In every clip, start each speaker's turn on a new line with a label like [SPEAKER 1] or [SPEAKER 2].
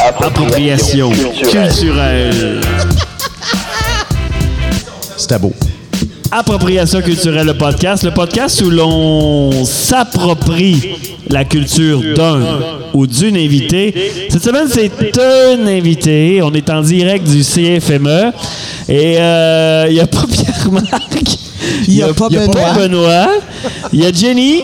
[SPEAKER 1] Appropriation culturelle.
[SPEAKER 2] C'était beau.
[SPEAKER 1] Appropriation culturelle, le podcast. Le podcast où l'on s'approprie la culture d'un ou d'une invitée. Cette semaine, c'est un invité. On est en direct du CFME. E. Et euh, il y a pas Pierre-Marc.
[SPEAKER 3] Il y a pas Benoît.
[SPEAKER 1] Benoît. Il y a Jenny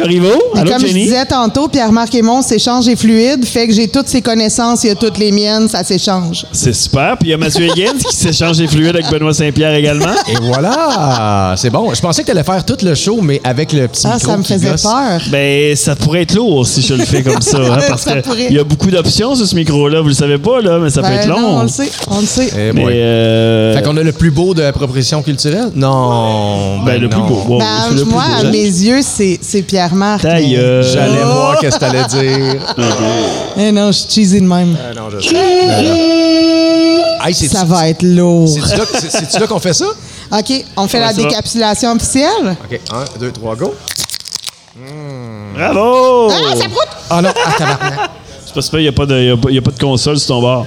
[SPEAKER 1] Corriveau.
[SPEAKER 3] Et
[SPEAKER 1] Allô,
[SPEAKER 3] comme je
[SPEAKER 1] Jenny.
[SPEAKER 3] disais tantôt, Pierre-Marc et mon s'échange est fluide, fait que j'ai toutes ses connaissances, il y a toutes les miennes, ça s'échange.
[SPEAKER 1] C'est super. Puis il y a Mathieu Higgins qui s'échange des fluides avec Benoît Saint-Pierre également.
[SPEAKER 2] Et voilà! C'est bon. Je pensais que tu allais faire tout le show, mais avec le petit
[SPEAKER 3] Ah,
[SPEAKER 2] micro
[SPEAKER 3] ça me
[SPEAKER 2] qui
[SPEAKER 3] faisait
[SPEAKER 2] gosse.
[SPEAKER 3] peur.
[SPEAKER 1] Ben, ça pourrait être lourd si je le fais comme ça, hein, parce
[SPEAKER 3] Ça pourrait.
[SPEAKER 1] qu'il y a beaucoup d'options sur ce micro-là, vous le savez pas, là, mais ça peut
[SPEAKER 3] Ben
[SPEAKER 1] être long.
[SPEAKER 3] non, on le sait, on le sait.
[SPEAKER 2] Eh
[SPEAKER 1] Mais,
[SPEAKER 2] boy.
[SPEAKER 1] euh,
[SPEAKER 2] Fait qu'on a le plus beau de l'appropriation culturelle? Non.
[SPEAKER 1] ben, le plus
[SPEAKER 2] non.
[SPEAKER 1] beau. Wow,
[SPEAKER 3] Ben,
[SPEAKER 1] c'est le plus
[SPEAKER 3] moi,
[SPEAKER 1] beau.
[SPEAKER 3] à mes yeux, c'est c'est Pierre-Marc.
[SPEAKER 1] Ta
[SPEAKER 3] mais-
[SPEAKER 1] gueule.
[SPEAKER 2] J'allais
[SPEAKER 3] Oh!
[SPEAKER 2] voir qu'est-ce que t'allais dire.
[SPEAKER 3] Eh non, je suis cheesy de même.
[SPEAKER 2] Ah, non, je sais. Hey, c'est-
[SPEAKER 3] Ça va être lourd.
[SPEAKER 2] C'est-tu là, c'est- c'est-tu là qu'on fait ça?
[SPEAKER 3] OK, on fait
[SPEAKER 1] Ouais,
[SPEAKER 3] la
[SPEAKER 1] ça va.
[SPEAKER 3] décapsulation officielle?
[SPEAKER 2] OK, un, deux, trois, go.
[SPEAKER 1] Bravo!
[SPEAKER 3] Ah, ça proute!
[SPEAKER 2] Ah non, ah, tabarnak.
[SPEAKER 1] C'est parce qu'il n'y a, pas de- y a pas- y a pas de console sur ton bord.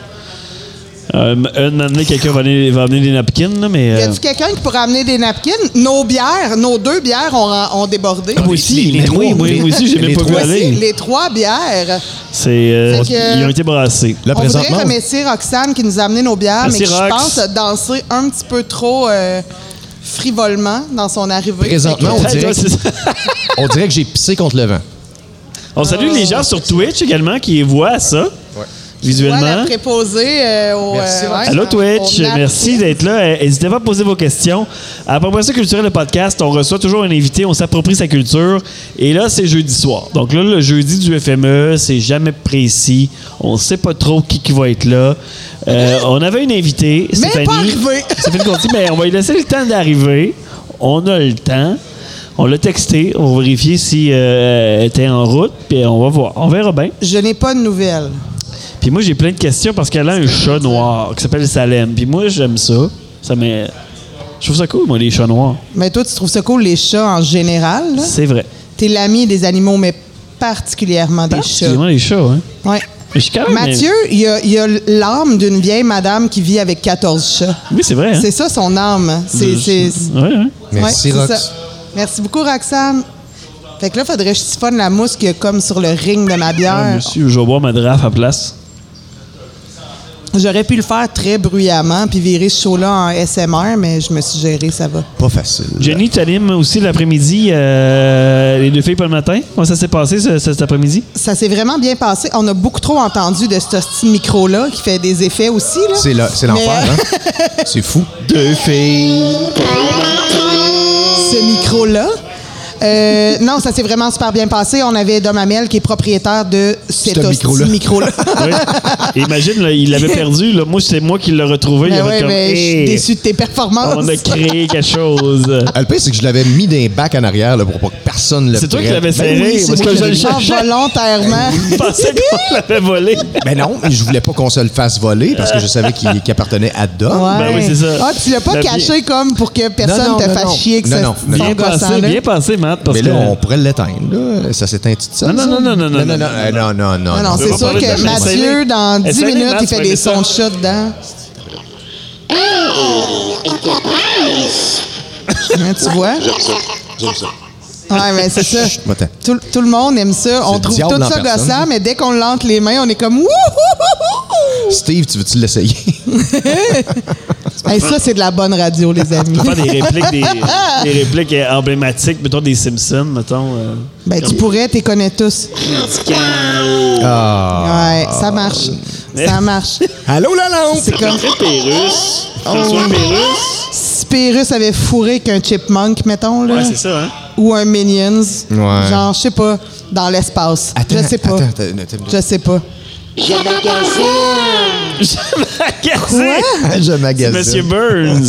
[SPEAKER 1] Euh, un moment donné, quelqu'un va amener, va amener des napkins, là, mais...
[SPEAKER 3] Y
[SPEAKER 1] euh,
[SPEAKER 3] a-tu quelqu'un qui pourrait amener des napkins? Nos bières, nos deux bières ont, ont débordé.
[SPEAKER 1] Ah, moi aussi,
[SPEAKER 2] Ah, les- les
[SPEAKER 1] mais
[SPEAKER 2] trois,
[SPEAKER 1] oui, moi,
[SPEAKER 2] les-
[SPEAKER 1] moi aussi, j'ai
[SPEAKER 2] les
[SPEAKER 1] même pas vu
[SPEAKER 2] trois.
[SPEAKER 3] Voici
[SPEAKER 1] aller.
[SPEAKER 3] les trois bières.
[SPEAKER 1] C'est, euh,
[SPEAKER 3] Fait que-
[SPEAKER 1] Ils ont été brassés.
[SPEAKER 2] Là,
[SPEAKER 3] On voudrait
[SPEAKER 2] présentement,
[SPEAKER 3] remercier Roxane qui nous a amené nos bières,
[SPEAKER 1] Merci,
[SPEAKER 3] mais qui,
[SPEAKER 1] Rox.
[SPEAKER 3] je pense, a dansé un petit peu trop euh, frivolement dans son arrivée.
[SPEAKER 2] Présentement,
[SPEAKER 3] Fait
[SPEAKER 2] on dirait-
[SPEAKER 1] C'est ça.
[SPEAKER 2] on dirait que j'ai pissé contre le vent.
[SPEAKER 1] On salue les gens sur Twitch également qui voient ça,
[SPEAKER 3] que, voilà,
[SPEAKER 1] visuellement.
[SPEAKER 3] préposée, euh, au,
[SPEAKER 2] Merci,
[SPEAKER 3] euh,
[SPEAKER 2] Rox.
[SPEAKER 1] Allô
[SPEAKER 3] au-
[SPEAKER 1] Twitch,
[SPEAKER 3] au nap-
[SPEAKER 1] merci d'être là. Eh, N'hésitez pas à poser vos questions. À Proposition culturelle, le podcast, on reçoit toujours un invité, on s'approprie sa culture. Et là, c'est jeudi soir. Donc là, le jeudi du FME, c'est jamais précis. On sait pas trop qui, qui va être là. Euh, on avait une invitée,
[SPEAKER 3] Mais
[SPEAKER 1] Stéphanie.
[SPEAKER 3] pas arrivé.
[SPEAKER 1] Stéphanie Conti, mais on va lui laisser le temps d'arriver. On a le temps. On l'a texté, on va vérifier si euh, elle était en route, puis on va voir. On verra bien.
[SPEAKER 3] Je n'ai pas de nouvelles.
[SPEAKER 1] Puis moi, j'ai plein de questions parce qu'elle a un chat noir qui s'appelle Salem. Puis moi, j'aime ça. Ça m'est- Je trouve ça cool, moi, les chats noirs.
[SPEAKER 3] Mais toi, tu trouves ça cool, les chats en général? là?
[SPEAKER 1] C'est vrai. Ah,
[SPEAKER 3] T'es l'ami des animaux, mais particulièrement des chats.
[SPEAKER 1] Excusez-moi, les chats, hein.
[SPEAKER 3] Ouais.
[SPEAKER 1] Mais je suis quand même...
[SPEAKER 3] Mathieu, il y a- il y a l'âme d'une vieille madame qui vit avec 14 chats.
[SPEAKER 1] Oui, c'est vrai, hein.
[SPEAKER 3] C'est ça son âme. C'est, c'est- c'est-
[SPEAKER 1] Ouais, hein.
[SPEAKER 2] Merci,
[SPEAKER 3] c'est
[SPEAKER 2] Rox.
[SPEAKER 3] ça. Merci beaucoup, Roxane. Fait que là, faudrait que je siphonne la mousse qu'il y a comme sur le ring de ma
[SPEAKER 1] Ah,
[SPEAKER 3] bière.
[SPEAKER 1] monsieur, je vais boire ma draft à place.
[SPEAKER 3] J'aurais pu le faire très bruyamment puis virer ce show-là en SMR, mais je me suis gérée, ça va.
[SPEAKER 2] Pas facile.
[SPEAKER 1] Jenny, tu animes aussi l'après-midi euh, les deux filles pas le matin. Comment ça s'est passé ce- ce- cet après-midi?
[SPEAKER 3] Ça s'est vraiment bien passé. On a beaucoup trop entendu de ce petit micro-là qui fait des effets aussi. Là.
[SPEAKER 2] C'est là- c'est l'enfer,
[SPEAKER 3] Mais, euh,
[SPEAKER 2] hein? C'est fou.
[SPEAKER 1] Deux filles.
[SPEAKER 3] euh, ce micro-là. Euh, non, ça s'est vraiment super bien passé. On avait Dom Hamel qui est propriétaire de cet
[SPEAKER 2] Ce
[SPEAKER 3] hostie
[SPEAKER 2] micro-là.
[SPEAKER 3] micro-là.
[SPEAKER 1] Imagine, là, il l'avait perdu. Là. Moi, c'est moi qui l'ai retrouvé. il
[SPEAKER 3] Ben
[SPEAKER 1] avait
[SPEAKER 3] ouais,
[SPEAKER 1] comme,
[SPEAKER 3] mais je suis
[SPEAKER 1] Hey,
[SPEAKER 3] déçue de tes performances.
[SPEAKER 1] on a créé quelque chose.
[SPEAKER 2] Ah, Le pire, c'est que je l'avais mis d'un bac en arrière là, pour pas que personne le
[SPEAKER 1] C'est toi qui
[SPEAKER 2] prenne.
[SPEAKER 1] l'avais
[SPEAKER 2] Ben
[SPEAKER 1] serré,
[SPEAKER 3] Oui, c'est
[SPEAKER 1] Ben parce
[SPEAKER 3] moi
[SPEAKER 1] que
[SPEAKER 3] qui
[SPEAKER 1] je
[SPEAKER 3] l'ai
[SPEAKER 1] le
[SPEAKER 3] mis.
[SPEAKER 1] cherchais.
[SPEAKER 3] Ah, volontairement.
[SPEAKER 1] Je pensais qu'on l'avait volé.
[SPEAKER 2] Mais Ben non, mais je voulais pas qu'on se le fasse voler parce que je savais qu'il qu'il appartenait à Dom.
[SPEAKER 3] Ouais.
[SPEAKER 1] Ben oui, c'est ça.
[SPEAKER 3] Ah, tu l'as pas
[SPEAKER 1] La
[SPEAKER 3] caché comme pour que personne
[SPEAKER 2] non,
[SPEAKER 3] te
[SPEAKER 2] non,
[SPEAKER 3] fasse
[SPEAKER 2] non.
[SPEAKER 3] chier que
[SPEAKER 2] Non,
[SPEAKER 3] ça
[SPEAKER 2] non, non,
[SPEAKER 1] Bien
[SPEAKER 2] non.
[SPEAKER 1] pensé, bien pensé, Matt, parce
[SPEAKER 2] Mais là,
[SPEAKER 1] que
[SPEAKER 2] on pourrait l'éteindre. là. Ça s'éteint tout seul.
[SPEAKER 1] Non, non,
[SPEAKER 2] ça?
[SPEAKER 1] non, non, non, non,
[SPEAKER 2] non, euh, non, non, non,
[SPEAKER 3] Ah Non, non,
[SPEAKER 2] non.
[SPEAKER 1] veut
[SPEAKER 3] c'est
[SPEAKER 1] pas
[SPEAKER 3] sûr
[SPEAKER 1] parler de la
[SPEAKER 3] que
[SPEAKER 1] chose.
[SPEAKER 3] Mathieu, dans
[SPEAKER 1] Essaye.
[SPEAKER 3] 10
[SPEAKER 1] Essaye,
[SPEAKER 3] minutes,
[SPEAKER 1] Matt,
[SPEAKER 3] il
[SPEAKER 1] tu vas
[SPEAKER 3] fait des
[SPEAKER 1] aimer ça.
[SPEAKER 3] sons de chat dedans. Hein, tu vois? Ouais, mais c'est ça.
[SPEAKER 2] Chut, va-t'en.
[SPEAKER 3] Tout, tout le monde aime ça. On
[SPEAKER 2] le
[SPEAKER 3] trouve
[SPEAKER 2] diable
[SPEAKER 3] tout
[SPEAKER 2] en
[SPEAKER 3] ça
[SPEAKER 2] personne.
[SPEAKER 3] gossant, mais dès qu'on l'entre les mains, on est comme wouhou!
[SPEAKER 2] Steve, tu veux-tu l'essayer?
[SPEAKER 3] Hey, ça, c'est de la bonne radio, les amis.
[SPEAKER 1] on peut faire des répliques, des, des répliques euh, emblématiques, mettons des Simpsons, mettons. euh,
[SPEAKER 3] Ben, tu pourrais, t'es connais tous.
[SPEAKER 2] Ah.
[SPEAKER 3] Ouais, ça marche.
[SPEAKER 1] euh,
[SPEAKER 3] Ça marche.
[SPEAKER 2] Allô, la lampe!
[SPEAKER 3] C'est comme
[SPEAKER 1] Pérus. François Pérus.
[SPEAKER 3] si Pérus avait fourré qu'un chipmunk, mettons, là,
[SPEAKER 1] Ouais, c'est ça, hein?
[SPEAKER 3] ou un Minions.
[SPEAKER 2] Ouais.
[SPEAKER 3] Genre, je sais pas, dans l'espace.
[SPEAKER 2] Attends,
[SPEAKER 3] je sais pas.
[SPEAKER 2] attends, attends, attends.
[SPEAKER 3] je sais pas.
[SPEAKER 1] Magasé!
[SPEAKER 2] Je magasine.
[SPEAKER 1] Monsieur Burns.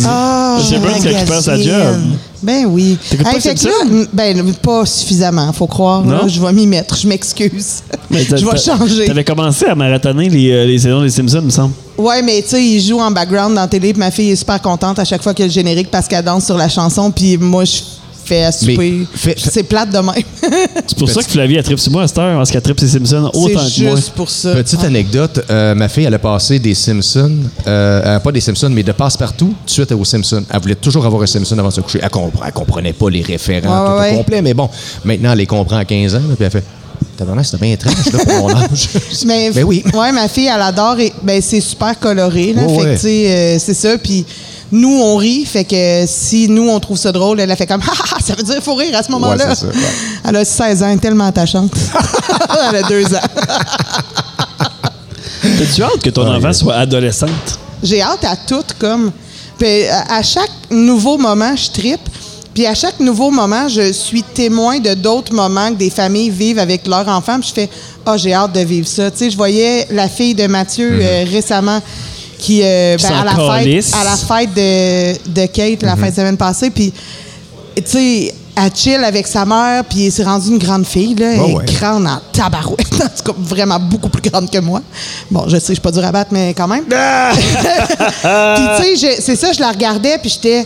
[SPEAKER 1] Monsieur Burns qui récupère sa job.
[SPEAKER 3] Ben oui.
[SPEAKER 1] T'écoutes pas
[SPEAKER 3] Hey, fait que
[SPEAKER 1] Simpson?
[SPEAKER 3] là, m- ben, pas suffisamment, faut croire.
[SPEAKER 1] Non?
[SPEAKER 3] là, je vais m'y mettre, je m'excuse.
[SPEAKER 1] Mais t'as-
[SPEAKER 3] Je vais
[SPEAKER 1] t'as-
[SPEAKER 3] changer.
[SPEAKER 1] T'avais commencé à marathonner les, euh, les saisons des Simpsons, me semble.
[SPEAKER 3] Ouais, mais tu sais, il joue en background dans la télé, puis ma fille est super contente à chaque fois qu'il y a le générique parce qu'elle danse sur la chanson, puis moi, je fait à souper.
[SPEAKER 2] Mais fais-
[SPEAKER 3] Puis C'est plate de même.
[SPEAKER 1] C'est pour ça que Flavie a trip sur moi à cette heure, parce qu'elle trip ses Simpsons autant
[SPEAKER 3] C'est
[SPEAKER 1] que moi.
[SPEAKER 3] juste pour ça.
[SPEAKER 2] Petite anecdote, euh, ma fille, elle a passé des Simpsons, euh, euh, pas des Simpsons, mais de passe-partout, tout de suite aux Simpsons. Elle voulait toujours avoir un Simpson avant de se coucher. Elle, compre- elle comprenait pas les référents
[SPEAKER 3] Ouais,
[SPEAKER 2] tout
[SPEAKER 3] ouais,
[SPEAKER 2] au
[SPEAKER 3] ouais.
[SPEAKER 2] complet, mais bon, maintenant, elle les comprend à 15 ans, là, puis elle fait Tabarnak, c'était bien étrange, là, pour mon âge.
[SPEAKER 3] Mais,
[SPEAKER 2] ben oui.
[SPEAKER 3] Ouais, ma fille, elle adore. Et, ben, c'est super coloré. Là,
[SPEAKER 2] Ouais,
[SPEAKER 3] fait que,
[SPEAKER 2] ouais.
[SPEAKER 3] tu sais, euh, c'est ça. Puis nous, on rit. Fait que si nous, on trouve ça drôle, elle a fait comme Ah, ah, ah, ça veut dire faut rire à ce moment-là.
[SPEAKER 2] c'est ça, ouais.
[SPEAKER 3] Elle a 16 ans, elle est tellement attachante. elle a 2 ans.
[SPEAKER 1] T'as-tu hâte que ton
[SPEAKER 2] Ah,
[SPEAKER 1] enfant
[SPEAKER 2] oui.
[SPEAKER 1] soit adolescente?
[SPEAKER 3] J'ai hâte à tout, comme. Puis, à à chaque nouveau moment, je tripe. Puis à chaque nouveau moment, je suis témoin de d'autres moments que des familles vivent avec leurs enfants. Puis je fais Ah, j'ai hâte de vivre ça. Tu sais, je voyais la fille de Mathieu euh, récemment qui, euh, ben,
[SPEAKER 1] s'en
[SPEAKER 3] à, la
[SPEAKER 1] calisse.
[SPEAKER 3] fête, à la fête de, de Kate, la fin de semaine passée. Puis, tu sais, elle chill avec sa mère, puis elle s'est rendue une grande fille. Là, elle
[SPEAKER 2] Ouais,
[SPEAKER 3] est
[SPEAKER 2] ouais.
[SPEAKER 3] grande en tabarouette. C'est comme vraiment beaucoup plus grande que moi. Bon, je sais, je suis pas du à battre, mais quand même. Puis, tu sais, je- c'est ça, je la regardais, puis j'étais.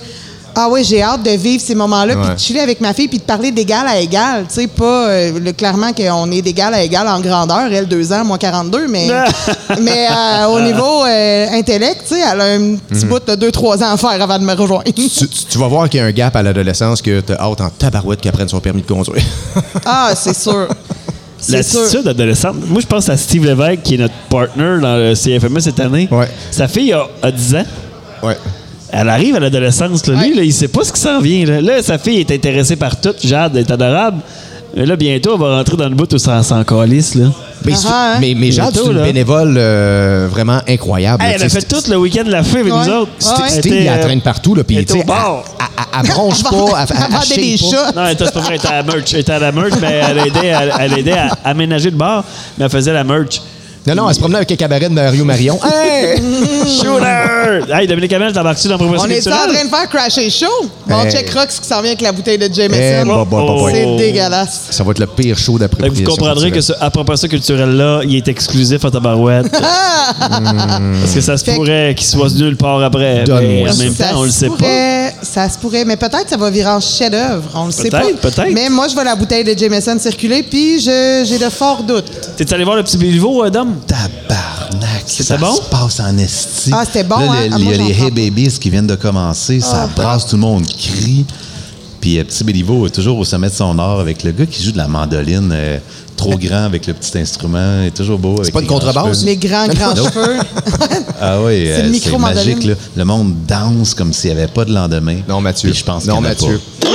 [SPEAKER 3] Ah oui, j'ai hâte de vivre ces moments-là, puis
[SPEAKER 2] Ouais.
[SPEAKER 3] de chiller avec ma fille, puis de parler d'égal à égal. Tu sais, pas euh, le, clairement qu'on est d'égal à égal en grandeur. Elle, 2 ans, moi, 42, mais, mais euh, au niveau euh, intellect, tu sais, elle a un petit bout de 2-3 ans à faire avant de me rejoindre.
[SPEAKER 2] Mhm. Tu, tu- tu vas voir qu'il y a un gap à l'adolescence que t'as hâte en tabarouette qu'elle prenne son permis de conduire.
[SPEAKER 3] ah, c'est sûr. C'est sûr.
[SPEAKER 1] L'attitude adolescente. Moi, je pense à Steve Lévesque, qui est notre partner dans le CFME E cette année.
[SPEAKER 2] Ouais.
[SPEAKER 1] Sa fille a, a 10 ans.
[SPEAKER 2] ouais.
[SPEAKER 1] Elle arrive à l'adolescence. là. Lui,
[SPEAKER 3] Ouais.
[SPEAKER 1] là, il sait pas ce qui s'en vient. Là. Là, sa fille est intéressée par tout. Jade est adorable. Mais là, bientôt, elle va rentrer dans le bout où ça s'en calisse. Là.
[SPEAKER 2] Mais, c'est-
[SPEAKER 3] Ah, hein?
[SPEAKER 2] mais, mais Jade,
[SPEAKER 1] Bientôt,
[SPEAKER 2] c'est une
[SPEAKER 1] là.
[SPEAKER 2] bénévole euh, vraiment incroyable.
[SPEAKER 1] Hey,
[SPEAKER 2] là,
[SPEAKER 1] elle a
[SPEAKER 2] tu sais,
[SPEAKER 1] fait tout le week-end de la fée avec
[SPEAKER 3] Ouais.
[SPEAKER 1] nous autres. euh,
[SPEAKER 3] Ah ouais.
[SPEAKER 2] Steve, Steve, il la traîne partout, là, puis
[SPEAKER 1] elle
[SPEAKER 2] tu sais,
[SPEAKER 1] était au
[SPEAKER 2] elle,
[SPEAKER 1] bar.
[SPEAKER 2] elle, elle- elle bronche pas, elle, elle,
[SPEAKER 3] Elle vendait
[SPEAKER 2] shake
[SPEAKER 3] des
[SPEAKER 2] pas.
[SPEAKER 3] chats.
[SPEAKER 1] Non, elle était c'est pas vrai, elle était à la merch. Elle était à la merch, mais elle aidait, elle, elle aidait à aménager le bar, mais elle faisait la merch.
[SPEAKER 2] Non, non, elle se promenait avec un cabaret de Mario Marion.
[SPEAKER 3] Ah,
[SPEAKER 2] Hey!
[SPEAKER 1] Shooter! Hey, Dominique Hamel, t'embarques-tu dans Promotion
[SPEAKER 3] Mm. On est en
[SPEAKER 1] culturelle?
[SPEAKER 3] train de faire crasher show. Bon,
[SPEAKER 2] Hey.
[SPEAKER 3] check Rock ce qui s'en vient avec la bouteille de Jameson.
[SPEAKER 2] Eh, bah, bah, bah, bah.
[SPEAKER 1] Oh.
[SPEAKER 3] C'est dégueulasse.
[SPEAKER 2] Ça va être le pire show
[SPEAKER 1] Fait
[SPEAKER 2] d'après
[SPEAKER 1] que Ben, vous comprendrez que ce, à Promotion culturelle-là, il est exclusif à Tabarouette.
[SPEAKER 4] Hmm.
[SPEAKER 1] Parce que ça se
[SPEAKER 3] Fait que-
[SPEAKER 1] pourrait qu'il soit nulle part après. Mais
[SPEAKER 2] Donne-moi
[SPEAKER 1] en
[SPEAKER 2] ça.
[SPEAKER 1] même temps, on le
[SPEAKER 3] se
[SPEAKER 1] sait pas.
[SPEAKER 3] pourrait, Ça se pourrait, mais peut-être que ça va virer en chef-d'œuvre. On le sait pas.
[SPEAKER 1] Peut-être, peut-être.
[SPEAKER 3] Mais moi, je vois la bouteille de Jameson circuler, puis je- j'ai de forts doutes.
[SPEAKER 1] T'es allé voir le petit Béliveau, euh, Dom?
[SPEAKER 4] Tabarnak!
[SPEAKER 1] C'était
[SPEAKER 4] ça
[SPEAKER 1] bon?
[SPEAKER 4] se passe en esti.
[SPEAKER 3] Ah, c'était bon,
[SPEAKER 4] Là,
[SPEAKER 3] hein?
[SPEAKER 4] le-
[SPEAKER 3] Ah,
[SPEAKER 4] Il
[SPEAKER 3] moi, Ah.
[SPEAKER 4] y a
[SPEAKER 3] j'en
[SPEAKER 4] les
[SPEAKER 3] prends
[SPEAKER 4] Hey Babies qui viennent de commencer. Ça brasse, tout le monde crie. Puis euh, Petit Béliveau est toujours au sommet de son art avec le gars qui joue de la mandoline euh, trop grand avec le petit instrument. Il est toujours beau. avec
[SPEAKER 2] pas une
[SPEAKER 4] les grands
[SPEAKER 2] contrebasse?
[SPEAKER 4] cheveux.
[SPEAKER 3] Les grands, grands
[SPEAKER 4] Non.
[SPEAKER 3] cheveux.
[SPEAKER 4] Ah oui,
[SPEAKER 3] C'est le
[SPEAKER 4] euh, c'est
[SPEAKER 3] micro-mandoline.
[SPEAKER 4] magique. Là. Le monde danse comme s'il n'y avait pas de lendemain.
[SPEAKER 2] Non, Mathieu.
[SPEAKER 4] Puis je pense
[SPEAKER 2] Non,
[SPEAKER 4] qu'il y en a
[SPEAKER 2] Mathieu.
[SPEAKER 4] pas.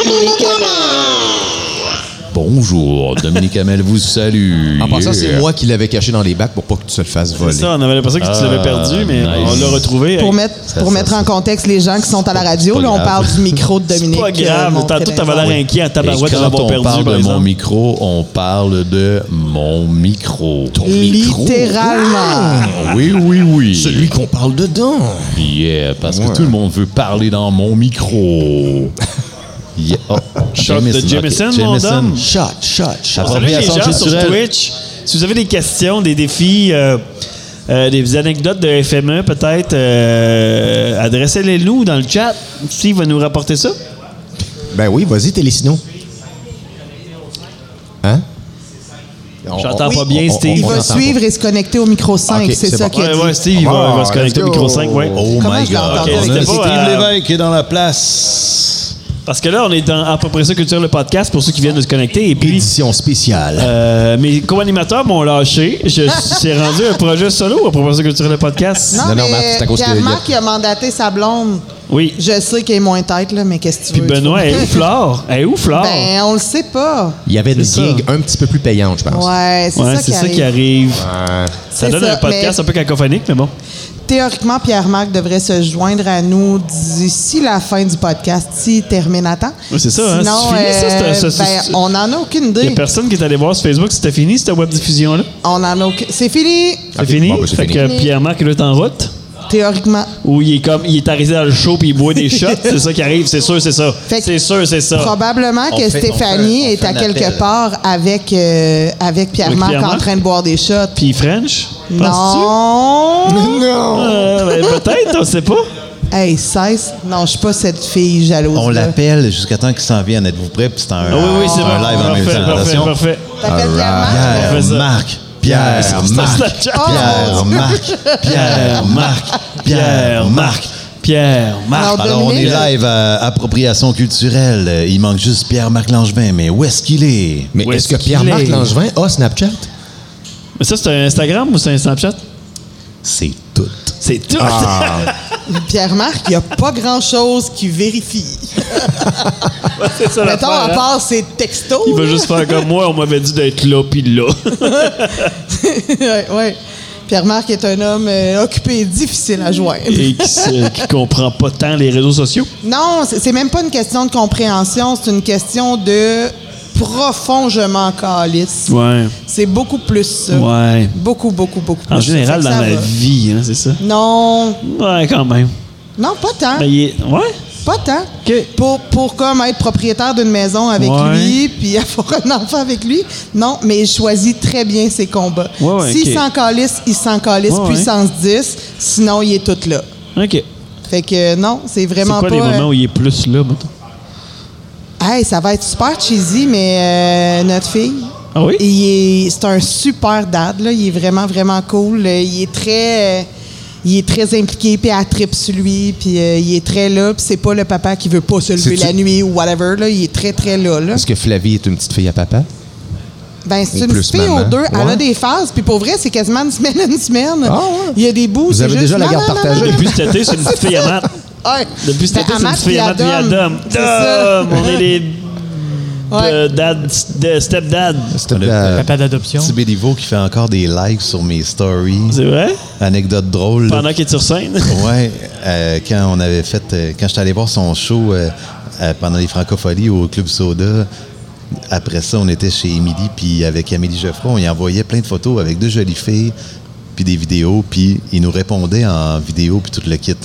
[SPEAKER 4] Bonjour, Dominique Hamel vous salue.
[SPEAKER 2] En passant, c'est
[SPEAKER 4] Yeah.
[SPEAKER 2] moi qui l'avais caché dans les bacs pour pas que tu te le fasses
[SPEAKER 1] C'est
[SPEAKER 2] voler.
[SPEAKER 1] ça, on avait l'impression que tu l'avais perdu, mais
[SPEAKER 4] Ah, nice.
[SPEAKER 1] on l'a retrouvé.
[SPEAKER 3] Pour
[SPEAKER 1] Hey,
[SPEAKER 3] mettre,
[SPEAKER 4] Ça,
[SPEAKER 3] pour
[SPEAKER 4] ça,
[SPEAKER 3] mettre
[SPEAKER 4] ça.
[SPEAKER 3] en contexte les gens qui sont à la radio,
[SPEAKER 4] pas
[SPEAKER 3] là, on
[SPEAKER 4] grave.
[SPEAKER 3] parle du micro de Dominique.
[SPEAKER 1] C'est pas
[SPEAKER 3] euh,
[SPEAKER 1] grave.
[SPEAKER 3] Montelaisan.
[SPEAKER 1] Tantôt, t'avais l'air inquiet en
[SPEAKER 4] Et
[SPEAKER 1] Tabarouette
[SPEAKER 4] quand
[SPEAKER 1] d'avoir
[SPEAKER 4] on
[SPEAKER 1] perdu,
[SPEAKER 4] parle
[SPEAKER 1] par
[SPEAKER 4] de mon
[SPEAKER 1] exemple.
[SPEAKER 4] micro, on parle de mon micro. Ah!
[SPEAKER 3] Littéralement.
[SPEAKER 4] Oui, oui, oui.
[SPEAKER 2] Celui qu'on parle dedans.
[SPEAKER 4] Yeah, parce que tout le monde veut parler dans mon micro. Yeah. Oh,
[SPEAKER 1] Shot de Jameson,
[SPEAKER 4] ok.
[SPEAKER 1] mon dame.
[SPEAKER 4] Shot, shot, shot.
[SPEAKER 1] Salut les
[SPEAKER 4] Appropriation
[SPEAKER 1] gens sur
[SPEAKER 4] culturelle.
[SPEAKER 1] Twitch. Si vous avez des questions, des défis, euh, euh, des anecdotes de FME, peut-être, euh, adressez-les-nous dans le chat. S'il va nous rapporter ça.
[SPEAKER 2] Ben oui, vas-y, Télésino. Hein? On-
[SPEAKER 1] J'entends
[SPEAKER 2] on-
[SPEAKER 1] pas bien,
[SPEAKER 2] on- on-
[SPEAKER 1] Steve.
[SPEAKER 3] Il
[SPEAKER 2] on
[SPEAKER 3] va
[SPEAKER 2] entend
[SPEAKER 3] suivre et se connecter au micro 5.
[SPEAKER 2] Ok,
[SPEAKER 3] c'est
[SPEAKER 2] c'est
[SPEAKER 3] ça
[SPEAKER 2] bon.
[SPEAKER 3] qu'il a
[SPEAKER 1] Ouais,
[SPEAKER 3] dit.
[SPEAKER 1] ouais, Steve, il
[SPEAKER 2] Ah,
[SPEAKER 1] va, il va se connecter au
[SPEAKER 2] let's
[SPEAKER 1] micro
[SPEAKER 2] go.
[SPEAKER 1] 5. Ouais.
[SPEAKER 4] Oh
[SPEAKER 3] Comment
[SPEAKER 4] my
[SPEAKER 3] je
[SPEAKER 4] God.
[SPEAKER 3] l'entendais?
[SPEAKER 4] On
[SPEAKER 1] C'était
[SPEAKER 4] a
[SPEAKER 1] pas,
[SPEAKER 4] Steve
[SPEAKER 1] euh,
[SPEAKER 4] Lévesque est dans la place.
[SPEAKER 1] Parce que là, on est dans à peu près ça culture le podcast pour ceux qui viennent de se connecter. Et
[SPEAKER 2] pas.
[SPEAKER 1] puis,
[SPEAKER 2] Édition spéciale.
[SPEAKER 1] euh, mes co-animateurs m'ont lâché. Je c'est rendu un projet solo à propos de culture le podcast.
[SPEAKER 3] Non,
[SPEAKER 2] Non, non, Marc,
[SPEAKER 3] mais
[SPEAKER 2] c'est à cause qu'il y a-
[SPEAKER 3] Pierre-Marc, il a mandaté sa blonde.
[SPEAKER 1] Oui.
[SPEAKER 3] Je sais qu'il est moins tête, là, mais qu'est-ce que tu
[SPEAKER 1] Puis
[SPEAKER 3] veux?
[SPEAKER 1] Benoît est où, Flore? Elle est où, Flore?
[SPEAKER 3] Ben, on le sait pas.
[SPEAKER 2] Il y avait une
[SPEAKER 1] c'est ça.
[SPEAKER 2] gig un petit peu plus payante, je pense.
[SPEAKER 3] Ouais, c'est
[SPEAKER 1] Ouais,
[SPEAKER 3] ça,
[SPEAKER 1] c'est
[SPEAKER 3] qui
[SPEAKER 1] ça qui
[SPEAKER 3] arrive.
[SPEAKER 1] arrive.
[SPEAKER 2] Euh,
[SPEAKER 1] Ça
[SPEAKER 3] C'est
[SPEAKER 1] donne
[SPEAKER 3] ça,
[SPEAKER 1] un podcast
[SPEAKER 3] mais-
[SPEAKER 1] un peu cacophonique, mais bon.
[SPEAKER 3] Théoriquement, Pierre-Marc devrait se joindre à nous d'ici la fin du podcast, s'il termine à temps.
[SPEAKER 1] Oui, c'est ça, hein.
[SPEAKER 3] Sinon,
[SPEAKER 1] C'est fini, ça,
[SPEAKER 3] euh,
[SPEAKER 1] c'est un- ça,
[SPEAKER 3] ben,
[SPEAKER 1] c'est-
[SPEAKER 3] on n'en a aucune
[SPEAKER 1] Il n'y a
[SPEAKER 3] idée.
[SPEAKER 1] personne qui est allé voir sur Facebook. C'était fini, cette web diffusion-là.
[SPEAKER 3] On en a aucune... C'est fini,
[SPEAKER 1] C'est
[SPEAKER 2] Ok,
[SPEAKER 1] fini.
[SPEAKER 2] bon, ben, c'est
[SPEAKER 1] fait
[SPEAKER 2] fini.
[SPEAKER 1] que Pierre-Marc, il est en route.
[SPEAKER 3] théoriquement.
[SPEAKER 1] Ou il est comme, il est arrivé dans le show puis il boit des shots. c'est ça qui arrive. C'est sûr, c'est ça.
[SPEAKER 3] Fait que-
[SPEAKER 1] C'est sûr, c'est ça.
[SPEAKER 3] Probablement
[SPEAKER 4] On
[SPEAKER 3] que
[SPEAKER 4] fait- on
[SPEAKER 3] Stéphanie
[SPEAKER 4] fait- on fait
[SPEAKER 3] est à
[SPEAKER 4] un
[SPEAKER 3] quelque
[SPEAKER 4] appel.
[SPEAKER 3] part avec, euh, avec Pierre-Marc
[SPEAKER 1] Pierre-Marc?
[SPEAKER 3] en train de boire des shots.
[SPEAKER 1] Puis French? penses-tu?
[SPEAKER 3] non!
[SPEAKER 2] Non!
[SPEAKER 1] Euh, ben, peut-être, on sait pas.
[SPEAKER 3] Hey, 16? Non, je suis pas cette fille jalouse.
[SPEAKER 4] On
[SPEAKER 3] là.
[SPEAKER 4] l'appelle jusqu'à temps qu'il s'en vienne. Êtes-vous prêts? Puis c'est un,
[SPEAKER 1] Ah oui, oui, c'est
[SPEAKER 4] un
[SPEAKER 1] bon.
[SPEAKER 4] live en même
[SPEAKER 1] Parfait,
[SPEAKER 4] temps.
[SPEAKER 1] parfait,
[SPEAKER 4] Attention.
[SPEAKER 1] parfait.
[SPEAKER 3] T'appelles Pierre-Marc?
[SPEAKER 1] On fait ça.
[SPEAKER 4] Pierre, Marc, Pierre,
[SPEAKER 1] c'est
[SPEAKER 4] Ah, Marc,
[SPEAKER 1] ça, la chat.
[SPEAKER 4] Pierre,
[SPEAKER 3] Oh,
[SPEAKER 4] Marc, Pierre, Marc, Pierre, Marc.
[SPEAKER 1] Pierre, Marc.
[SPEAKER 3] Alors,
[SPEAKER 4] Alors, on est
[SPEAKER 3] Dominique?
[SPEAKER 4] live à Appropriation culturelle. Il manque juste Pierre-Marc Langevin, mais où est-ce qu'il est?
[SPEAKER 2] Mais
[SPEAKER 1] Où
[SPEAKER 2] est-ce
[SPEAKER 1] est-ce
[SPEAKER 2] que
[SPEAKER 1] qu'il
[SPEAKER 2] Pierre-Marc
[SPEAKER 1] est?
[SPEAKER 2] Langevin a Snapchat?
[SPEAKER 1] Mais ça, c'est un Instagram ou c'est un Snapchat?
[SPEAKER 4] C'est tout.
[SPEAKER 1] C'est tout.
[SPEAKER 3] Pierre-Marc, il n'y a pas grand-chose qui vérifie.
[SPEAKER 1] c'est ça
[SPEAKER 3] Mettons, à
[SPEAKER 1] l'affaire, hein?
[SPEAKER 3] part ses textos.
[SPEAKER 1] Il va
[SPEAKER 3] là.
[SPEAKER 1] juste faire comme moi, on m'avait dit d'être là puis là.
[SPEAKER 3] ouais, ouais. Pierre-Marc est un homme euh, occupé et difficile à joindre.
[SPEAKER 1] Et qui, se- qui comprend pas tant les réseaux sociaux.
[SPEAKER 3] Non, c'est c'est même pas une question de compréhension, c'est une question de profond je m'en calisse.
[SPEAKER 1] Ouais.
[SPEAKER 3] C'est beaucoup plus ça.
[SPEAKER 1] Ouais.
[SPEAKER 3] Beaucoup, beaucoup, beaucoup plus.
[SPEAKER 1] En
[SPEAKER 3] ça.
[SPEAKER 1] général,
[SPEAKER 3] Fait que
[SPEAKER 1] dans
[SPEAKER 3] ça
[SPEAKER 1] la
[SPEAKER 3] va.
[SPEAKER 1] vie, hein, c'est ça.
[SPEAKER 3] Non,
[SPEAKER 1] Ouais, quand même.
[SPEAKER 3] non, pas tant.
[SPEAKER 1] Mais il est- Ouais?
[SPEAKER 3] Pas tant.
[SPEAKER 1] OK.
[SPEAKER 3] hein? Pour, pour comme être propriétaire d'une maison avec
[SPEAKER 1] Ouais.
[SPEAKER 3] lui, puis avoir un enfant avec lui. Non, mais il choisit très bien ses combats.
[SPEAKER 1] Ouais, ouais,
[SPEAKER 3] S'il
[SPEAKER 1] OK.
[SPEAKER 3] s'en calisse, il s'en calisse
[SPEAKER 1] Ouais, ouais.
[SPEAKER 3] puissance 10. Sinon, il est tout là.
[SPEAKER 1] OK.
[SPEAKER 3] Fait que euh, non, c'est
[SPEAKER 1] C'est
[SPEAKER 3] vraiment
[SPEAKER 1] quoi
[SPEAKER 3] pas...
[SPEAKER 1] les
[SPEAKER 3] euh,
[SPEAKER 1] moments où il est plus là, mettons?
[SPEAKER 3] Hey, ça va être super cheesy, mais euh, notre fille.
[SPEAKER 1] Ah oui?
[SPEAKER 3] il est- C'est un super dad, là. Il est vraiment, vraiment cool. Euh, Il est très. euh, il est très impliqué, puis elle tripe sur lui, puis euh, il est très là, puis c'est pas le papa qui veut pas se lever
[SPEAKER 2] C'est-tu-
[SPEAKER 3] la nuit ou whatever, là. Il est très, très là, là.
[SPEAKER 2] Est-ce que Flavie est une petite fille à papa?
[SPEAKER 3] Ben, c'est
[SPEAKER 2] Ou
[SPEAKER 3] une
[SPEAKER 2] plus
[SPEAKER 3] fille
[SPEAKER 2] maman.
[SPEAKER 3] aux deux. Elle
[SPEAKER 2] Ouais.
[SPEAKER 3] a des phases, puis pour vrai, c'est quasiment une semaine, une semaine.
[SPEAKER 2] Ah ouais?
[SPEAKER 3] Il y a des bouts,
[SPEAKER 2] Vous
[SPEAKER 3] c'est
[SPEAKER 2] avez
[SPEAKER 3] juste,
[SPEAKER 2] déjà la
[SPEAKER 3] non,
[SPEAKER 2] garde
[SPEAKER 3] non, non,
[SPEAKER 2] partagée.
[SPEAKER 3] non, non.
[SPEAKER 1] Depuis cet été, c'est une petite fille à Matt.
[SPEAKER 3] Ouais.
[SPEAKER 1] Depuis cet
[SPEAKER 3] Ben,
[SPEAKER 1] été, c'est une
[SPEAKER 3] Amath
[SPEAKER 1] petite fille à Matt
[SPEAKER 3] puis
[SPEAKER 1] et à
[SPEAKER 3] Adam.
[SPEAKER 1] Dom.
[SPEAKER 3] C'est ça.
[SPEAKER 1] Dom! On est les
[SPEAKER 3] Ouais.
[SPEAKER 1] euh, dad, de step-dad.
[SPEAKER 2] C'était
[SPEAKER 4] Le-
[SPEAKER 2] la-
[SPEAKER 5] Papa d'adoption.
[SPEAKER 4] Petit Béliveau qui fait encore des likes sur mes stories.
[SPEAKER 1] C'est vrai?
[SPEAKER 4] Anecdote drôle. là.
[SPEAKER 1] Pendant qu'il est sur scène.
[SPEAKER 4] Ouais, euh, quand on avait fait, euh, quand j'étais allé voir son show euh, euh, pendant les Francopholies au Club Soda, après ça, on était chez Émilie, puis avec Amélie Geoffroy, on y envoyait plein de photos avec deux jolies filles, puis des vidéos, puis il nous répondait en vidéo, puis tout le kit.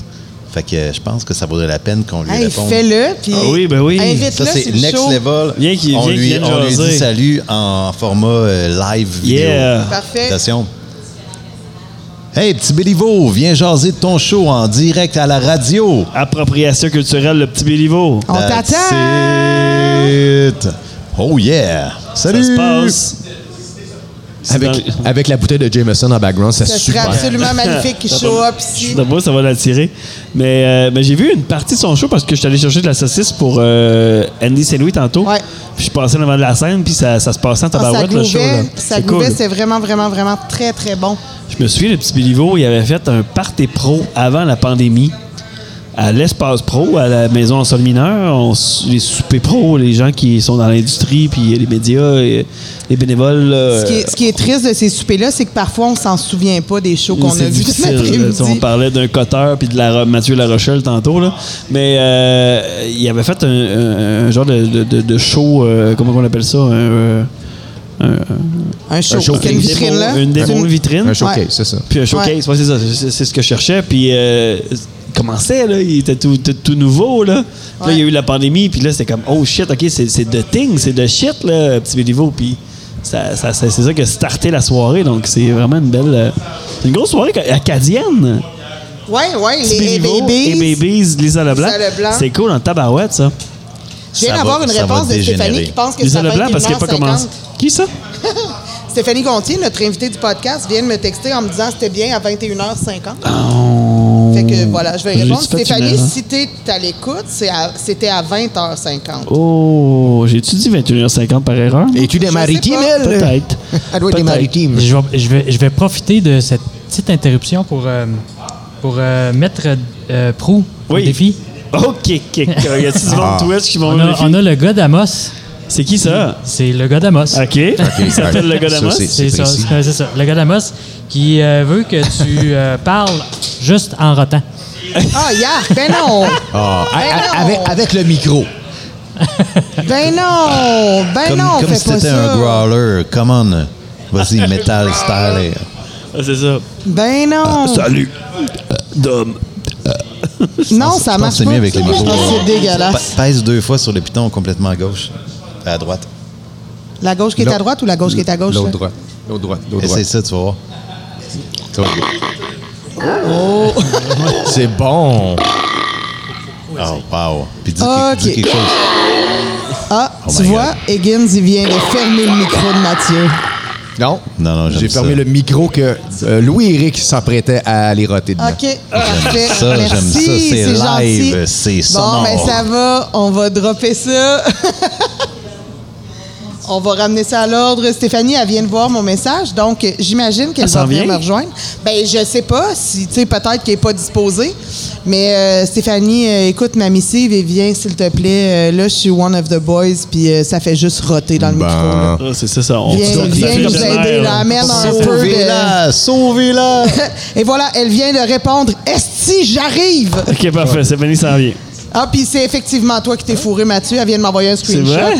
[SPEAKER 4] Fait que euh, je pense que ça vaudrait la peine qu'on lui
[SPEAKER 3] Hey,
[SPEAKER 4] réponde.
[SPEAKER 3] fais-le, puis
[SPEAKER 1] Ah oui, ben oui.
[SPEAKER 4] Ça,
[SPEAKER 3] invite-le,
[SPEAKER 4] c'est
[SPEAKER 3] sur le
[SPEAKER 4] next
[SPEAKER 3] show.
[SPEAKER 4] level.
[SPEAKER 1] Viens qu'il-
[SPEAKER 4] on
[SPEAKER 1] viens qu'il
[SPEAKER 4] lui,
[SPEAKER 1] vienne
[SPEAKER 4] on lui
[SPEAKER 1] jaser.
[SPEAKER 4] dit salut en format euh, live vidéo.
[SPEAKER 1] Yeah.
[SPEAKER 3] Parfait.
[SPEAKER 4] Attention. Hey, petit Béliveau, viens jaser de ton show en direct à la radio.
[SPEAKER 1] Appropriation culturelle, le petit Béliveau.
[SPEAKER 3] On
[SPEAKER 4] That's
[SPEAKER 3] t'attend!
[SPEAKER 4] it. Oh yeah.
[SPEAKER 1] Ça
[SPEAKER 4] Salut.
[SPEAKER 1] se passe. C'est
[SPEAKER 2] avec,
[SPEAKER 1] dans-
[SPEAKER 2] avec la bouteille de Jameson en background, c'est
[SPEAKER 3] Ce serait
[SPEAKER 2] super.
[SPEAKER 3] absolument magnifique qu'il show up
[SPEAKER 1] Je
[SPEAKER 3] ici.
[SPEAKER 1] sais pas, ça va l'attirer. Mais, euh, mais j'ai vu une partie de son show parce que je suis allé chercher de la saucisse pour euh, Andy Saint-Louis tantôt.
[SPEAKER 3] Ouais.
[SPEAKER 1] Puis je passais devant de la scène, puis ça, ça se passait en
[SPEAKER 3] Ah, ça
[SPEAKER 1] tabarouette le show. là.
[SPEAKER 3] glouvait, ça
[SPEAKER 1] C'est cool.
[SPEAKER 3] glouvait, c'est vraiment, vraiment, vraiment très, très bon.
[SPEAKER 1] Je me souviens, le petit Béliveau, il avait fait un party pro avant la pandémie à l'espace pro, à la maison en sol mineur. On s- les soupers pro, les gens qui sont dans l'industrie, puis les médias, et les bénévoles. là,
[SPEAKER 3] Ce qui est, ce qui est triste de ces soupers-là, c'est que parfois, on s'en souvient pas des shows qu'on
[SPEAKER 1] C'est
[SPEAKER 3] a vus cet
[SPEAKER 1] difficile, là. Tu sais, On
[SPEAKER 3] après-midi.
[SPEAKER 1] parlait d'un coteur puis de la, Ro- Mathieu La Rochelle tantôt. Là. Mais euh, il avait fait un, un- un genre de, de- de- de show, euh, comment on appelle ça? Un, euh, un-
[SPEAKER 3] Un show,
[SPEAKER 2] show
[SPEAKER 3] c'est une
[SPEAKER 1] démo-
[SPEAKER 3] vitrine, là.
[SPEAKER 1] Une démo
[SPEAKER 3] C'est une-
[SPEAKER 1] vitrine.
[SPEAKER 2] Un showcase,
[SPEAKER 3] Ouais.
[SPEAKER 2] c'est ça.
[SPEAKER 1] Puis un showcase, ouais, c'est ça, c'est c'est ce que je cherchais. Puis euh, il commençait, là, il était tout, tout- tout nouveau. Là. Puis là, il y a eu la pandémie, puis là, c'était comme, oh shit, ok, c'est c'est de thing, c'est de shit, là, petit Béliveau. Puis ça, ça- ça- c'est ça qui a starté la soirée, donc c'est vraiment une belle. euh, c'est une grosse soirée ca- acadienne.
[SPEAKER 3] Ouais, ouais,
[SPEAKER 1] Petit
[SPEAKER 3] les
[SPEAKER 1] Béliveau et
[SPEAKER 3] babies.
[SPEAKER 1] Babies, Lisa Leblanc.
[SPEAKER 3] Lisa Leblanc.
[SPEAKER 1] C'est cool en tabarouette, ça.
[SPEAKER 3] Je viens
[SPEAKER 4] Ça
[SPEAKER 3] d'avoir
[SPEAKER 4] va-
[SPEAKER 3] une
[SPEAKER 4] ça va
[SPEAKER 3] réponse de Stéphanie
[SPEAKER 4] dégénérer.
[SPEAKER 3] qui pense que
[SPEAKER 1] Lisa
[SPEAKER 3] ça va
[SPEAKER 1] Leblanc,
[SPEAKER 3] être
[SPEAKER 1] parce qu'il n'a pas
[SPEAKER 3] 1h50.
[SPEAKER 1] commencé. Qui ça?
[SPEAKER 3] Stéphanie Gontier, notre invitée du podcast, vient de me texter en me disant que c'était bien à 21h50.
[SPEAKER 1] Ah,
[SPEAKER 3] Fait que voilà, je vais
[SPEAKER 1] J'ai
[SPEAKER 3] répondre.
[SPEAKER 1] Oh. fait une
[SPEAKER 3] Stéphanie,
[SPEAKER 1] erreur.
[SPEAKER 3] si t'es à l'écoute, c'est à- c'était à 20h50.
[SPEAKER 1] Oh, j'ai-tu dit 21h50 par erreur?
[SPEAKER 2] Et tu des
[SPEAKER 3] sais
[SPEAKER 2] maritimes,
[SPEAKER 3] pas.
[SPEAKER 2] elle?
[SPEAKER 1] Peut-être.
[SPEAKER 2] Elle doit être
[SPEAKER 1] Peut-être.
[SPEAKER 2] des maritimes.
[SPEAKER 5] Je vais, je vais- je vais profiter de cette petite interruption pour, euh, pour euh, mettre euh, Prou au
[SPEAKER 1] Oui.
[SPEAKER 5] défi.
[SPEAKER 1] Ok, ok. Y a-tu du monde Twitch qui vont
[SPEAKER 5] On a,
[SPEAKER 1] vérifier?
[SPEAKER 5] on a le gars d'Amos.
[SPEAKER 1] C'est qui ça?
[SPEAKER 5] C'est le gars d'Amos.
[SPEAKER 1] OK. Il s'appelle le gars
[SPEAKER 2] Ça,
[SPEAKER 1] d'Amos.
[SPEAKER 2] c'est-
[SPEAKER 5] Ah, C'est ça,
[SPEAKER 2] précis.
[SPEAKER 5] c'est c'est ça. Le gars d'Amos qui euh, veut que tu euh, parles juste en rotant.
[SPEAKER 3] Ah, yark, ben non!
[SPEAKER 2] Ah,
[SPEAKER 3] Ben
[SPEAKER 2] a- a-
[SPEAKER 3] non!
[SPEAKER 2] avec, avec le micro.
[SPEAKER 3] Ben non! Ben
[SPEAKER 4] Comme,
[SPEAKER 3] non, on
[SPEAKER 4] comme
[SPEAKER 3] fait
[SPEAKER 4] si
[SPEAKER 3] pas
[SPEAKER 4] t'étais
[SPEAKER 3] ça.
[SPEAKER 4] un growler. Come on. Vas-y, metal style.
[SPEAKER 1] Ah, C'est ça.
[SPEAKER 3] Ben non!
[SPEAKER 4] Euh,
[SPEAKER 3] Euh,
[SPEAKER 1] Salut. Dom.
[SPEAKER 3] non, ça
[SPEAKER 4] Je pense que
[SPEAKER 3] marche
[SPEAKER 4] c'est
[SPEAKER 3] pas.
[SPEAKER 4] mieux avec les
[SPEAKER 3] Je
[SPEAKER 4] micros.
[SPEAKER 3] pense que Ah, c'est dégueulasse.
[SPEAKER 4] Pa- Pèse deux fois sur le piton complètement à gauche. À droite.
[SPEAKER 3] La gauche qui est à droite ou la gauche qui est à gauche?
[SPEAKER 2] L'autre
[SPEAKER 3] là?
[SPEAKER 2] droite. L'autre droite. L'autre
[SPEAKER 4] Essaye
[SPEAKER 2] droite.
[SPEAKER 4] ça, tu vas voir.
[SPEAKER 3] Oh.
[SPEAKER 2] C'est bon.
[SPEAKER 4] Oh, wow. Puis dis,
[SPEAKER 3] Ok.
[SPEAKER 4] dis quelque chose.
[SPEAKER 3] Ah,
[SPEAKER 4] Oh
[SPEAKER 3] tu
[SPEAKER 4] my
[SPEAKER 3] vois, Higgins, il vient de fermer le micro de Mathieu.
[SPEAKER 2] Non.
[SPEAKER 4] Non, non, j'aime
[SPEAKER 2] J'ai
[SPEAKER 4] ça.
[SPEAKER 2] fermé le micro que euh, Louis-Éric s'apprêtait à aller roter dedans.
[SPEAKER 3] OK, parfait.
[SPEAKER 4] ça, j'aime ça,
[SPEAKER 3] Merci,
[SPEAKER 4] c'est live,
[SPEAKER 3] gentil.
[SPEAKER 4] c'est
[SPEAKER 3] Bon,
[SPEAKER 4] sonore.
[SPEAKER 3] ben ça va, on va dropper ça. on va ramener ça à l'ordre. Stéphanie, elle vient de voir mon message, donc euh, j'imagine qu'elle
[SPEAKER 1] Elle s'en
[SPEAKER 3] va venir
[SPEAKER 1] vient?
[SPEAKER 3] me rejoindre. Ben je sais pas, si tu sais, peut-être qu'elle n'est pas disposée, mais euh, Stéphanie, euh, écoute ma missive et viens, s'il te plaît. Euh, là, je suis one of the boys, puis euh, ça fait juste roter dans le
[SPEAKER 4] Ben.
[SPEAKER 3] micro. là.
[SPEAKER 1] Ah, c'est ça, ça. On
[SPEAKER 3] Viens,
[SPEAKER 1] ça
[SPEAKER 3] viens
[SPEAKER 1] fait
[SPEAKER 3] nous
[SPEAKER 1] jamais,
[SPEAKER 3] aider, là,
[SPEAKER 1] hein.
[SPEAKER 3] amène un peu de...
[SPEAKER 4] Sauvez-la! Sauvez-la!
[SPEAKER 3] Et voilà, elle vient de répondre Esti, j'arrive
[SPEAKER 1] Ok, parfait. Stéphanie s'en vient.
[SPEAKER 3] Ah, puis c'est effectivement toi qui t'es fourré, Mathieu. Elle vient de m'envoyer un screenshot.
[SPEAKER 1] vrai?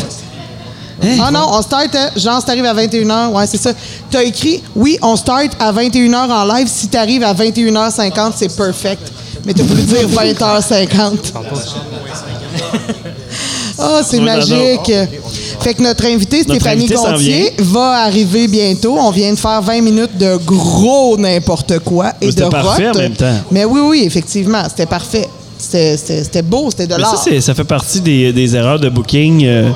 [SPEAKER 3] Ah non, on start, hein? genre, t'arrives à 21h. Ouais, c'est ça. T'as écrit, oui, on start à 21h en live. Si t'arrives à 21h50, c'est perfect. Mais t'as voulu dire 20h50. Ah, c'est
[SPEAKER 1] Non, non, non.
[SPEAKER 3] magique. Fait que notre invité,
[SPEAKER 1] Notre
[SPEAKER 3] Stéphanie
[SPEAKER 1] invité s'en
[SPEAKER 3] Gontier, va arriver bientôt. On vient de faire 20 minutes de gros n'importe quoi
[SPEAKER 1] Mais
[SPEAKER 3] et de
[SPEAKER 1] c'était parfait en
[SPEAKER 3] rotte.
[SPEAKER 1] même temps.
[SPEAKER 3] Mais oui, oui, effectivement, c'était parfait. C'était- C'était c'était beau, c'était de
[SPEAKER 1] Mais ça,
[SPEAKER 3] l'art.
[SPEAKER 1] c'est- ça fait partie des, des erreurs de booking. euh.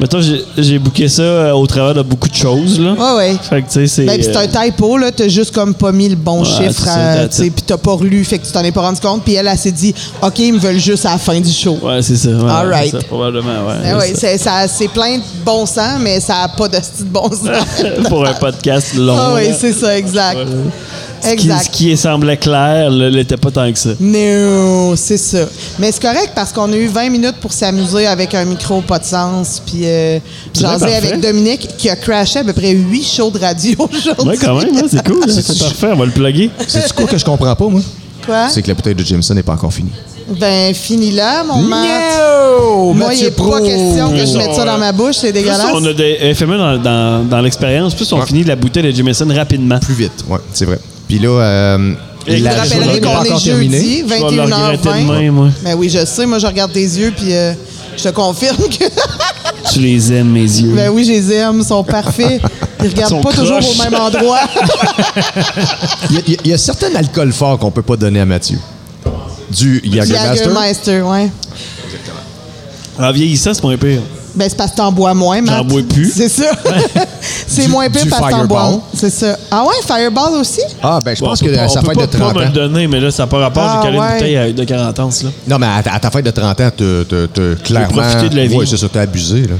[SPEAKER 1] mettons, j'ai- j'ai booké ça euh, au travers de beaucoup de choses. Là.
[SPEAKER 3] Ouais, ouais.
[SPEAKER 1] Fait que, tu sais, c'est.
[SPEAKER 3] Ben, pis c'est un
[SPEAKER 1] euh,
[SPEAKER 3] typo, là. T'as juste comme pas mis le bon
[SPEAKER 1] Ouais,
[SPEAKER 3] chiffre,
[SPEAKER 1] c'est ça,
[SPEAKER 3] à-
[SPEAKER 1] that's
[SPEAKER 3] tu sais,
[SPEAKER 1] it.
[SPEAKER 3] puis t'as pas relu, fait que tu t'en es pas rendu compte. Puis elle, elle s'est dit, OK, ils me veulent juste à la fin du show.
[SPEAKER 1] euh, Ouais, c'est ça. ouais,
[SPEAKER 3] All right.
[SPEAKER 1] c'est ça, probablement, ouais.
[SPEAKER 3] Eh ouais,
[SPEAKER 1] c'est
[SPEAKER 3] c'est ça- c'est plein de bon sens, mais ça a pas de style de bon sens.
[SPEAKER 1] ça. Pour un podcast long.
[SPEAKER 3] ah oui,
[SPEAKER 1] là.
[SPEAKER 3] c'est ça, exact.
[SPEAKER 1] qui,
[SPEAKER 3] Exact.
[SPEAKER 1] ce qui semblait clair, là, l'était pas tant que ça.
[SPEAKER 3] Non, c'est ça. Mais c'est correct parce qu'on a eu 20 minutes pour s'amuser avec un micro pas de sens, puis euh,
[SPEAKER 1] C'est bien
[SPEAKER 3] jaser
[SPEAKER 1] parfait.
[SPEAKER 3] avec Dominique qui a crashé à peu près 8 shows de radio aujourd'hui.
[SPEAKER 1] Ouais, quand même, hein, c'est cool. C'est parfait, on va le plugger.
[SPEAKER 2] C'est du coup que je comprends pas, moi.
[SPEAKER 3] Quoi?
[SPEAKER 2] C'est que la bouteille de Jameson n'est pas encore finie.
[SPEAKER 3] Ben, fini là, mon maître. Moi, il
[SPEAKER 2] Mathieu
[SPEAKER 3] n'est pas
[SPEAKER 2] Pro.
[SPEAKER 3] question que je
[SPEAKER 1] Plus
[SPEAKER 3] mette ça
[SPEAKER 1] on,
[SPEAKER 3] dans
[SPEAKER 1] euh,
[SPEAKER 3] ma bouche, c'est
[SPEAKER 1] Plus
[SPEAKER 3] dégueulasse.
[SPEAKER 1] on a des FME dans, dans, dans l'expérience, plus on finit la bouteille de Jameson rapidement.
[SPEAKER 2] Plus vite, ouais, c'est vrai. Puis là, euh,
[SPEAKER 1] Et
[SPEAKER 3] Je
[SPEAKER 1] La
[SPEAKER 3] vous
[SPEAKER 1] journée
[SPEAKER 3] rappellerai
[SPEAKER 1] n'est pas
[SPEAKER 3] qu'on est jeudi,
[SPEAKER 1] Je vais le regretter
[SPEAKER 3] 21h20.
[SPEAKER 1] demain, moi.
[SPEAKER 3] Ben oui, je sais, moi je regarde tes yeux puis euh, je te confirme que
[SPEAKER 1] Tu les aimes, mes yeux.
[SPEAKER 3] ben oui, je les aime, ils sont parfaits. Ils regardent
[SPEAKER 1] sont
[SPEAKER 3] pas toujours au
[SPEAKER 1] croches.
[SPEAKER 3] même endroit.
[SPEAKER 2] Il y a- il y, a- il y a certains alcools forts qu'on peut pas donner à Mathieu. Du Jagermeister.
[SPEAKER 3] Jagermeister, ouais.
[SPEAKER 1] En vieillissant, c'est moins pire.
[SPEAKER 3] Ben c'est parce que t'en bois moins, Matt.
[SPEAKER 1] J'en bois plus.
[SPEAKER 3] C'est ça. c'est
[SPEAKER 2] Du-
[SPEAKER 3] moins pire
[SPEAKER 2] du
[SPEAKER 3] parce que t'en
[SPEAKER 2] Fireball.
[SPEAKER 3] bois. C'est ça. Ah ouais, Fireball aussi?
[SPEAKER 2] Ah, ben, je pense
[SPEAKER 1] on
[SPEAKER 2] que
[SPEAKER 1] peut pas-
[SPEAKER 2] à sa
[SPEAKER 1] on peut
[SPEAKER 2] fête de
[SPEAKER 1] pas, pas
[SPEAKER 2] 30
[SPEAKER 1] me le
[SPEAKER 2] ans.
[SPEAKER 1] donner, mais là, ça n'a pas rapport.
[SPEAKER 3] Ah,
[SPEAKER 1] J'ai calé
[SPEAKER 3] ouais.
[SPEAKER 1] une bouteille à- de 40 ans, là.
[SPEAKER 2] Non, mais à, ta- à ta fête de 30 ans, te, te, te- clairement.
[SPEAKER 1] profité de la vie.
[SPEAKER 2] Oui, c'est ça, t'as abusé, là.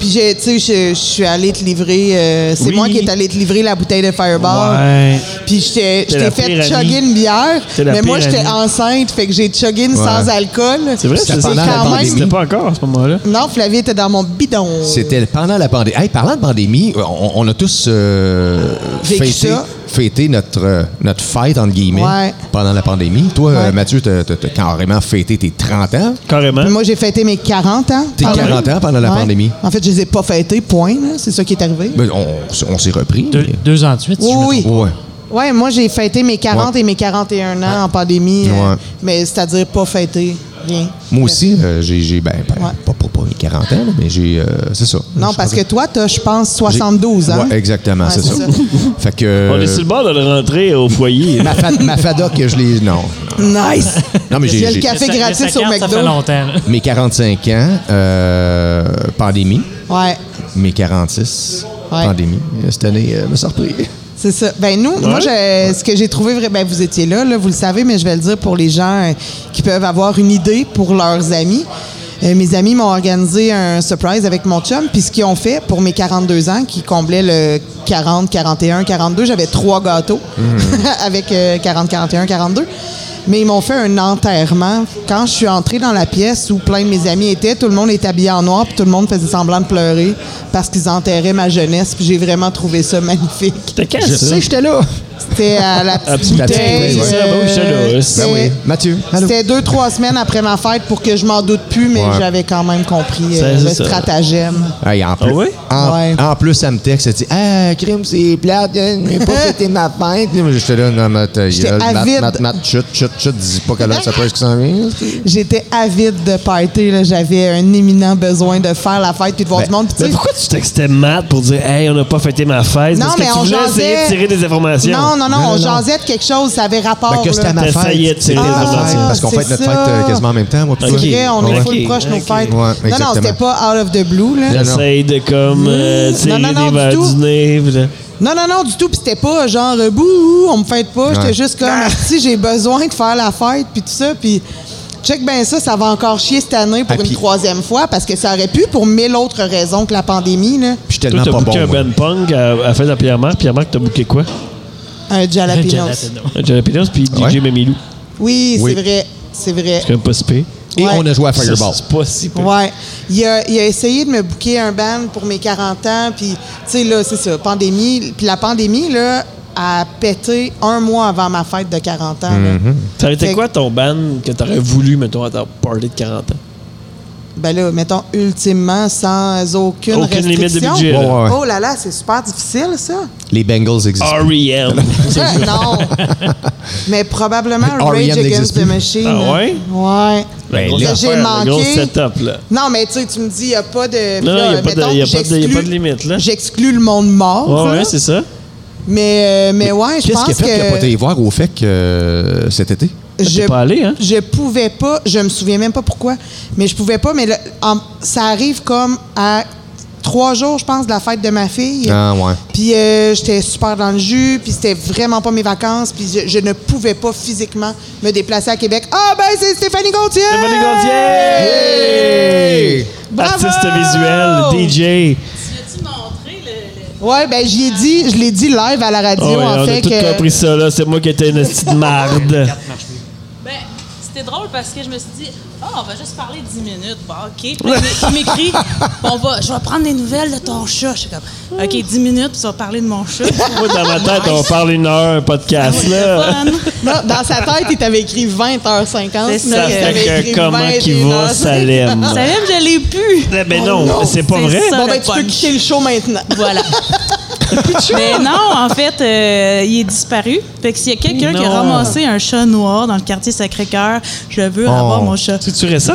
[SPEAKER 3] Puis j'ai- tu sais, je- je suis allée te livrer. euh, c'est
[SPEAKER 1] Oui.
[SPEAKER 3] moi qui est allée te livrer la bouteille de Fireball.
[SPEAKER 1] Ouais.
[SPEAKER 3] Puis je t'ai- je
[SPEAKER 1] T'es la
[SPEAKER 3] t'ai fait
[SPEAKER 1] pire
[SPEAKER 3] chugger
[SPEAKER 1] amie.
[SPEAKER 3] une bière,
[SPEAKER 1] T'es la
[SPEAKER 3] mais moi
[SPEAKER 1] pire
[SPEAKER 3] j'étais
[SPEAKER 1] amie.
[SPEAKER 3] enceinte, fait que j'ai chugé une sans alcool.
[SPEAKER 1] C'est vrai,
[SPEAKER 2] C'était
[SPEAKER 1] c'est
[SPEAKER 2] pendant
[SPEAKER 1] ça.
[SPEAKER 2] la
[SPEAKER 1] Quand même,
[SPEAKER 2] pandémie.
[SPEAKER 1] C'était pas encore à ce moment-là.
[SPEAKER 3] Non, Flavie était dans mon bidon.
[SPEAKER 2] C'était pendant la pandémie. Hey, parlant de pandémie, on, on a tous euh,
[SPEAKER 3] Vécu
[SPEAKER 2] fêté,
[SPEAKER 3] ça.
[SPEAKER 2] fêté notre, euh, notre fête, entre guillemets,
[SPEAKER 3] Ouais.
[SPEAKER 2] pendant la pandémie. Toi, euh,
[SPEAKER 3] Ouais.
[SPEAKER 2] Mathieu, t'as t'as- t'as carrément fêté tes 30 ans.
[SPEAKER 1] Carrément.
[SPEAKER 3] Puis Moi j'ai fêté mes 40 ans.
[SPEAKER 2] Tes
[SPEAKER 3] Ah,
[SPEAKER 2] 40 ans pendant la
[SPEAKER 3] ouais.
[SPEAKER 2] pandémie.
[SPEAKER 3] En fait, je les ai pas fêtés, point. là. C'est ça qui est arrivé.
[SPEAKER 2] Ben, on on s'est repris.
[SPEAKER 5] Deux, deux ans de suite, si
[SPEAKER 3] Oui,
[SPEAKER 5] je me
[SPEAKER 3] oui.
[SPEAKER 5] trompe
[SPEAKER 2] Ouais.
[SPEAKER 3] Ouais, moi j'ai fêté mes 40
[SPEAKER 2] Ouais.
[SPEAKER 3] et mes 41 ans en pandémie. euh,
[SPEAKER 2] Ouais.
[SPEAKER 3] mais c'est-à-dire pas fêté, rien.
[SPEAKER 2] Moi aussi, euh, j'ai, j'ai- ben, ben,
[SPEAKER 3] Ouais.
[SPEAKER 2] pas, pas, pas mes 40 ans, là, mais j'ai, euh, c'est ça.
[SPEAKER 3] Non,
[SPEAKER 2] Je
[SPEAKER 3] parce que
[SPEAKER 2] pense
[SPEAKER 3] toi, t'as, je pense,
[SPEAKER 2] j'ai-
[SPEAKER 3] 72 ans.
[SPEAKER 2] Ouais, exactement,
[SPEAKER 3] Ouais,
[SPEAKER 2] c'est,
[SPEAKER 3] c'est
[SPEAKER 2] ça.
[SPEAKER 3] ça.
[SPEAKER 2] fait que.
[SPEAKER 1] On est sur le bord de le rentrer au foyer.
[SPEAKER 2] ma, fa- ma fadoc, je l'ai. Non. non.
[SPEAKER 3] hein? Nice!
[SPEAKER 2] Non, mais
[SPEAKER 3] Il y a
[SPEAKER 2] j'ai,
[SPEAKER 3] le
[SPEAKER 2] j'ai-
[SPEAKER 3] café
[SPEAKER 5] Ça-
[SPEAKER 3] gratuit
[SPEAKER 5] ça
[SPEAKER 3] sur
[SPEAKER 5] garde, Ça fait
[SPEAKER 3] McDo.
[SPEAKER 5] longtemps. là.
[SPEAKER 2] mes 45 ans, euh, pandémie.
[SPEAKER 3] Ouais,
[SPEAKER 2] Mes 46,
[SPEAKER 3] Ouais.
[SPEAKER 2] pandémie. Euh, Cette année, euh, me surpris.
[SPEAKER 3] c'est ça. Ben nous, moi, je- ce que j'ai trouvé vrai, ben vous étiez là, là, vous le savez, mais je vais le dire pour les gens euh, qui peuvent avoir une idée pour leurs amis. Euh, mes amis m'ont organisé un surprise avec mon chum, puis ce qu'ils ont fait pour mes 42 ans, qui comblaient le 40, 41, 42, j'avais trois gâteaux avec euh, 40, 41, 42. Mais ils m'ont fait un enterrement. Quand je suis entrée dans la pièce où plein de mes amis étaient, tout le monde était habillé en noir, puis tout le monde faisait semblant de pleurer parce qu'ils enterraient ma jeunesse, puis j'ai vraiment trouvé ça magnifique.
[SPEAKER 1] T'as quand
[SPEAKER 2] Je
[SPEAKER 1] ça?
[SPEAKER 2] sais, j'étais là.
[SPEAKER 3] C'était à la petite
[SPEAKER 1] petite
[SPEAKER 3] bouteille.
[SPEAKER 2] bouteille, ouais.
[SPEAKER 3] euh,
[SPEAKER 1] Ah, ben oui, j'étais là, ouais.
[SPEAKER 3] c'était-
[SPEAKER 2] Ben oui. Mathieu, allô?
[SPEAKER 3] C'était deux, trois semaines après ma fête pour que je m'en doute plus, mais
[SPEAKER 2] Ouais.
[SPEAKER 3] j'avais quand même compris euh,
[SPEAKER 1] C'est
[SPEAKER 3] le
[SPEAKER 1] ça.
[SPEAKER 3] stratagème.
[SPEAKER 2] Hey, en plus,
[SPEAKER 1] Ah ouais?
[SPEAKER 2] en,
[SPEAKER 3] Ouais.
[SPEAKER 2] en plus, elle me texte, elle dit Ah, crime, c'est plate, je n'ai pas fêté ma fête. Puis J'étais là, non, mais t'as-
[SPEAKER 3] J'étais
[SPEAKER 2] mat,
[SPEAKER 3] avide.
[SPEAKER 2] mat, mat, chut, chut, Je te dis pas quelle heure ça peut être qui s'en vient.
[SPEAKER 3] J'étais avide de party. là. J'avais un imminent besoin de faire la fête puis de voir du monde. Puis tu
[SPEAKER 1] Mais
[SPEAKER 3] sais,
[SPEAKER 1] pourquoi tu textais Matt pour dire Hey, on n'a pas fêté ma fête?
[SPEAKER 3] Non,
[SPEAKER 1] Parce que
[SPEAKER 3] mais
[SPEAKER 1] tu
[SPEAKER 3] on
[SPEAKER 1] voulais essayer
[SPEAKER 3] jasait.
[SPEAKER 1] de tirer des informations.
[SPEAKER 3] Non, non, non,
[SPEAKER 2] Non, non,
[SPEAKER 3] on
[SPEAKER 2] non.
[SPEAKER 3] jasait de quelque chose, ça avait rapport.
[SPEAKER 2] Ben, que c'était
[SPEAKER 3] là.
[SPEAKER 2] à ma fête.
[SPEAKER 1] T'essayais de tirer
[SPEAKER 2] C'était à
[SPEAKER 3] des
[SPEAKER 2] ma
[SPEAKER 3] autres.
[SPEAKER 2] fête, Parce qu'on
[SPEAKER 3] Ah,
[SPEAKER 2] fête notre
[SPEAKER 3] c'est
[SPEAKER 2] fête
[SPEAKER 3] ça.
[SPEAKER 2] euh, quasiment en même temps, moi, puis
[SPEAKER 1] Ok.
[SPEAKER 2] toi.
[SPEAKER 3] C'est vrai, on est
[SPEAKER 1] Ouais.
[SPEAKER 3] full proche nos
[SPEAKER 1] Ok.
[SPEAKER 3] fêtes.
[SPEAKER 2] Ouais,
[SPEAKER 3] non, non,
[SPEAKER 2] exactement.
[SPEAKER 3] c'était pas out of the blue. Là.
[SPEAKER 2] Non, non.
[SPEAKER 1] Essaye de comme euh,
[SPEAKER 3] Hmm. Non,
[SPEAKER 1] tirer
[SPEAKER 3] non, non,
[SPEAKER 1] des
[SPEAKER 3] du
[SPEAKER 1] verres
[SPEAKER 3] tout.
[SPEAKER 1] du nez. puis là.
[SPEAKER 3] Non, non, non, du tout. Puis c'était pas genre euh, bouh, on me fête pas.
[SPEAKER 2] Ouais. Ah.
[SPEAKER 3] J'étais juste comme si j'ai besoin de faire la fête puis tout ça. Puis check ben ça, ça va encore chier cette année pour
[SPEAKER 2] Ah,
[SPEAKER 3] une
[SPEAKER 2] puis-
[SPEAKER 3] troisième fois parce que ça aurait pu pour mille autres raisons que la pandémie là.
[SPEAKER 2] Puis je suis
[SPEAKER 1] Toi,
[SPEAKER 2] tellement
[SPEAKER 1] t'as
[SPEAKER 2] pas
[SPEAKER 1] booké
[SPEAKER 2] bon.
[SPEAKER 1] un
[SPEAKER 2] moi.
[SPEAKER 1] Ben Punk à, à la fête à Pierre-Marc. Pierre-Marc, t'as booké quoi?
[SPEAKER 3] Un jalapenos.
[SPEAKER 5] Jalapeno.
[SPEAKER 1] Un Jalapenos puis DJ
[SPEAKER 2] Ouais.
[SPEAKER 1] Memilou.
[SPEAKER 3] Oui,
[SPEAKER 2] Oui.
[SPEAKER 3] c'est vrai, c'est vrai.
[SPEAKER 1] C'est quand même pas si pire.
[SPEAKER 2] Et
[SPEAKER 3] Ouais.
[SPEAKER 2] on a joué à
[SPEAKER 1] Ça,
[SPEAKER 2] Fireball.
[SPEAKER 1] C'est pas si pire.
[SPEAKER 3] Ouais. Il a, il a essayé de me booker un band pour mes 40 ans, puis, tu sais, là, c'est ça, pandémie. Puis la pandémie, là, a pété un mois avant ma fête de 40 ans. là.
[SPEAKER 2] Mm-hmm.
[SPEAKER 1] Ça aurait été
[SPEAKER 3] Fait-
[SPEAKER 1] quoi ton ban que t'aurais voulu, mettons, à ta party de 40 ans?
[SPEAKER 3] Ben là, mettons, ultimement, sans euh, aucune,
[SPEAKER 1] Aucune limite de
[SPEAKER 3] restriction.
[SPEAKER 1] budget,
[SPEAKER 2] là. Ouais, ouais.
[SPEAKER 3] Oh là là, c'est super difficile, ça.
[SPEAKER 2] Les Bengals existent.
[SPEAKER 1] Ah, R.E.M.
[SPEAKER 3] Euh, non. Mais probablement
[SPEAKER 2] R.E.M.
[SPEAKER 3] Rage
[SPEAKER 2] n'existe
[SPEAKER 3] Against the
[SPEAKER 2] plus.
[SPEAKER 3] Machine.
[SPEAKER 1] Ah ouais?
[SPEAKER 3] Ouais.
[SPEAKER 1] La
[SPEAKER 2] Ben,
[SPEAKER 1] grosse
[SPEAKER 2] là,
[SPEAKER 3] j'ai
[SPEAKER 1] affaire, le gros
[SPEAKER 3] manqué.
[SPEAKER 1] setup, là.
[SPEAKER 3] Non, mais tu sais, tu me dis, il n'y a pas de.
[SPEAKER 1] Non,
[SPEAKER 3] là,
[SPEAKER 1] il n'y a, pas de- y
[SPEAKER 3] mettons,
[SPEAKER 1] a pas de- y a pas de
[SPEAKER 3] j'exclus-
[SPEAKER 1] limite, là.
[SPEAKER 3] J'exclus le monde mort.
[SPEAKER 1] Ouais,
[SPEAKER 3] là.
[SPEAKER 1] ouais, c'est ça.
[SPEAKER 3] Mais, euh, mais ouais, je
[SPEAKER 2] Qu'est-ce
[SPEAKER 3] pense
[SPEAKER 2] qui a fait qu'il n'a pas
[SPEAKER 3] que
[SPEAKER 2] été voir au FEC euh, cet été?
[SPEAKER 1] T'es
[SPEAKER 3] je,
[SPEAKER 1] pas allé, hein?
[SPEAKER 3] je pouvais pas, je me souviens même pas pourquoi, mais je pouvais pas, mais le- en- ça arrive comme à trois jours, je pense, de la fête de ma fille.
[SPEAKER 2] Ah, ouais.
[SPEAKER 3] Puis euh, j'étais super dans le jus, puis c'était vraiment pas mes vacances, puis je, je ne pouvais pas physiquement me déplacer à Québec. Ah ben c'est Stéphanie Gauthier!
[SPEAKER 1] Stéphanie Gauthier!
[SPEAKER 3] Bravo!
[SPEAKER 1] Artiste visuel, DJ.
[SPEAKER 6] Tu l'as-tu montré, le- le-
[SPEAKER 3] Ouais, ben j'y ai dit, je l'ai dit live à la radio
[SPEAKER 1] Ah ouais,
[SPEAKER 3] en
[SPEAKER 1] on
[SPEAKER 3] fait
[SPEAKER 1] a tout
[SPEAKER 3] que
[SPEAKER 1] compris ça, là. C'est moi qui étais une petite marde.
[SPEAKER 6] Ben, c'était drôle parce que je me suis dit, ah, on va juste parler 10 minutes. Bon, OK. Puis là, il m'é- il m'écrit, on va, je vais prendre des nouvelles de ton chat. Je suis comme, OK, 10 minutes, puis tu vas parler de mon chat.
[SPEAKER 1] Moi, dans ma tête, on parle une heure, un podcast, là.
[SPEAKER 6] Fun.
[SPEAKER 3] Non, dans sa tête, il t'avait écrit 20h50.
[SPEAKER 6] C'est
[SPEAKER 3] mais
[SPEAKER 1] Ça
[SPEAKER 6] ça,
[SPEAKER 3] il
[SPEAKER 6] Euh,
[SPEAKER 1] fait
[SPEAKER 3] t'avait
[SPEAKER 1] que
[SPEAKER 3] écrit
[SPEAKER 1] comment qui va,
[SPEAKER 3] 21h50.
[SPEAKER 1] Salem?
[SPEAKER 6] Ça même, je l'ai pu.
[SPEAKER 1] Eh Ben non, c'est pas
[SPEAKER 6] C'est
[SPEAKER 1] vrai.
[SPEAKER 6] ça.
[SPEAKER 3] Bon,
[SPEAKER 6] le
[SPEAKER 3] ben, tu peux
[SPEAKER 6] punch.
[SPEAKER 3] quitter le show maintenant.
[SPEAKER 6] Voilà. Mais non, en fait, euh, il est disparu. Fait que s'il y a quelqu'un qui a
[SPEAKER 1] Non.
[SPEAKER 6] ramassé un chat noir dans le quartier Sacré-Cœur, je veux
[SPEAKER 1] Oh.
[SPEAKER 6] avoir mon chat.
[SPEAKER 1] C'est-tu récent?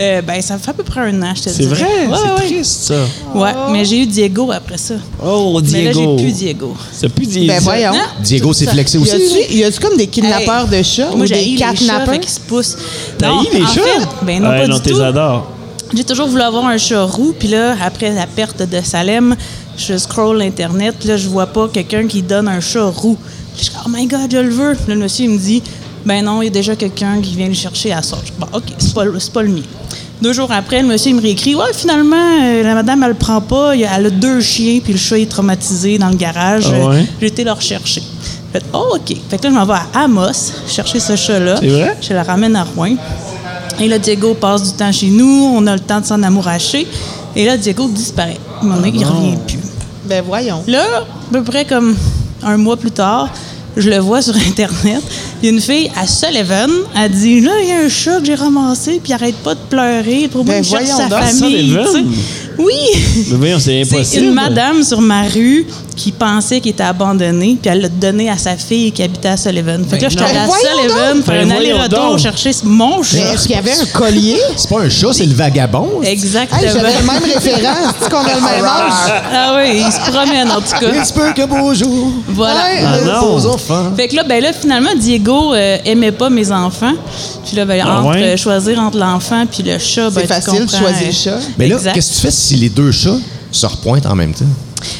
[SPEAKER 6] Euh, ben, ça fait à peu près un an, je te
[SPEAKER 1] C'est
[SPEAKER 6] dirais.
[SPEAKER 1] vrai?
[SPEAKER 6] Ouais,
[SPEAKER 1] c'est
[SPEAKER 6] ouais.
[SPEAKER 1] triste, ça.
[SPEAKER 6] Ouais,
[SPEAKER 3] Oh.
[SPEAKER 6] mais j'ai eu Diego après ça.
[SPEAKER 1] Oh,
[SPEAKER 6] Mais là,
[SPEAKER 1] Diego.
[SPEAKER 6] j'ai plus Diego.
[SPEAKER 1] C'est plus Diego.
[SPEAKER 3] Ben voyons.
[SPEAKER 1] Ah,
[SPEAKER 6] Non.
[SPEAKER 2] Diego s'est flexé
[SPEAKER 3] Y
[SPEAKER 2] aussi.
[SPEAKER 3] a-tu, y a-tu comme des kidnappeurs
[SPEAKER 6] Hey.
[SPEAKER 3] de chats
[SPEAKER 6] Moi,
[SPEAKER 3] ou
[SPEAKER 6] j'ai
[SPEAKER 3] des
[SPEAKER 6] les chats,
[SPEAKER 3] kidnappeurs?
[SPEAKER 6] fait qu'ils se poussent.
[SPEAKER 1] T'as
[SPEAKER 6] Non,
[SPEAKER 1] eu les
[SPEAKER 6] en
[SPEAKER 1] chats?
[SPEAKER 6] fait, ben non,
[SPEAKER 1] Ouais,
[SPEAKER 6] pas
[SPEAKER 1] non,
[SPEAKER 6] du
[SPEAKER 1] t'es
[SPEAKER 6] tout.
[SPEAKER 1] adores.
[SPEAKER 6] J'ai toujours voulu avoir un chat roux, puis là, après la perte de Salem, je scroll Internet, puis là, je vois pas quelqu'un qui donne un chat roux. Puis Je suis comme, oh my God, je le veux. Puis là, le monsieur, il me dit, ben non, il y a déjà quelqu'un qui vient le chercher à soir. Je dis, Bon, OK, c'est pas, le- c'est pas le mien. Deux jours après, le monsieur, il me réécrit, ouais, finalement, euh, la madame, elle le prend pas, il y a- elle a deux chiens, puis le chat est traumatisé dans le garage.
[SPEAKER 1] Ah
[SPEAKER 6] Euh,
[SPEAKER 1] ouais?
[SPEAKER 6] J'ai été le rechercher. Fait, oh, OK. Fait que là, je m'en vais à Amos chercher ce chat-là.
[SPEAKER 1] C'est vrai?
[SPEAKER 6] Je le ramène à Rouen. Et là, Diego passe du temps chez nous, on a le temps de s'en amouracher. Et là, Diego disparaît. À un moment donné, il revient plus.
[SPEAKER 3] Ben voyons.
[SPEAKER 6] Là, à peu près comme un mois plus tard, je le vois sur Internet. Il y a une fille à Sullivan, elle dit Là, il y a un chat que j'ai ramassé, puis il arrête pas de pleurer. Pour moi,
[SPEAKER 3] Ben
[SPEAKER 6] il cherche
[SPEAKER 3] voyons
[SPEAKER 6] sa
[SPEAKER 3] donc,
[SPEAKER 6] famille. tu sais.
[SPEAKER 1] Sullivan?
[SPEAKER 6] Oui
[SPEAKER 1] Mais voyons, c'est
[SPEAKER 6] c'est
[SPEAKER 1] impossible.
[SPEAKER 6] une madame sur ma rue qui pensait qu'il était abandonné, puis elle l'a donné à sa fille qui habitait à Sullivan. Fait que là, j'étais allée
[SPEAKER 3] non.
[SPEAKER 6] à
[SPEAKER 3] Ben voyons
[SPEAKER 6] Sullivan,
[SPEAKER 3] donc! Ben
[SPEAKER 6] faire un
[SPEAKER 1] Ben voyons
[SPEAKER 6] aller-retour
[SPEAKER 1] donc!
[SPEAKER 6] chercher mon
[SPEAKER 3] Mais
[SPEAKER 6] chat.
[SPEAKER 3] est-ce qu'il y avait un collier?
[SPEAKER 2] C'est pas un chat, c'est le vagabond.
[SPEAKER 6] Exactement.
[SPEAKER 3] Hey, j'avais le même référent. C'est qu'on a le même âge.
[SPEAKER 6] Ah oui, il se promène en tout cas.
[SPEAKER 2] Il se peut que bonjour.
[SPEAKER 6] Voilà.
[SPEAKER 3] Ouais,
[SPEAKER 1] Ah
[SPEAKER 3] euh,
[SPEAKER 1] non.
[SPEAKER 2] Aux enfants.
[SPEAKER 6] Fait que là, ben là, finalement, Diego euh, aimait pas mes enfants. Puis là, ben,
[SPEAKER 1] Ah
[SPEAKER 6] entre
[SPEAKER 1] ouais?
[SPEAKER 6] euh, choisir entre l'enfant puis le chat,
[SPEAKER 3] C'est
[SPEAKER 6] ben, tu
[SPEAKER 3] facile de
[SPEAKER 6] comprends,
[SPEAKER 3] choisir
[SPEAKER 6] euh,
[SPEAKER 3] le chat.
[SPEAKER 2] Mais là,
[SPEAKER 6] exact.
[SPEAKER 2] qu'est-ce que tu fais si les deux chats se repointent en même temps?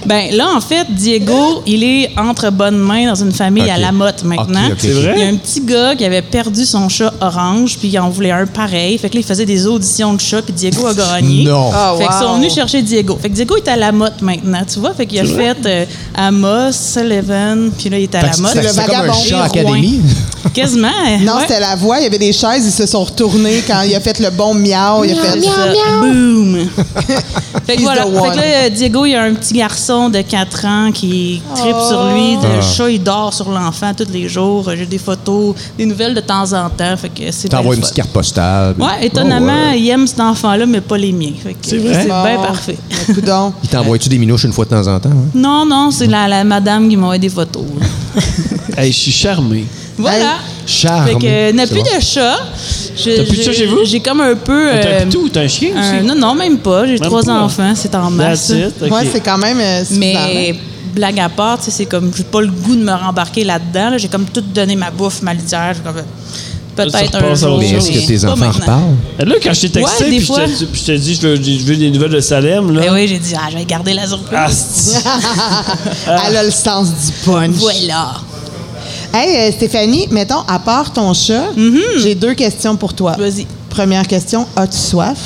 [SPEAKER 6] Ben là, en fait, Diego, il est entre bonnes mains dans une famille à
[SPEAKER 2] Ok.
[SPEAKER 6] la motte maintenant.
[SPEAKER 2] Ok, ok, C'est
[SPEAKER 1] ok. vrai?
[SPEAKER 6] Il y a un petit gars qui avait perdu son chat orange, puis il en voulait un pareil. Fait que là, il faisait des auditions de chats, puis Diego a gagné.
[SPEAKER 2] Non.
[SPEAKER 3] Ah,
[SPEAKER 6] Fait qu'ils
[SPEAKER 3] wow.
[SPEAKER 6] sont venus chercher Diego. Fait que Diego est à la motte maintenant, tu vois. Fait qu'il a fait euh, Amos, Sullivan, puis là, il est à
[SPEAKER 2] Fait
[SPEAKER 6] la
[SPEAKER 2] que
[SPEAKER 6] motte.
[SPEAKER 2] c'est- c'est comme un
[SPEAKER 3] vagabond.
[SPEAKER 2] chat
[SPEAKER 6] Et
[SPEAKER 2] académie.
[SPEAKER 6] Quasiment. hein.
[SPEAKER 3] Non,
[SPEAKER 6] ouais.
[SPEAKER 3] c'était la voix. Il y avait des chaises. Ils se sont retournés quand il a fait le bon miau. Il a fait.
[SPEAKER 6] C'est ça. Boom! fait que
[SPEAKER 3] He's
[SPEAKER 6] voilà.
[SPEAKER 3] the
[SPEAKER 6] Fait
[SPEAKER 3] one.
[SPEAKER 6] que là, Diego, il y a un petit garçon de 4 ans qui tripe sur
[SPEAKER 3] Oh.
[SPEAKER 6] lui. Le
[SPEAKER 1] Ah.
[SPEAKER 6] chat, il dort sur l'enfant tous les jours. J'ai des photos, des nouvelles de temps en temps. Fait que c'est bien
[SPEAKER 2] T'envoies
[SPEAKER 6] le
[SPEAKER 2] une
[SPEAKER 6] fun.
[SPEAKER 2] petite carte postale.
[SPEAKER 6] Ouais, étonnamment,
[SPEAKER 2] Oh, ouais.
[SPEAKER 6] il aime cet enfant-là, mais pas les miens. Fait que C'est
[SPEAKER 1] vrai?
[SPEAKER 6] bien
[SPEAKER 3] Bon.
[SPEAKER 6] Ben, parfait.
[SPEAKER 3] Oh, Mais coudonc.
[SPEAKER 2] Il t'envoie-tu des minouches une fois de temps en temps? hein?
[SPEAKER 6] Non, non, c'est la, la madame qui m'a envoyé des photos.
[SPEAKER 1] Hey, je suis charmé.
[SPEAKER 6] voilà.
[SPEAKER 3] Hey,
[SPEAKER 2] Charme.
[SPEAKER 6] Fait que euh, n'a
[SPEAKER 2] C'est
[SPEAKER 6] plus
[SPEAKER 2] bon.
[SPEAKER 6] de chat. Je-
[SPEAKER 1] T'as plus de
[SPEAKER 6] j'ai-
[SPEAKER 1] chat chez vous?
[SPEAKER 6] J'ai comme un peu.
[SPEAKER 1] T'as
[SPEAKER 6] euh,
[SPEAKER 1] un pitou ou t'as un chien
[SPEAKER 6] un-
[SPEAKER 1] aussi?
[SPEAKER 6] non, non, même pas. J'ai
[SPEAKER 1] Même
[SPEAKER 6] trois
[SPEAKER 1] pas.
[SPEAKER 6] enfants, c'est en
[SPEAKER 1] That's
[SPEAKER 6] masse.
[SPEAKER 1] it, ok.
[SPEAKER 3] Ouais, c'est quand même. euh, suffisant,
[SPEAKER 6] Mais blague à part, tu sais, c'est comme j'ai pas le goût de me rembarquer là-dedans. là. J'ai comme tout donné ma bouffe, ma litière. j'ai comme, euh, Peut-être un
[SPEAKER 1] repasses à
[SPEAKER 6] jour.
[SPEAKER 1] autre
[SPEAKER 2] Mais est-ce
[SPEAKER 1] chose.
[SPEAKER 2] que tes
[SPEAKER 6] pas
[SPEAKER 2] enfants
[SPEAKER 6] maintenant.
[SPEAKER 2] reparlent?
[SPEAKER 1] Là, quand je t'ai texté,
[SPEAKER 6] Ouais, des
[SPEAKER 1] puis je
[SPEAKER 6] fois.
[SPEAKER 1] t'ai- puis je t'ai dit, je veux, je veux des nouvelles de Salem, là.
[SPEAKER 6] Ben oui, j'ai dit, ah, je vais garder la surprise.
[SPEAKER 1] Asti.
[SPEAKER 3] Ah. Elle a le sens du punch.
[SPEAKER 6] voilà.
[SPEAKER 3] Hey, euh, Stéphanie, mettons, à part ton chat, j'ai deux questions pour toi.
[SPEAKER 6] Mhm. Vas-y.
[SPEAKER 3] Première question, as-tu soif?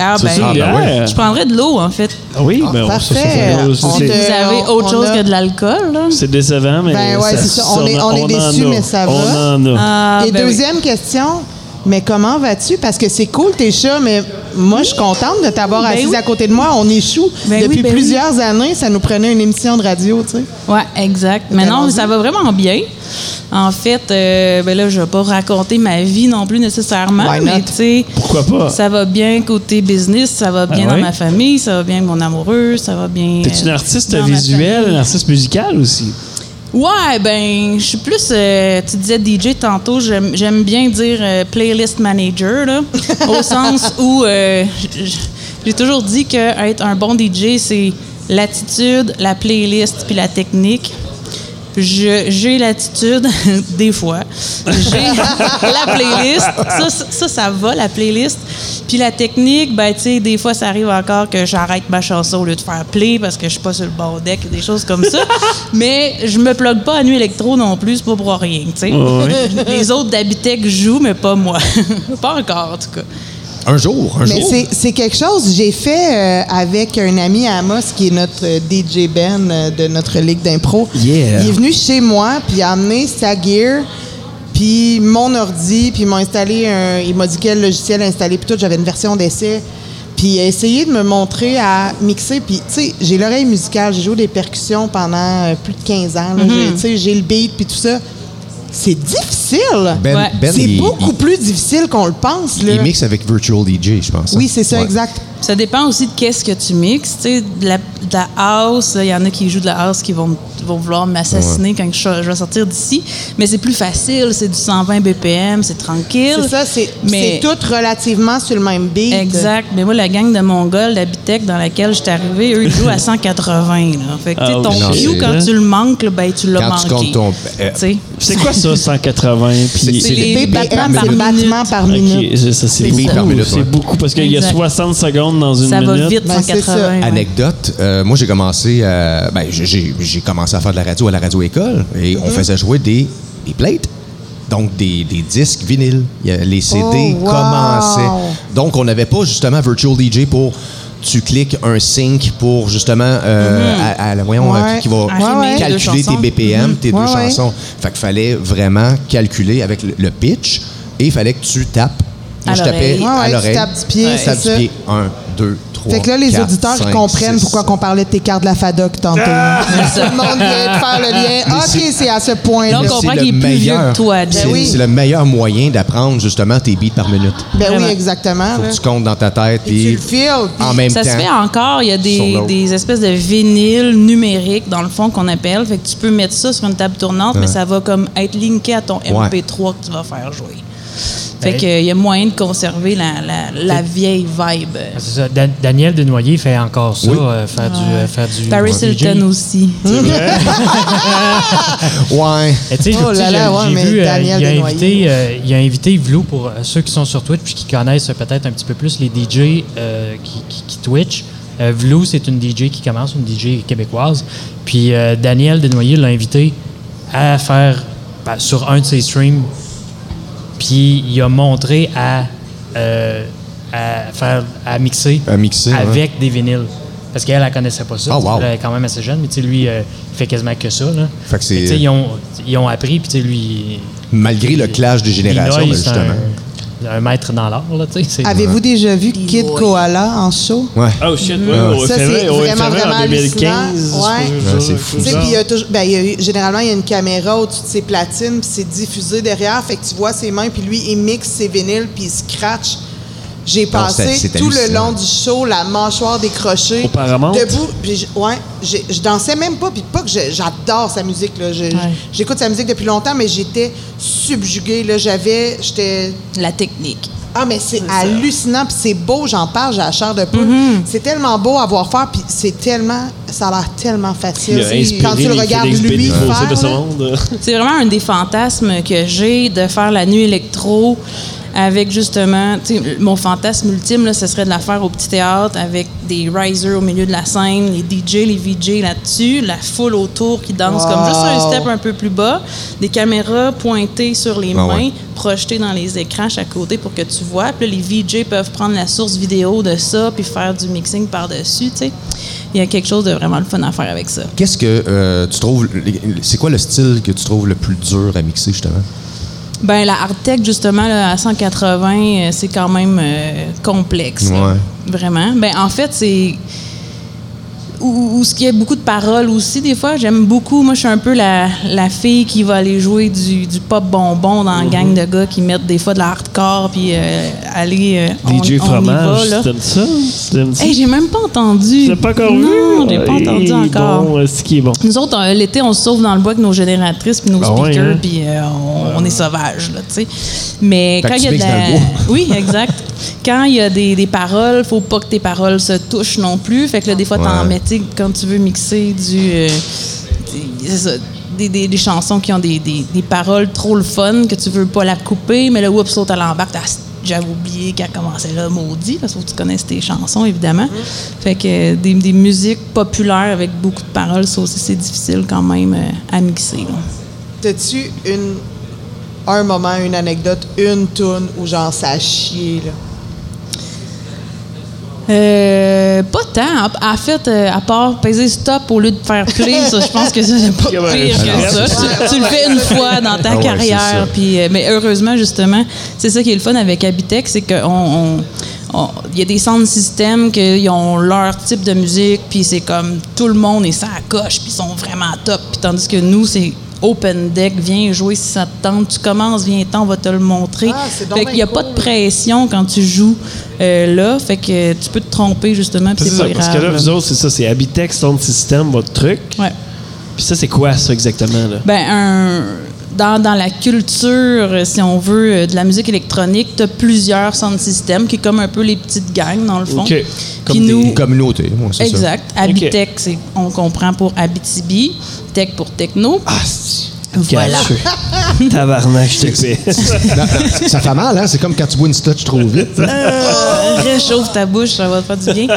[SPEAKER 6] Ah,
[SPEAKER 1] C'est ça, une
[SPEAKER 6] ben,
[SPEAKER 2] ben
[SPEAKER 1] bière.
[SPEAKER 6] je prendrais de l'eau, en fait.
[SPEAKER 1] Ah Oui, ben, on- ça,
[SPEAKER 3] Parfait.
[SPEAKER 1] c'est- c'est-
[SPEAKER 3] On
[SPEAKER 1] c'est-
[SPEAKER 3] te-
[SPEAKER 6] Vous avez
[SPEAKER 3] Euh, on-
[SPEAKER 6] autre
[SPEAKER 3] on
[SPEAKER 6] chose
[SPEAKER 3] a-
[SPEAKER 6] que de l'alcool, là?
[SPEAKER 1] C'est décevant, mais.
[SPEAKER 3] Ben ouais, c'est ça. On est- on est
[SPEAKER 1] en
[SPEAKER 3] déçus,
[SPEAKER 1] a.
[SPEAKER 3] mais ça va.
[SPEAKER 1] On en a.
[SPEAKER 6] Ah,
[SPEAKER 3] Et
[SPEAKER 6] ben oui.
[SPEAKER 3] deuxième question, mais comment vas-tu? Parce que c'est cool tes chats, mais moi, je suis contente de t'avoir
[SPEAKER 6] Ben
[SPEAKER 3] assise
[SPEAKER 6] oui.
[SPEAKER 3] à côté de moi. On échoue.
[SPEAKER 6] Ben
[SPEAKER 3] Depuis
[SPEAKER 6] oui, ben
[SPEAKER 3] plusieurs années, ça nous prenait une émission de radio, tu sais.
[SPEAKER 6] Ouais, exact. Mais non,
[SPEAKER 3] rendu?
[SPEAKER 6] ça va vraiment bien. En fait, euh, ben là, je vais pas raconter ma vie non plus nécessairement,
[SPEAKER 3] Why
[SPEAKER 6] mais
[SPEAKER 3] not?
[SPEAKER 6] tu sais,
[SPEAKER 1] Pourquoi pas?
[SPEAKER 6] ça va bien côté business, ça va bien
[SPEAKER 1] Ah ouais?
[SPEAKER 6] dans ma famille, ça va bien avec mon amoureux, ça va bien.
[SPEAKER 1] T'es une
[SPEAKER 6] euh,
[SPEAKER 1] artiste
[SPEAKER 6] dans ma
[SPEAKER 1] visuelle,
[SPEAKER 6] famille.
[SPEAKER 1] une artiste musicale aussi.
[SPEAKER 6] Ouais, ben, je suis plus. euh, tu disais DJ tantôt, j'aime j'aime bien dire euh, playlist manager, là, au sens où euh, j- j- j'ai toujours dit que être un bon DJ, c'est l'attitude, la playlist, puis la technique. Je- J'ai l'attitude, des fois. J'ai la playlist. Ça, ça, ça, ça va, la playlist. Puis la technique, ben, tu sais, des fois, ça arrive encore que j'arrête ma chanson au lieu de faire play parce que je suis pas sur le bon deck ou des choses comme ça. mais je me plug pas à nuit électro non plus, c'est pas pour rien, tu sais. Les autres d'Habitech jouent, mais pas moi. pas encore, en tout cas.
[SPEAKER 2] Un jour, un
[SPEAKER 3] Mais
[SPEAKER 2] jour.
[SPEAKER 3] c'est- c'est quelque chose, j'ai fait euh, avec un ami à Amos, qui est notre euh, DJ Ben euh, de notre ligue d'impro.
[SPEAKER 2] Yeah.
[SPEAKER 3] Il est venu chez moi, puis il a amené sa gear, puis mon ordi, puis il m'a installé un... Il m'a dit quel logiciel installer, puis tout, j'avais une version d'essai. Puis il a essayé de me montrer à mixer. Puis, tu sais, j'ai l'oreille musicale, j'ai joué des percussions pendant euh, plus de 15 ans. là. J'ai- Tu sais, j'ai le beat, puis tout ça. C'est difficile.
[SPEAKER 2] Ben,
[SPEAKER 6] Ouais.
[SPEAKER 2] ben
[SPEAKER 3] C'est
[SPEAKER 2] il,
[SPEAKER 3] beaucoup plus difficile qu'on le pense.
[SPEAKER 2] il,
[SPEAKER 3] là.
[SPEAKER 2] il mixe avec Virtual DJ, je pense. hein?
[SPEAKER 3] Oui, c'est ça,
[SPEAKER 2] Ouais.
[SPEAKER 3] exact.
[SPEAKER 6] Ça dépend aussi de qu'est-ce que tu mixes. Tu sais, de la, de la house, il y en a qui jouent de la house qui vont, vont vouloir m'assassiner quand je, je vais sortir d'ici. Mais c'est plus facile, c'est du 120 BPM, c'est tranquille.
[SPEAKER 3] C'est ça, c'est
[SPEAKER 6] Mais-
[SPEAKER 3] c'est tout relativement sur le même beat.
[SPEAKER 6] Exact. Mais moi, la gang de Mongol, d'Habitech, dans laquelle je suis arrivée, eux, ils jouent à 180. Là. Fait que, tu sais,
[SPEAKER 1] Ah,
[SPEAKER 6] ton
[SPEAKER 1] oui,
[SPEAKER 6] cue,
[SPEAKER 2] c'est
[SPEAKER 6] quand
[SPEAKER 1] vrai.
[SPEAKER 6] tu le manques, là, ben, tu l'as
[SPEAKER 2] Quand
[SPEAKER 6] manqué.
[SPEAKER 2] tu comptes ton. euh,
[SPEAKER 6] Tu sais.
[SPEAKER 1] C'est quoi ça, 180? Puis.
[SPEAKER 6] C'est les
[SPEAKER 3] Des battements
[SPEAKER 6] battements
[SPEAKER 3] par,
[SPEAKER 6] par minute.
[SPEAKER 3] battement par minute.
[SPEAKER 1] Ok, c'est- ça, c'est
[SPEAKER 2] C'est
[SPEAKER 1] beaucoup.
[SPEAKER 2] beat par minute,
[SPEAKER 1] c'est
[SPEAKER 2] ouais.
[SPEAKER 1] beaucoup parce qu'il y a
[SPEAKER 6] Exact.
[SPEAKER 1] 60 secondes dans une
[SPEAKER 6] Ça
[SPEAKER 1] minute.
[SPEAKER 6] va vite,
[SPEAKER 3] Ben, c'est
[SPEAKER 6] 180. ouais.
[SPEAKER 2] Anecdote, euh, moi j'ai commencé à, ben, j'ai- j'ai j'ai commencé à faire de la radio à la radio école et
[SPEAKER 3] Mhm.
[SPEAKER 2] on faisait jouer des, des plates. Donc des, des disques vinyles, Il y a- les CD
[SPEAKER 3] Oh, wow!
[SPEAKER 2] commençaient. Donc on n'avait pas justement virtual DJ pour tu cliques un sync pour justement euh, à, à la- voyons
[SPEAKER 3] Mhm. Ouais.
[SPEAKER 2] euh, qui, qui va
[SPEAKER 6] Arrimer les deux
[SPEAKER 2] calculer tes
[SPEAKER 6] chansons.
[SPEAKER 2] BPM, tes
[SPEAKER 3] Mhm. Ouais,
[SPEAKER 2] deux
[SPEAKER 3] ouais.
[SPEAKER 2] chansons. Fait qu'il fallait vraiment calculer avec le, le pitch et il fallait que tu tapes. Moi,
[SPEAKER 6] À
[SPEAKER 2] je tapais
[SPEAKER 6] l'oreille.
[SPEAKER 3] Ouais, ouais,
[SPEAKER 2] à
[SPEAKER 3] tu
[SPEAKER 2] l'oreille.
[SPEAKER 3] tapes du pied,
[SPEAKER 2] Tu
[SPEAKER 3] c'est
[SPEAKER 2] tapes du
[SPEAKER 3] ça.
[SPEAKER 2] pied. Un, deux, trois.
[SPEAKER 3] Fait que là, les
[SPEAKER 2] quatre,
[SPEAKER 3] auditeurs ils
[SPEAKER 2] cinq,
[SPEAKER 3] comprennent
[SPEAKER 2] six. Ah!
[SPEAKER 3] pourquoi qu'on parlait de tes cartes de la FADOC tantôt. Tout le monde vient de faire le lien. OK, c'est à ce point-là.
[SPEAKER 6] Donc, on
[SPEAKER 2] C'est
[SPEAKER 6] comprend
[SPEAKER 2] le
[SPEAKER 6] qu'il est plus vieux
[SPEAKER 2] meilleur-
[SPEAKER 6] que toi, Jay.
[SPEAKER 2] C'est
[SPEAKER 3] Ben oui.
[SPEAKER 2] c'est le meilleur moyen d'apprendre justement tes beats par minute.
[SPEAKER 3] Ben oui,
[SPEAKER 6] Vraiment.
[SPEAKER 3] exactement.
[SPEAKER 2] Faut
[SPEAKER 3] là.
[SPEAKER 2] que tu Ah, comptes dans ta tête
[SPEAKER 3] Et tu
[SPEAKER 2] puis
[SPEAKER 3] le files, puis-
[SPEAKER 2] en même
[SPEAKER 6] ça
[SPEAKER 2] temps.
[SPEAKER 6] se fait encore. Il y a
[SPEAKER 2] sur
[SPEAKER 6] des,
[SPEAKER 2] l'autre.
[SPEAKER 6] des espèces de vinyles numériques, dans le fond, qu'on appelle. Fait que tu peux mettre ça sur une table tournante, mais ça va comme être linké à ton MP3 que tu vas faire jouer. Fait que, euh, il y a moyen de conserver la, la- la vieille vibe.
[SPEAKER 5] Ah, C'est ça. Dan- Daniel Desnoyers fait encore ça, euh, faire, du, euh, faire du.
[SPEAKER 6] Paris
[SPEAKER 5] DJ.
[SPEAKER 6] Hilton aussi.
[SPEAKER 1] Hein?
[SPEAKER 2] Ouais.
[SPEAKER 5] Et tu sais,
[SPEAKER 3] Oh
[SPEAKER 5] tu sais,
[SPEAKER 3] là là,
[SPEAKER 5] j'ai-
[SPEAKER 3] ouais,
[SPEAKER 5] j'ai
[SPEAKER 3] mais
[SPEAKER 5] vu, euh,
[SPEAKER 3] Daniel
[SPEAKER 5] il, a
[SPEAKER 3] Desnoyers.
[SPEAKER 5] invité, euh, il a invité Vlou pour euh, ceux qui sont sur Twitch puis qui connaissent euh, peut-être un petit peu plus les DJ euh, qui, qui- qui Twitch. Euh, Vlou, c'est une DJ qui commence, une DJ québécoise. Puis euh, Daniel Desnoyers l'a invité à faire ben, sur un de ses streams. Puis il a montré à, euh, à faire à mixer,
[SPEAKER 2] À mixer, ouais.
[SPEAKER 5] avec des vinyles. Parce qu'elle, elle connaissait pas ça.
[SPEAKER 2] Ah,
[SPEAKER 5] Tu sais,
[SPEAKER 2] wow.
[SPEAKER 5] Elle est quand même assez jeune, mais tu sais, lui, euh, il fait quasiment que ça. Là.
[SPEAKER 2] Fait que c'est- euh,
[SPEAKER 5] tu sais, ils ont, ils ont appris, puis tu sais, lui.
[SPEAKER 2] Malgré le clash des générations,
[SPEAKER 5] Pinoy,
[SPEAKER 2] ben,
[SPEAKER 5] c'est un-
[SPEAKER 2] justement.
[SPEAKER 5] Un, maître dans l'art, là, tu sais. c'est-
[SPEAKER 3] Avez-vous déjà vu Kid Koala en show?
[SPEAKER 2] Ouais.
[SPEAKER 1] Oh shit, ouais, ouais,
[SPEAKER 3] Ça,
[SPEAKER 1] c'est
[SPEAKER 3] c'est
[SPEAKER 1] vrai, ouais,
[SPEAKER 3] vraiment,
[SPEAKER 1] c'est vrai,
[SPEAKER 3] vraiment
[SPEAKER 1] en 2015.
[SPEAKER 3] hallucinant. Ouais.
[SPEAKER 1] je sais pas,
[SPEAKER 2] Ah. Ouais, c'est
[SPEAKER 1] quelque
[SPEAKER 2] fou.
[SPEAKER 1] chose
[SPEAKER 3] Tu sais,
[SPEAKER 1] genre.
[SPEAKER 3] puis il y a toujours- ben, il y a eu- généralement, il y a une caméra au-dessus de ses platines, puis c'est diffusé derrière. Fait que tu vois ses mains, puis lui, il mixe ses vinyles, puis il scratch. J'ai passé
[SPEAKER 2] Ah, c'est
[SPEAKER 3] tout le
[SPEAKER 2] hallucinant.
[SPEAKER 3] long du show, la mâchoire décrochée.
[SPEAKER 1] Au Paramount?
[SPEAKER 3] Debout. Puis je- ouais, j'ai- je dansais même pas. Puis pas que je- j'adore sa musique. là. Je- J'écoute sa musique depuis longtemps, mais j'étais subjuguée. là. J'avais. J'étais.
[SPEAKER 6] La technique.
[SPEAKER 3] Ah, mais c'est hallucinant, puis c'est beau, j'en parle, j'ai la chair de poule.
[SPEAKER 6] Mhm.
[SPEAKER 3] C'est tellement beau à voir faire, puis c'est tellement, ça a l'air tellement facile. Quand tu le regardes lui faire,
[SPEAKER 1] hein, de ce
[SPEAKER 3] là,
[SPEAKER 1] monde.
[SPEAKER 6] C'est vraiment un des fantasmes que j'ai de faire la nuit électro avec justement, tu sais, mon fantasme ultime, là, ce serait de la faire au petit théâtre avec des risers au milieu de la scène, les DJ, les VJ là-dessus, la foule autour qui danse comme juste un step un peu plus bas, des caméras pointées sur les
[SPEAKER 2] Ah
[SPEAKER 6] mains,
[SPEAKER 2] ouais.
[SPEAKER 6] projetées dans les écrans à chaque côté pour que tu vois. Puis là, les VJ peuvent prendre la source vidéo de ça puis faire du mixing par-dessus, tu sais. Il y a quelque chose de vraiment le fun à faire avec ça.
[SPEAKER 2] Qu'est-ce que euh, tu trouves. C'est quoi le style que tu trouves le plus dur à mixer, justement?
[SPEAKER 6] Ben la hard tech justement là, à 180, euh, c'est quand même euh, complexe. là. Vraiment. Ben en fait, c'est ou, ou ce qui est beaucoup de paroles aussi des fois, j'aime beaucoup. Moi, je suis un peu la, la fille qui va aller jouer du, du pop bonbon dans la
[SPEAKER 1] Mhm.
[SPEAKER 6] gang de gars qui mettent des fois de la hardcore puis euh, aller euh, on-
[SPEAKER 1] DJ
[SPEAKER 6] on, y
[SPEAKER 1] Fromage,
[SPEAKER 6] va là.
[SPEAKER 1] t'aimes ça? T'aimes ça?
[SPEAKER 6] Hey, j'ai même pas entendu.
[SPEAKER 1] T'as pas encore vu?
[SPEAKER 6] Non, j'ai pas
[SPEAKER 1] Hey,
[SPEAKER 6] entendu encore.
[SPEAKER 1] Bon, ce qui est bon.
[SPEAKER 6] Nous autres, euh, l'été, on se sauve dans le bois avec nos génératrices puis nos
[SPEAKER 2] Ben
[SPEAKER 1] Ah ouais,
[SPEAKER 6] speakers,
[SPEAKER 1] hein?
[SPEAKER 6] puis euh, on, on est sauvages, là, tu sais. Mais
[SPEAKER 2] Fait que
[SPEAKER 6] quand il y a
[SPEAKER 2] tu
[SPEAKER 6] de
[SPEAKER 2] mixes
[SPEAKER 6] la...
[SPEAKER 2] dans le bois.
[SPEAKER 6] Oui, exact. quand il y a des, des paroles, faut pas que tes paroles se touchent non plus. Fait que là, des fois, t'en
[SPEAKER 2] Ouais.
[SPEAKER 6] mets, tu sais, quand tu veux mixer du... euh, des- c'est ça, Des, des- des chansons qui ont des, des- des paroles trop le fun, que tu veux pas la couper, mais là, oups, l'autre, elle embarque, t'as- j'avais oublié qu'elle commençait là, maudit, parce qu'il faut que tu connaisses tes chansons, évidemment. Fait que euh, des, des musiques populaires avec beaucoup de paroles, ça aussi, c'est difficile quand même euh, à mixer. là.
[SPEAKER 3] t'as-tu une, un moment, une anecdote, une toune où genre ça a chié, là?
[SPEAKER 6] Euh, pas tant. En, en fait, euh, à part peser stop au lieu de faire play, ça, je pense que ça, c'est pas pire que ça. tu le fais une fois dans ta
[SPEAKER 2] Ah ouais, c'est ça.
[SPEAKER 6] carrière. puis, euh, mais heureusement, justement, c'est ça qui est le fun avec Habitech, c'est qu'on... on- on- Il y a des sound systems qui ont leur type de musique, puis c'est comme tout le monde est ça à coche, puis ils sont vraiment top. Puis tandis que nous, c'est open deck, viens jouer si ça te tente. Tu commences, viens-t'en, on va te le montrer.
[SPEAKER 3] Ah, c'est donc
[SPEAKER 6] fait
[SPEAKER 3] bien
[SPEAKER 6] qu'il n'y a pas de
[SPEAKER 3] cool.
[SPEAKER 6] pression quand tu joues euh, là. Fait que tu peux te tromper justement, puis
[SPEAKER 1] C'est
[SPEAKER 6] c'est
[SPEAKER 1] ça,
[SPEAKER 6] pas
[SPEAKER 1] parce
[SPEAKER 6] grave.
[SPEAKER 1] que là,
[SPEAKER 6] là.
[SPEAKER 1] vous autres, c'est ça, c'est Habitex, Sound System, votre truc.
[SPEAKER 6] Ouais.
[SPEAKER 1] Puis ça, c'est quoi, ça, exactement, là?
[SPEAKER 6] Ben, un- dans, dans la culture, euh, si on veut, euh, de la musique électronique, tu as plusieurs sound systems qui est comme un peu les petites gangs, dans le fond.
[SPEAKER 1] OK.
[SPEAKER 2] Comme
[SPEAKER 6] Puis nous-
[SPEAKER 2] des communautés, moi, c'est ça.
[SPEAKER 6] Exact. Habitech, c'est- on comprend pour Abitibi, Tech pour Techno.
[SPEAKER 1] Ah, c'est-
[SPEAKER 6] voilà.
[SPEAKER 1] Casseux. Tabarnak, je t'explique.
[SPEAKER 2] Non, non, ça fait mal, hein? C'est comme quand tu bois une scotch trop vite.
[SPEAKER 6] Euh, réchauffe ta bouche, ça va te faire du bien.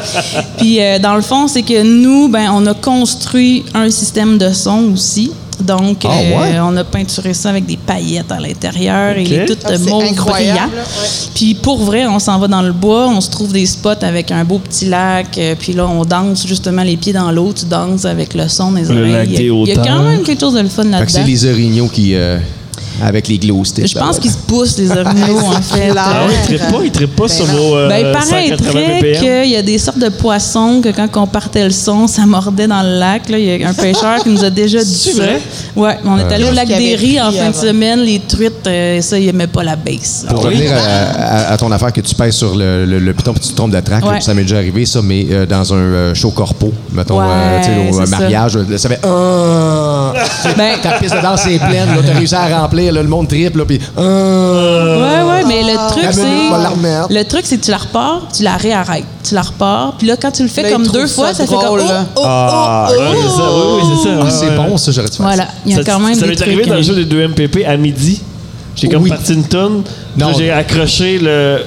[SPEAKER 6] Puis euh, dans le fond, c'est que nous, ben, on a construit un système de son aussi. Donc, euh,
[SPEAKER 2] Ah ouais?
[SPEAKER 6] on a peinturé ça avec des paillettes à l'intérieur.
[SPEAKER 1] Ok.
[SPEAKER 6] Il est tout
[SPEAKER 3] Ah,
[SPEAKER 6] euh,
[SPEAKER 3] c'est
[SPEAKER 6] mauve
[SPEAKER 3] incroyable,
[SPEAKER 6] brillant.
[SPEAKER 3] là, ouais.
[SPEAKER 6] Puis pour vrai, on s'en va dans le bois, on se trouve des spots avec un beau petit lac. euh, puis là, on danse justement les pieds dans l'eau. Tu danses avec le son des
[SPEAKER 1] Le
[SPEAKER 6] oreilles.
[SPEAKER 1] lac
[SPEAKER 6] Il y a-
[SPEAKER 1] des
[SPEAKER 6] il y a
[SPEAKER 1] hauteurs.
[SPEAKER 6] quand même quelque chose de le fun
[SPEAKER 2] Fait que c'est
[SPEAKER 6] là-dedans.
[SPEAKER 2] les orignaux qui. euh, avec les glow sticks.
[SPEAKER 6] Je pense
[SPEAKER 2] là.
[SPEAKER 6] qu'ils se poussent, les orignaux, en fait.
[SPEAKER 3] clair.
[SPEAKER 1] Ah,
[SPEAKER 3] ouais,
[SPEAKER 1] oui, il trippe pas, il trippe pas sur vos euh,
[SPEAKER 6] Ben, il
[SPEAKER 1] 180
[SPEAKER 6] paraîtrait
[SPEAKER 1] ppm.
[SPEAKER 6] qu'il y a des sortes de poissons que quand on partait le son, ça mordait dans le lac. là. Il y a un pêcheur qui nous a déjà dit
[SPEAKER 1] C'est
[SPEAKER 6] ça.
[SPEAKER 1] vrai?
[SPEAKER 6] Ouais, mais on
[SPEAKER 1] Euh,
[SPEAKER 6] est allé au
[SPEAKER 3] Parce
[SPEAKER 6] lac
[SPEAKER 3] qu'il avait
[SPEAKER 6] des Ries en
[SPEAKER 3] ri
[SPEAKER 6] fin de
[SPEAKER 3] avant.
[SPEAKER 6] semaine. Les truites, euh, ça, il aimait pas la base.
[SPEAKER 2] Pour revenir à, à- à ton affaire que tu pèses sur le, le, le piton puis tu te trompes de track,
[SPEAKER 6] Ouais.
[SPEAKER 2] ça m'est déjà arrivé, ça, mais euh, dans un euh, show corpo, mettons,
[SPEAKER 6] Ouais,
[SPEAKER 2] euh, tu sais, au
[SPEAKER 6] c'est ça.
[SPEAKER 2] mariage, euh, ça fait un.
[SPEAKER 6] Ben-
[SPEAKER 2] Ta piste de danse est pleine, là, t'as réussi à remplir, là, le monde triple, là, puis euh, un.
[SPEAKER 6] Ouais, ouais, mais
[SPEAKER 3] Ah.
[SPEAKER 6] le truc,
[SPEAKER 2] La minute, on va la remettre.
[SPEAKER 6] c'est. Le truc, c'est que tu la repars, tu la réarrêtes. Tu la repars, puis là, quand tu le fais
[SPEAKER 3] Là, Ben, il
[SPEAKER 6] comme
[SPEAKER 3] trouve
[SPEAKER 6] deux
[SPEAKER 3] ça
[SPEAKER 6] fois, ça
[SPEAKER 3] drôle,
[SPEAKER 6] fait
[SPEAKER 3] là.
[SPEAKER 6] comme. Oh, oh,
[SPEAKER 2] Ah,
[SPEAKER 6] oh,
[SPEAKER 1] Ouais, c'est ça, oui, oui, c'est ça.
[SPEAKER 2] Ah,
[SPEAKER 1] ouais,
[SPEAKER 2] c'est
[SPEAKER 1] ouais.
[SPEAKER 2] bon, ça, j'aurais dû faire
[SPEAKER 6] Voilà, il y a
[SPEAKER 1] Ça-
[SPEAKER 6] quand même
[SPEAKER 1] Ça
[SPEAKER 6] des
[SPEAKER 1] m'est
[SPEAKER 6] trucs.
[SPEAKER 1] arrivé dans le
[SPEAKER 6] hein.
[SPEAKER 1] jeu des 2 MPP à midi. J'ai comme
[SPEAKER 2] Oui.
[SPEAKER 1] parti une tonne. Puis là,
[SPEAKER 2] Non.
[SPEAKER 1] j'ai accroché le.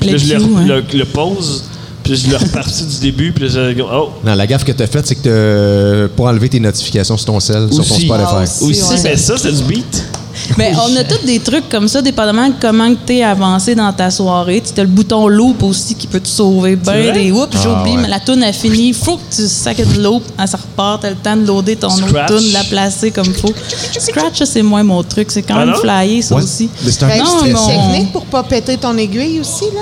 [SPEAKER 1] puis là,
[SPEAKER 6] Le
[SPEAKER 1] je le,
[SPEAKER 6] cue, hein.
[SPEAKER 1] le- le pause. Puis je l'ai reparti du début. Puis là, j'ai dit, oh.
[SPEAKER 2] Non, la gaffe que t'as faite, c'est que t'as- pour enlever tes notifications sur ton cell, sur ton
[SPEAKER 1] Aussi.
[SPEAKER 2] Spotify.
[SPEAKER 3] Ah,
[SPEAKER 1] Aussi,
[SPEAKER 3] ouais.
[SPEAKER 1] mais ça, c'est du beat.
[SPEAKER 6] Mais on a tous des trucs comme ça, dépendamment de comment tu es avancé dans ta soirée. Tu as le bouton loop aussi qui peut te sauver.
[SPEAKER 1] vrai?
[SPEAKER 6] Ben, des oups, j'ai
[SPEAKER 2] Ah,
[SPEAKER 6] oublié,
[SPEAKER 2] ouais.
[SPEAKER 6] mais la toune a fini. Faut que tu sacs de loop, hein, ça repart. T'as le temps de loader ton autre
[SPEAKER 1] Scratch.
[SPEAKER 6] toune, de la placer comme faut. Scratch, ça, c'est moins mon truc. C'est quand
[SPEAKER 1] Ah
[SPEAKER 6] même
[SPEAKER 1] non?
[SPEAKER 6] flyé, ça
[SPEAKER 2] Ouais.
[SPEAKER 6] aussi.
[SPEAKER 2] Mais c'est un
[SPEAKER 3] Ben,
[SPEAKER 2] petit
[SPEAKER 6] non,
[SPEAKER 2] stress.
[SPEAKER 6] mon-
[SPEAKER 3] Technique pour pas péter ton aiguille aussi, là?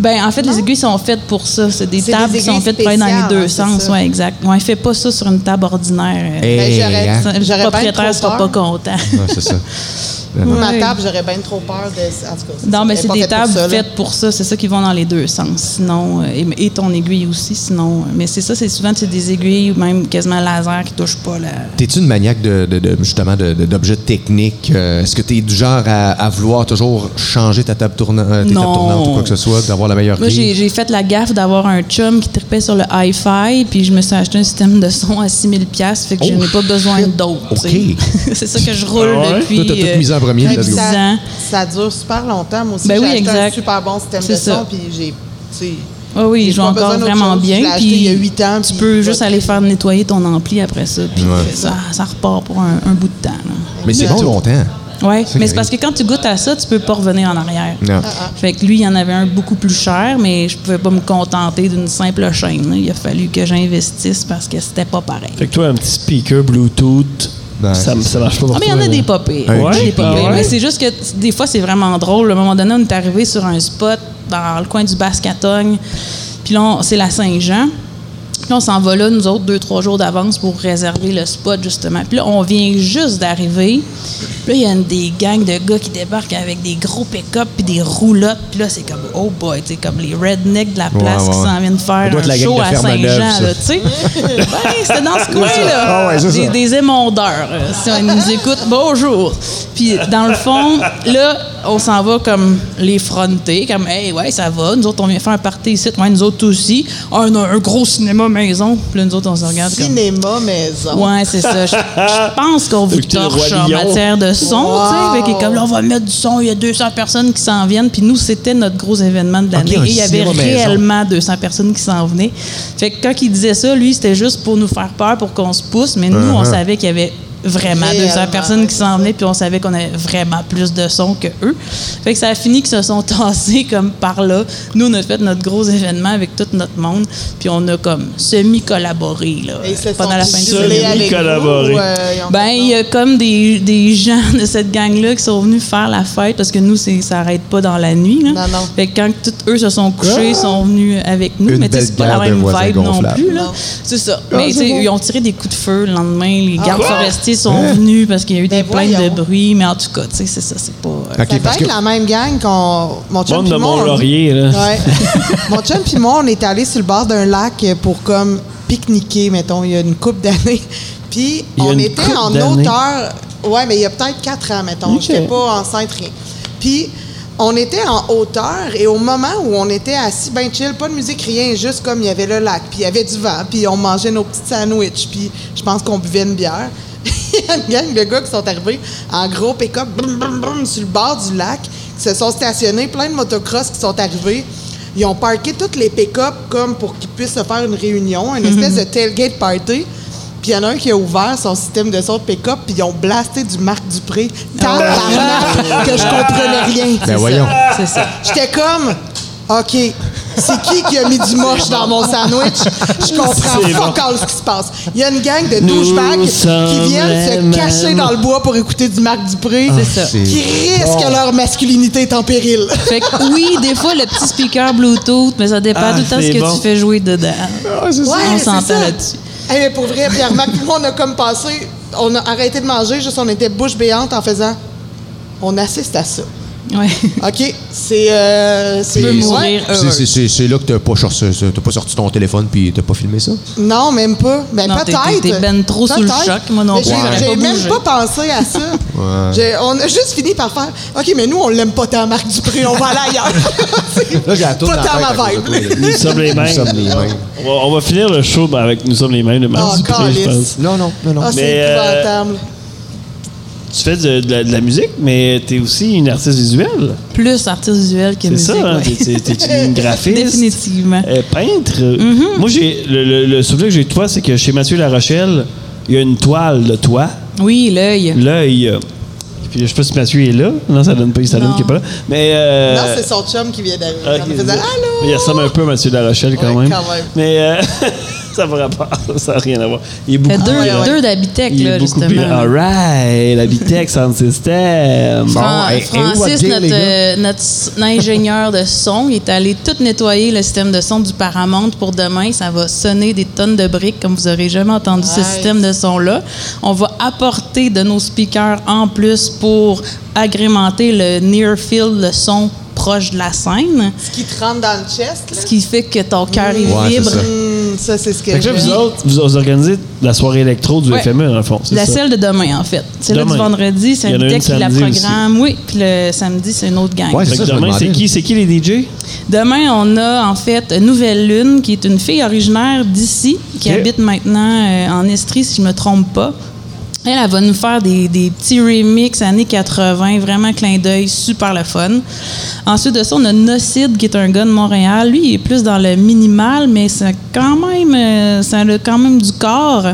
[SPEAKER 6] Ben, en fait, les aiguilles sont faites pour ça. C'est des
[SPEAKER 3] C'est
[SPEAKER 6] tables
[SPEAKER 3] des
[SPEAKER 6] qui sont
[SPEAKER 3] aiguilles
[SPEAKER 6] faites pour aller dans les
[SPEAKER 3] spéciales,
[SPEAKER 6] deux
[SPEAKER 3] hein, c'est
[SPEAKER 6] sens.
[SPEAKER 3] ça.
[SPEAKER 6] Ouais, exact. On ne fait pas ça sur une table ordinaire.
[SPEAKER 2] Hey,
[SPEAKER 3] Ben, j'aurais-
[SPEAKER 2] hein.
[SPEAKER 6] Ça, Le
[SPEAKER 3] J'aurais pas
[SPEAKER 6] propriétaire
[SPEAKER 3] trop
[SPEAKER 6] sera pas
[SPEAKER 3] peur.
[SPEAKER 6] content.
[SPEAKER 2] Ouais, c'est ça.
[SPEAKER 3] Ma
[SPEAKER 6] Ouais.
[SPEAKER 3] table, j'aurais bien trop peur de. En tout cas, c'est
[SPEAKER 6] Non,
[SPEAKER 3] ça.
[SPEAKER 6] mais
[SPEAKER 3] Elle est
[SPEAKER 6] c'est
[SPEAKER 3] pas
[SPEAKER 6] des
[SPEAKER 3] faite pour
[SPEAKER 6] tables
[SPEAKER 3] ça, là.
[SPEAKER 6] faites pour ça. C'est ça qui vont dans les deux sens. Sinon, euh, et, et ton aiguille aussi, sinon. euh, Mais c'est ça, c'est souvent c'est des aiguilles ou même quasiment laser qui touchent pas la.
[SPEAKER 2] T'es-tu une maniaque de, de- de- justement de- de- d'objets techniques? Euh, Est-ce que t'es du genre à, à vouloir toujours changer ta table tourna- euh, tes tables
[SPEAKER 6] Non.
[SPEAKER 2] tournantes ou quoi que ce soit, d'avoir la meilleure
[SPEAKER 6] Moi, j'ai
[SPEAKER 2] grille?
[SPEAKER 6] j'ai fait la gaffe d'avoir un chum qui tripait sur le hi-fi, puis je me suis acheté un système de son à 6000 pièces, fait que je
[SPEAKER 2] Oh,
[SPEAKER 6] n'ai pas besoin
[SPEAKER 2] shit.
[SPEAKER 6] d'autre.
[SPEAKER 2] OK.
[SPEAKER 6] tu sais. c'est ça que je roule
[SPEAKER 1] Ah ouais?
[SPEAKER 6] depuis.
[SPEAKER 2] Toi, t'as tout
[SPEAKER 6] euh,
[SPEAKER 2] mis en premier,
[SPEAKER 3] Ouais,
[SPEAKER 2] let's
[SPEAKER 3] puis
[SPEAKER 2] go.
[SPEAKER 6] dix
[SPEAKER 3] ça,
[SPEAKER 6] ans.
[SPEAKER 3] ça dure super longtemps. Moi aussi,
[SPEAKER 6] Ben
[SPEAKER 3] j'ai
[SPEAKER 6] oui,
[SPEAKER 3] acheté un
[SPEAKER 6] exact.
[SPEAKER 3] super bon système de
[SPEAKER 6] C'est ça.
[SPEAKER 3] son, puis j'ai. tu sais,
[SPEAKER 6] Ah oui,
[SPEAKER 3] j'ai
[SPEAKER 6] il joue
[SPEAKER 3] pas
[SPEAKER 6] encore
[SPEAKER 3] besoin d'autre
[SPEAKER 6] vraiment
[SPEAKER 3] chose. Je l'ai
[SPEAKER 6] bien.
[SPEAKER 3] acheté
[SPEAKER 6] Puis
[SPEAKER 3] il y a huit ans,
[SPEAKER 6] Tu
[SPEAKER 3] puis
[SPEAKER 6] peux
[SPEAKER 3] voilà.
[SPEAKER 6] juste aller faire nettoyer ton ampli après ça, puis ça, ça repart pour un, un bout de temps. là.
[SPEAKER 2] Mais c'est bon longtemps.
[SPEAKER 6] Ouais,
[SPEAKER 2] C'est
[SPEAKER 6] mais c'est
[SPEAKER 2] correct.
[SPEAKER 6] parce que quand tu goûtes à ça, tu peux pas revenir en arrière.
[SPEAKER 2] Non.
[SPEAKER 6] Fait que lui, il y en avait un beaucoup plus cher, mais je pouvais pas me contenter d'une simple chaîne. là. Il a fallu que j'investisse parce que c'était pas pareil.
[SPEAKER 1] Fait que toi, un petit speaker Bluetooth,
[SPEAKER 2] Ben,
[SPEAKER 1] ça,
[SPEAKER 2] c'est
[SPEAKER 1] ça marche pas pour
[SPEAKER 6] Ah, mais il y en
[SPEAKER 1] toi,
[SPEAKER 6] a
[SPEAKER 1] là.
[SPEAKER 6] des pas pires.
[SPEAKER 2] Un
[SPEAKER 6] Des
[SPEAKER 1] Jeep,
[SPEAKER 6] pas pires.
[SPEAKER 1] ah ouais?
[SPEAKER 6] Mais c'est juste que t- des fois, c'est vraiment drôle. À un moment donné, on est arrivé sur un spot dans le coin du Bascatogne. Puis là, on- c'est la Saint-Jean. Puis là, on s'en va là, nous autres, deux, trois jours d'avance pour réserver le spot, justement. Puis là, on vient juste d'arriver. Puis là, il y a une des gangs de gars qui débarquent avec des gros pick-up puis des roulottes. Puis là, c'est comme, oh boy, tu sais, comme les rednecks de la place
[SPEAKER 2] ouais,
[SPEAKER 6] qui
[SPEAKER 2] ouais.
[SPEAKER 6] s'en viennent
[SPEAKER 2] Ça
[SPEAKER 6] faire
[SPEAKER 2] doit être
[SPEAKER 6] un
[SPEAKER 2] la gang
[SPEAKER 6] show
[SPEAKER 2] de
[SPEAKER 6] à
[SPEAKER 2] Fermaneuil,
[SPEAKER 6] Saint-Jean,
[SPEAKER 2] ça.
[SPEAKER 6] là, tu sais. Ben, c'était dans ce coin-là.
[SPEAKER 2] Ah ouais, c'est ça.
[SPEAKER 6] Des- des émondeurs. euh, si on nous écoute, bonjour. Puis dans le fond, là, on s'en va comme les frontés, comme hey ouais ça va. Nous autres on vient faire un party ici, ouais nous autres aussi. Ah, on a un gros cinéma maison. Puis là nous autres on se regarde comme
[SPEAKER 3] Cinéma maison.
[SPEAKER 6] Ouais, c'est ça. Je, je pense qu'on vous
[SPEAKER 1] Écoutez le
[SPEAKER 6] torche
[SPEAKER 1] Roi
[SPEAKER 6] en
[SPEAKER 1] Lion.
[SPEAKER 6] matière de son.
[SPEAKER 3] Wow.
[SPEAKER 6] tu sais. Fait que comme là, on va mettre du son, il y a 200 personnes qui s'en viennent. Puis nous, c'était notre gros événement de l'année.
[SPEAKER 2] un
[SPEAKER 6] Et il y avait
[SPEAKER 2] cinéma maison.
[SPEAKER 6] réellement 200 personnes qui s'en venaient. Fait que quand il disait ça, lui, c'était juste pour nous faire peur, pour qu'on se pousse. Mais nous, on savait qu'il y avait vraiment
[SPEAKER 3] Réellement,
[SPEAKER 6] 200 personnes qui
[SPEAKER 3] c'est
[SPEAKER 6] s'en
[SPEAKER 3] ça.
[SPEAKER 6] venaient. Puis on savait qu'on avait vraiment plus de son que eux. Fait que ça a fini qu'ils se sont tassés comme par là. Nous, on a fait notre gros événement avec tout notre monde. Puis on a comme semi-collaboré. là,
[SPEAKER 3] Et ils se
[SPEAKER 6] pendant
[SPEAKER 3] sont
[SPEAKER 6] la fin de
[SPEAKER 1] isolés
[SPEAKER 6] semaine.
[SPEAKER 1] avec collaborer.
[SPEAKER 3] euh,
[SPEAKER 6] Ben, il y a comme des, des gens de cette gang-là qui sont venus faire la fête parce que nous, c'est- ça n'arrête pas dans la nuit. là.
[SPEAKER 3] Non, non.
[SPEAKER 6] Fait que quand tous eux se sont couchés, ils sont venus avec nous.
[SPEAKER 2] Une
[SPEAKER 6] mais tu sais,
[SPEAKER 2] belle
[SPEAKER 6] c'est pas la
[SPEAKER 2] guerre de
[SPEAKER 6] même
[SPEAKER 2] voisins
[SPEAKER 6] vibe non
[SPEAKER 2] gonflables.
[SPEAKER 6] plus. là.
[SPEAKER 3] Non.
[SPEAKER 6] C'est ça. mais tu sais, ils ont tiré des coups de feu le lendemain. Les gardes forestiers sont venus parce qu'il y a eu des
[SPEAKER 3] Ah, Ben,
[SPEAKER 6] plaintes de
[SPEAKER 3] voyons.
[SPEAKER 6] bruit. Mais en tout cas, tu sais, c'est ça. C'est pas. euh,
[SPEAKER 2] OK,
[SPEAKER 3] Ça peut
[SPEAKER 2] parce
[SPEAKER 3] être
[SPEAKER 2] que
[SPEAKER 3] la même gang qu'on. Mon chum
[SPEAKER 1] Monde
[SPEAKER 3] puis
[SPEAKER 1] de
[SPEAKER 3] moi, on-
[SPEAKER 1] Mont-Laurier, là.
[SPEAKER 3] Ouais. Mon chum puis moi, on est allés sur le bord d'un lac pour comme pique-niquer, mettons, il y a une couple d'années. Puis
[SPEAKER 1] Il y a
[SPEAKER 3] on
[SPEAKER 1] une
[SPEAKER 3] était
[SPEAKER 1] couple
[SPEAKER 3] en
[SPEAKER 1] d'années.
[SPEAKER 3] hauteur. Ouais, mais il y a peut-être quatre ans, mettons.
[SPEAKER 1] Ok.
[SPEAKER 3] Je n'étais pas enceinte, rien. Puis on était en hauteur et au moment où on était assis, ben chill, pas de musique, rien, juste comme il y avait le lac, puis il y avait du vent, puis on mangeait nos petits sandwichs, puis je pense qu'on buvait une bière. Il y a une gang de gars qui sont arrivés en gros pick-up brum, brum, brum, sur le bord du lac, qui se sont stationnés, plein de motocross qui sont arrivés. Ils ont parqué toutes les pick-up comme pour qu'ils puissent se faire une réunion, une espèce de tailgate party. Puis il y en a un qui a ouvert son système de son de pick-up, puis ils ont blasté du Marc Dupré. Tabarnak, que je comprenais rien.
[SPEAKER 2] Ben voyons.
[SPEAKER 6] C'est ça.
[SPEAKER 3] J'étais comme, OK, c'est qui qui a mis du moche dans mon sandwich? Je comprends
[SPEAKER 1] C'est
[SPEAKER 3] fuck all ce qui se passe. Il y a une gang de
[SPEAKER 1] Nous
[SPEAKER 3] douchebags
[SPEAKER 1] sommes
[SPEAKER 3] qui viennent
[SPEAKER 1] les
[SPEAKER 3] se cacher
[SPEAKER 1] mêmes.
[SPEAKER 3] dans le bois pour écouter du Marc Dupré,
[SPEAKER 6] ça.
[SPEAKER 3] qui risquent que leur masculinité est en péril.
[SPEAKER 6] Fait que oui, des fois, le petit speaker Bluetooth, mais ça dépend
[SPEAKER 1] Ah,
[SPEAKER 6] tout le temps ce
[SPEAKER 1] c'est
[SPEAKER 6] que
[SPEAKER 1] bon.
[SPEAKER 6] tu fais jouer dedans.
[SPEAKER 3] Ouais,
[SPEAKER 6] On
[SPEAKER 3] c'est
[SPEAKER 6] s'entend
[SPEAKER 3] ça.
[SPEAKER 6] là-dessus.
[SPEAKER 3] Hey, mais pour vrai, Pierre Marc, puis moi, on a comme passé, on a arrêté de manger, juste on était bouche béante en faisant, on assiste à ça.
[SPEAKER 6] Ouais.
[SPEAKER 3] OK, c'est. euh, c'est
[SPEAKER 6] peux
[SPEAKER 3] ouais.
[SPEAKER 6] mourir.
[SPEAKER 2] c'est- c'est- c'est c'est là que t'as pas, sorti- t'as pas sorti ton téléphone puis t'as pas filmé ça?
[SPEAKER 3] Non, même pas. Ben,
[SPEAKER 6] Non, t'es-
[SPEAKER 3] peut-être.
[SPEAKER 6] t'es- t'es ben trop sous le
[SPEAKER 3] Peut-être.
[SPEAKER 6] choc, moi non
[SPEAKER 3] Mais
[SPEAKER 6] plus,
[SPEAKER 3] j'ai-
[SPEAKER 6] j'aurais
[SPEAKER 3] J'ai
[SPEAKER 6] pas
[SPEAKER 3] même
[SPEAKER 6] bougé.
[SPEAKER 3] pas pensé à ça. J'ai- On a juste fini par faire OK, mais nous, on l'aime pas tant, Marc Dupré, on va aller ailleurs.
[SPEAKER 2] Là, j'ai la toune
[SPEAKER 3] Pas
[SPEAKER 2] dans la
[SPEAKER 3] tant
[SPEAKER 2] tête
[SPEAKER 3] ma
[SPEAKER 2] à cause de
[SPEAKER 3] vibe.
[SPEAKER 2] toi, là.
[SPEAKER 1] Nous sommes les mêmes.
[SPEAKER 2] Nous sommes les mêmes.
[SPEAKER 1] On va, on va finir le show ben, avec Nous sommes les mêmes de Marc
[SPEAKER 3] Oh,
[SPEAKER 1] Dupré, je
[SPEAKER 3] calice.
[SPEAKER 1] pense.
[SPEAKER 2] Non, non, non, non.
[SPEAKER 3] Ah, c'est
[SPEAKER 1] Mais, euh,
[SPEAKER 3] épouvantable.
[SPEAKER 1] Tu fais de, de la, de la musique, mais t'es aussi une artiste visuelle.
[SPEAKER 6] Plus artiste visuel que
[SPEAKER 1] C'est
[SPEAKER 6] musique.
[SPEAKER 1] ça, hein?
[SPEAKER 6] ouais.
[SPEAKER 1] T'es- t'es- t'es une graphiste.
[SPEAKER 6] Définitivement.
[SPEAKER 1] Euh, peintre. Moi, j'ai le, le- le souvenir que j'ai de toi, c'est que chez Mathieu Larochelle, il y a une toile de toi,
[SPEAKER 6] Oui, l'œil.
[SPEAKER 1] l'œil. euh, Puis je sais pas si Mathieu est là. Non, ça donne pas, ça donne
[SPEAKER 6] Non.
[SPEAKER 1] qu'il est pas là. Mais euh,
[SPEAKER 3] non, c'est son chum qui vient d'arriver.
[SPEAKER 1] ah,
[SPEAKER 3] on faisait
[SPEAKER 1] il
[SPEAKER 3] Allô?
[SPEAKER 1] ressemble un peu à Mathieu Larochelle quand,
[SPEAKER 3] Ouais,
[SPEAKER 1] même.
[SPEAKER 3] quand même.
[SPEAKER 1] Mais euh, ça va rapport. Ça n'a rien à voir. Il est beaucoup
[SPEAKER 6] Fait deux,
[SPEAKER 1] plus-
[SPEAKER 6] deux d'Habitech,
[SPEAKER 1] Il est
[SPEAKER 6] là,
[SPEAKER 1] beaucoup
[SPEAKER 6] justement.
[SPEAKER 1] plus. Alright, la Bitech Sound System.
[SPEAKER 6] Fran-
[SPEAKER 2] hey, hey, what
[SPEAKER 6] Francis,
[SPEAKER 2] day, les
[SPEAKER 6] notre,
[SPEAKER 2] gars?
[SPEAKER 6] euh, notre s- ingénieur de son, il est allé tout nettoyer le système de son du Paramount pour demain. Ça va sonner des tonnes de briques comme vous aurez jamais entendu ce système de son-là. On va apporter de nos speakers en plus pour agrémenter le near field, le son proche de la scène,
[SPEAKER 3] Ce qui te rentre dans le chest, là.
[SPEAKER 6] ce qui fait que ton cœur est
[SPEAKER 2] Ouais, c'est
[SPEAKER 6] vibre.
[SPEAKER 2] ça.
[SPEAKER 3] Hmm, ça, c'est ce que
[SPEAKER 1] Fait que là,
[SPEAKER 3] j'aime.
[SPEAKER 1] vous autres, vous, vous organisez la soirée électro du
[SPEAKER 6] Ouais.
[SPEAKER 1] FME, dans le fond. c'est
[SPEAKER 6] La
[SPEAKER 1] ça?
[SPEAKER 6] celle de demain, en fait. C'est là du
[SPEAKER 1] Demain.
[SPEAKER 6] vendredi, c'est
[SPEAKER 1] Il y en a
[SPEAKER 6] un
[SPEAKER 1] une
[SPEAKER 6] qui la
[SPEAKER 1] samedi aussi.
[SPEAKER 6] programme. Oui, puis le samedi, c'est une autre gang.
[SPEAKER 2] Ouais,
[SPEAKER 1] Fait
[SPEAKER 2] c'est
[SPEAKER 1] que
[SPEAKER 2] ça, je me
[SPEAKER 1] demain, c'est
[SPEAKER 2] demandais.
[SPEAKER 1] qui, c'est qui les DJ?
[SPEAKER 6] Demain, on a en fait Nouvelle Lune, qui est une fille originaire d'ici, qui
[SPEAKER 1] Ok.
[SPEAKER 6] habite maintenant euh, en Estrie, si je me trompe pas. Elle, elle va nous faire des, des petits remix années 80, vraiment clin d'œil, super le fun. Ensuite de ça, on a Nocid, qui est un gars de Montréal. Lui, il est plus dans le minimal, mais c'est quand même, euh, ça a quand même du corps.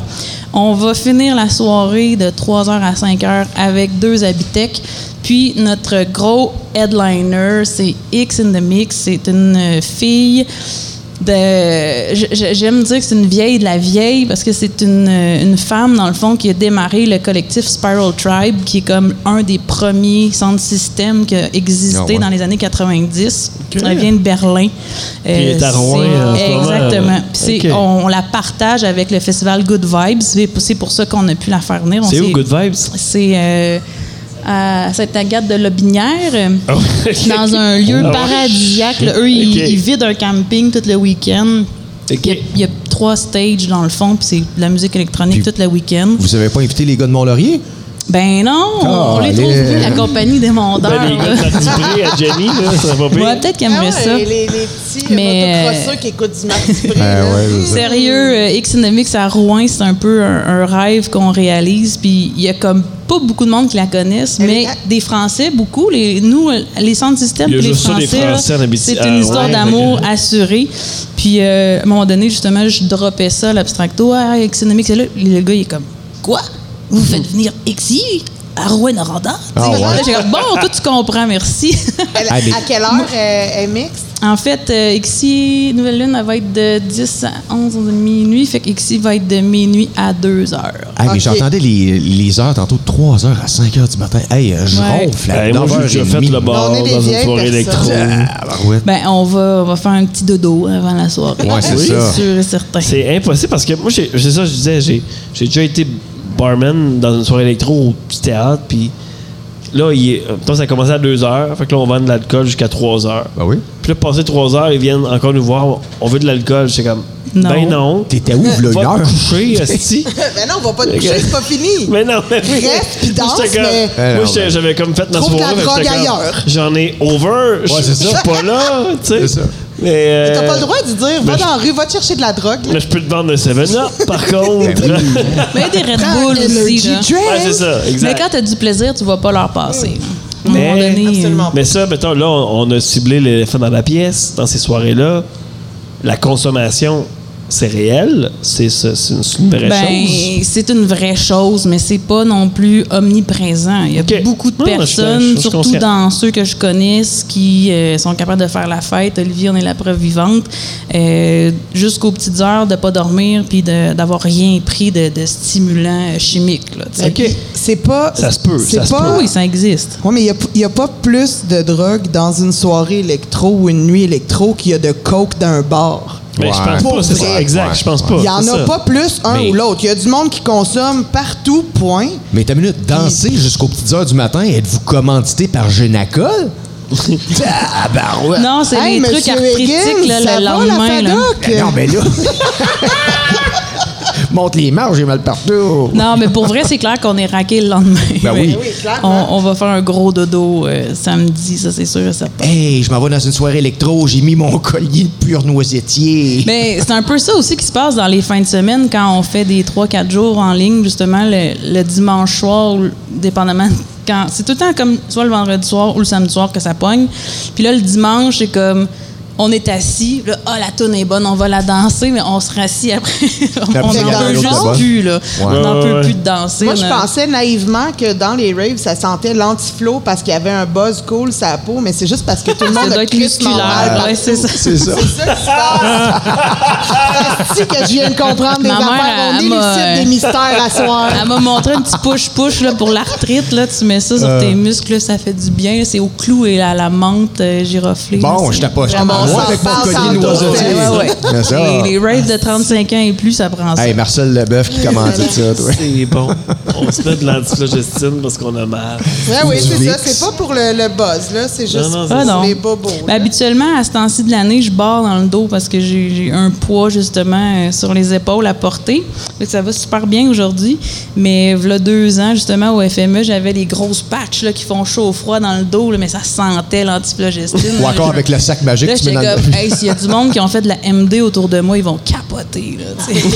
[SPEAKER 6] On va finir la soirée de 3h à 5h avec deux Habitech. Puis notre gros headliner, c'est X in the Mix. C'est une euh, fille de. j- j- Ben, J'aime dire que c'est une vieille de la vieille parce que c'est une, euh, une femme, dans le fond, qui a démarré le collectif Spiral Tribe, qui est comme un des premiers centres systèmes qui a existé
[SPEAKER 2] Ah ouais.
[SPEAKER 6] dans les années 90. Elle vient de Berlin. Puis
[SPEAKER 1] elle est à Rouen, en ce moment.
[SPEAKER 6] Exactement. Puis c'est-
[SPEAKER 1] Ok.
[SPEAKER 6] on, on la partage avec le festival Good Vibes. C'est c'est pour ça qu'on a pu la faire venir. On
[SPEAKER 1] C'est où,
[SPEAKER 6] s'est-
[SPEAKER 1] Good Vibes?
[SPEAKER 6] c'est euh, à Sainte-Agathe de Lobinière, euh,
[SPEAKER 1] Ah ok.
[SPEAKER 6] dans un lieu
[SPEAKER 1] Ah ouais.
[SPEAKER 6] paradisiaque. là. Eux, ils,
[SPEAKER 1] Ok.
[SPEAKER 6] ils vident un camping tout le week-end.
[SPEAKER 1] Ok.
[SPEAKER 6] Il, y a, il y a trois stages dans le fond, puis c'est de la musique électronique
[SPEAKER 2] Puis-
[SPEAKER 6] tout le week-end.
[SPEAKER 2] Vous avez pas invité les gars de Mont-Laurier?
[SPEAKER 6] Ben non, on les trouve
[SPEAKER 2] Calais.
[SPEAKER 6] vus, la compagnie des mondeurs.
[SPEAKER 1] Ah, Ben, les gars de
[SPEAKER 6] là.
[SPEAKER 1] Parti pris à Jenny, là, ça va
[SPEAKER 6] Ouais,
[SPEAKER 1] bien.
[SPEAKER 6] Ah. peut-être qu'ils
[SPEAKER 3] Ah
[SPEAKER 6] aimeraient
[SPEAKER 3] ouais,
[SPEAKER 6] ça.
[SPEAKER 3] Les, les petits
[SPEAKER 6] Mais,
[SPEAKER 3] Mais
[SPEAKER 6] euh,
[SPEAKER 3] motocrosseurs qui écoutent du Marty Prix.
[SPEAKER 1] Ben
[SPEAKER 3] là.
[SPEAKER 2] ouais, c'est ça.
[SPEAKER 6] Sérieux, euh, Xenomics à Rouen, c'est un peu un, un rêve qu'on réalise. Puis il y a comme pas beaucoup de monde qui la connaissent,
[SPEAKER 3] Elle
[SPEAKER 6] mais
[SPEAKER 3] est à-
[SPEAKER 6] des Français, beaucoup. Les, nous, euh, les centres systèmes,
[SPEAKER 1] Il y a
[SPEAKER 6] puis les
[SPEAKER 1] juste ça,
[SPEAKER 6] Français,
[SPEAKER 1] des Français
[SPEAKER 6] là,
[SPEAKER 1] en Abitibi-
[SPEAKER 6] c'est
[SPEAKER 1] à
[SPEAKER 6] une histoire
[SPEAKER 1] Rouen,
[SPEAKER 6] d'amour
[SPEAKER 1] fait
[SPEAKER 6] assurée. Puis euh, à un moment donné, justement, je droppais ça, l'abstracto. Ah, Xenomics est là. Le gars, il est comme Quoi Vous faites venir Xi à Rouen-Noranda
[SPEAKER 2] Ah ouais.
[SPEAKER 6] Là, j'ai comme, Bon, toi, tu comprends, merci.
[SPEAKER 3] Elle-
[SPEAKER 2] Ah, mais-
[SPEAKER 3] À quelle heure euh, elle est mixte?
[SPEAKER 6] En fait, euh, XI Nouvelle Lune, elle va être de 10 à 11 de minuit. Fait que XI va être de minuit à 2 heures.
[SPEAKER 2] Hey, mais
[SPEAKER 3] Ok.
[SPEAKER 2] j'entendais les, les heures tantôt, 3 heures à 5 heures du matin. Hey, euh, je
[SPEAKER 6] Ouais.
[SPEAKER 2] ronfle. à
[SPEAKER 1] Hey, Ben, moi,
[SPEAKER 2] 9
[SPEAKER 1] j'ai
[SPEAKER 2] heures
[SPEAKER 1] déjà
[SPEAKER 2] et
[SPEAKER 1] fait
[SPEAKER 2] demie.
[SPEAKER 1] le bar
[SPEAKER 3] On est des
[SPEAKER 1] dans une
[SPEAKER 3] vieilles
[SPEAKER 1] soirée électro.
[SPEAKER 3] personnes.
[SPEAKER 2] Ah, ouais.
[SPEAKER 6] Ben, on va, on va faire un petit dodo avant la soirée.
[SPEAKER 2] Ouais, c'est
[SPEAKER 6] Oui,
[SPEAKER 2] ça.
[SPEAKER 6] sûr et certain.
[SPEAKER 1] C'est impossible parce que moi, j'ai- c'est ça que je disais, j'ai j'ai déjà été barman dans une soirée électro au petit théâtre, puis là, il est, mettons, ça a commencé à 2 heures, fait que là, on vend de l'alcool jusqu'à 3 heures.
[SPEAKER 2] Ben oui.
[SPEAKER 1] Puis là, passé 3 heures, ils viennent encore nous voir, on veut de l'alcool. J'étais comme,
[SPEAKER 6] Non.
[SPEAKER 1] ben non.
[SPEAKER 2] T'étais où,
[SPEAKER 6] Euh,
[SPEAKER 2] v'là une
[SPEAKER 1] Va te
[SPEAKER 2] heure?
[SPEAKER 1] coucher, esti.
[SPEAKER 3] Ben non, on va pas te coucher, c'est pas fini.
[SPEAKER 1] Mais non, mais oui.
[SPEAKER 3] Reste pis danse,
[SPEAKER 1] J'étais comme-
[SPEAKER 3] mais-
[SPEAKER 2] Eh
[SPEAKER 1] Moi,
[SPEAKER 2] non,
[SPEAKER 1] j'étais-
[SPEAKER 2] ben.
[SPEAKER 1] j'avais comme fait ma
[SPEAKER 3] Trouve ta
[SPEAKER 1] soirée. mais
[SPEAKER 3] drogue
[SPEAKER 1] j'étais comme,
[SPEAKER 3] ailleurs.
[SPEAKER 1] J'en ai over. Je je
[SPEAKER 2] c'est ça.
[SPEAKER 1] suis pas là, tu sais.
[SPEAKER 2] C'est ça.
[SPEAKER 1] Mais.
[SPEAKER 3] Mais
[SPEAKER 1] euh,
[SPEAKER 3] T'as pas le droit de dire, va
[SPEAKER 1] ben,
[SPEAKER 3] dans la rue, va te chercher de la drogue. là.
[SPEAKER 1] Mais je peux te vendre le 7-Up, par contre.
[SPEAKER 2] Ben
[SPEAKER 6] Mais des Red
[SPEAKER 3] Prends
[SPEAKER 6] Bull
[SPEAKER 3] un
[SPEAKER 6] aussi.
[SPEAKER 3] energy
[SPEAKER 6] là.
[SPEAKER 3] drink.
[SPEAKER 1] Ouais, c'est ça, exact.
[SPEAKER 6] Mais quand t'as du plaisir, tu vas pas leur passer. À un
[SPEAKER 1] Mais-
[SPEAKER 6] moment donné,
[SPEAKER 3] Absolument.
[SPEAKER 1] Mais ça, mettons, là, on, on a ciblé l'éléphant dans la pièce, dans ces soirées-là. La consommation, c'est réel. C'est c'est- c'est une, c'est une vraie chose.
[SPEAKER 6] Ben, c'est une vraie chose, mais c'est pas non plus omniprésent. Il y a
[SPEAKER 1] Ok.
[SPEAKER 6] beaucoup de
[SPEAKER 1] Non, je suis-
[SPEAKER 6] personnes,
[SPEAKER 1] je suis
[SPEAKER 6] surtout
[SPEAKER 1] conscient.
[SPEAKER 6] dans ceux que je connaisse, qui euh, sont capables de faire la fête. Olivier, on est la preuve vivante. Euh, Jusqu'aux petites heures de pas dormir puis de- d'avoir rien pris de, de stimulant euh, chimique. Là, tu sais. Ah
[SPEAKER 1] OK.
[SPEAKER 3] Ben, C'est pas.
[SPEAKER 1] Ça se peut,
[SPEAKER 3] c'est
[SPEAKER 1] ça se
[SPEAKER 3] pas-
[SPEAKER 1] peut.
[SPEAKER 6] Oui, ça existe.
[SPEAKER 3] Oui, mais il n'y a, pas plus de drogue dans une soirée électro ou une nuit électro qu'il y a de coke dans un bar.
[SPEAKER 1] Mais Ben, je pense
[SPEAKER 2] Ouais.
[SPEAKER 1] pas, c'est ça.
[SPEAKER 3] Ouais.
[SPEAKER 1] Exact, je pense pas.
[SPEAKER 3] Il n'y en
[SPEAKER 1] c'est
[SPEAKER 3] a
[SPEAKER 1] ça.
[SPEAKER 3] pas plus un
[SPEAKER 2] Mais-
[SPEAKER 3] ou l'autre. Il y a du monde qui consomme partout, point.
[SPEAKER 2] Mais t'as une minute, danser jusqu'aux petites heures du matin, êtes-vous commandité par Génacol? ah, bah ouais.
[SPEAKER 6] Non, c'est
[SPEAKER 3] Hey,
[SPEAKER 6] les trucs
[SPEAKER 3] Monsieur
[SPEAKER 6] arthritiques
[SPEAKER 3] Higgins,
[SPEAKER 6] là,
[SPEAKER 3] ça
[SPEAKER 6] le
[SPEAKER 3] va, la
[SPEAKER 6] lendemain. là.
[SPEAKER 3] FADOC?
[SPEAKER 1] Ben
[SPEAKER 2] Non, mais là. Monte les marches, j'ai mal partout.
[SPEAKER 6] Non, mais pour vrai, c'est clair qu'on est raqué le lendemain.
[SPEAKER 2] Ben oui.
[SPEAKER 6] Mais
[SPEAKER 2] Oui,
[SPEAKER 6] on,
[SPEAKER 3] clairement.
[SPEAKER 6] on va faire un gros dodo euh, samedi, ça c'est sûr et certain.
[SPEAKER 2] Hey, je m'en vais dans une soirée électro, j'ai mis mon collier de pur noisettier.
[SPEAKER 6] Mais c'est un peu ça aussi qui se passe dans les fins de semaine quand on fait des 3-4 jours en ligne, justement, le, le dimanche soir, ou le- dépendamment. de Quand, c'est tout le temps comme soit le vendredi soir ou le samedi soir que ça pogne. Puis là, le dimanche, c'est comme on est assis, là, ah, la toune est bonne, on va la danser, mais on se rassit après. on
[SPEAKER 2] Après,
[SPEAKER 6] n'en
[SPEAKER 3] dans
[SPEAKER 6] peut
[SPEAKER 3] l'autre,
[SPEAKER 6] juste
[SPEAKER 2] c'est bon.
[SPEAKER 6] plus, là. On n'en
[SPEAKER 1] Ouais, ouais.
[SPEAKER 6] peut plus de danser.
[SPEAKER 3] Moi, je
[SPEAKER 6] là.
[SPEAKER 3] pensais naïvement que dans les raves, ça sentait l'antiflow parce qu'il y avait un buzz cool sa peau, mais c'est juste parce que tout le
[SPEAKER 6] Ça
[SPEAKER 3] monde
[SPEAKER 6] doit
[SPEAKER 3] a
[SPEAKER 6] être
[SPEAKER 3] crissement mal.
[SPEAKER 6] musculaire, ouais, c'est ça.
[SPEAKER 2] C'est ça.
[SPEAKER 3] C'est que je viens de comprendre des
[SPEAKER 6] Ma mère,
[SPEAKER 3] affaires. On
[SPEAKER 6] elle m'a,
[SPEAKER 3] élucide
[SPEAKER 6] euh,
[SPEAKER 3] des mystères à soir.
[SPEAKER 6] Elle m'a montré un petit push-push là, pour l'arthrite. Là. Tu mets ça sur
[SPEAKER 2] Euh.
[SPEAKER 6] tes muscles, là, ça fait du bien. là. C'est au clou et à la menthe euh, giroflée.
[SPEAKER 2] Bon,
[SPEAKER 6] là,
[SPEAKER 2] je
[SPEAKER 6] c'est
[SPEAKER 2] t'approche.
[SPEAKER 3] vraiment
[SPEAKER 2] Moi,
[SPEAKER 3] ça
[SPEAKER 2] avec mon
[SPEAKER 3] passe
[SPEAKER 2] collier
[SPEAKER 3] en
[SPEAKER 2] noiseau.
[SPEAKER 3] douce.
[SPEAKER 2] tu sais.
[SPEAKER 6] Ouais, ouais.
[SPEAKER 2] Mais ça,
[SPEAKER 6] Les, les raves de 35 ans et plus, ça prend ça.
[SPEAKER 2] Hey, Marcel Leboeuf qui commandait ça, toi.
[SPEAKER 1] C'est bon. On se met de l'antiflogestine parce qu'on a mal.
[SPEAKER 3] Ouais, Ben oui,
[SPEAKER 2] du
[SPEAKER 3] c'est ça.
[SPEAKER 2] Vicks.
[SPEAKER 3] C'est pas pour le, le buzz, là. C'est juste
[SPEAKER 1] non,
[SPEAKER 6] Ah
[SPEAKER 1] c'est
[SPEAKER 6] non.
[SPEAKER 3] pour les bobos.
[SPEAKER 6] Ben,
[SPEAKER 3] là.
[SPEAKER 6] habituellement, à ce temps-ci de l'année, je barre dans le dos parce que j'ai j'ai un poids, justement, euh, sur les épaules à porter. Fait que ça va super bien aujourd'hui. Mais voilà deux ans, justement, au FME, j'avais les grosses patchs là, qui font chaud au froid dans le dos, là, mais ça sentait l'antiplogestine.
[SPEAKER 2] Ou encore avec le sac magique
[SPEAKER 6] Là,
[SPEAKER 2] que tu mets
[SPEAKER 6] j'étais
[SPEAKER 2] dans le...
[SPEAKER 6] comme, hey, s'il y a du monde qui ont fait de la MD autour de moi, ils vont capoter, là, tu sais.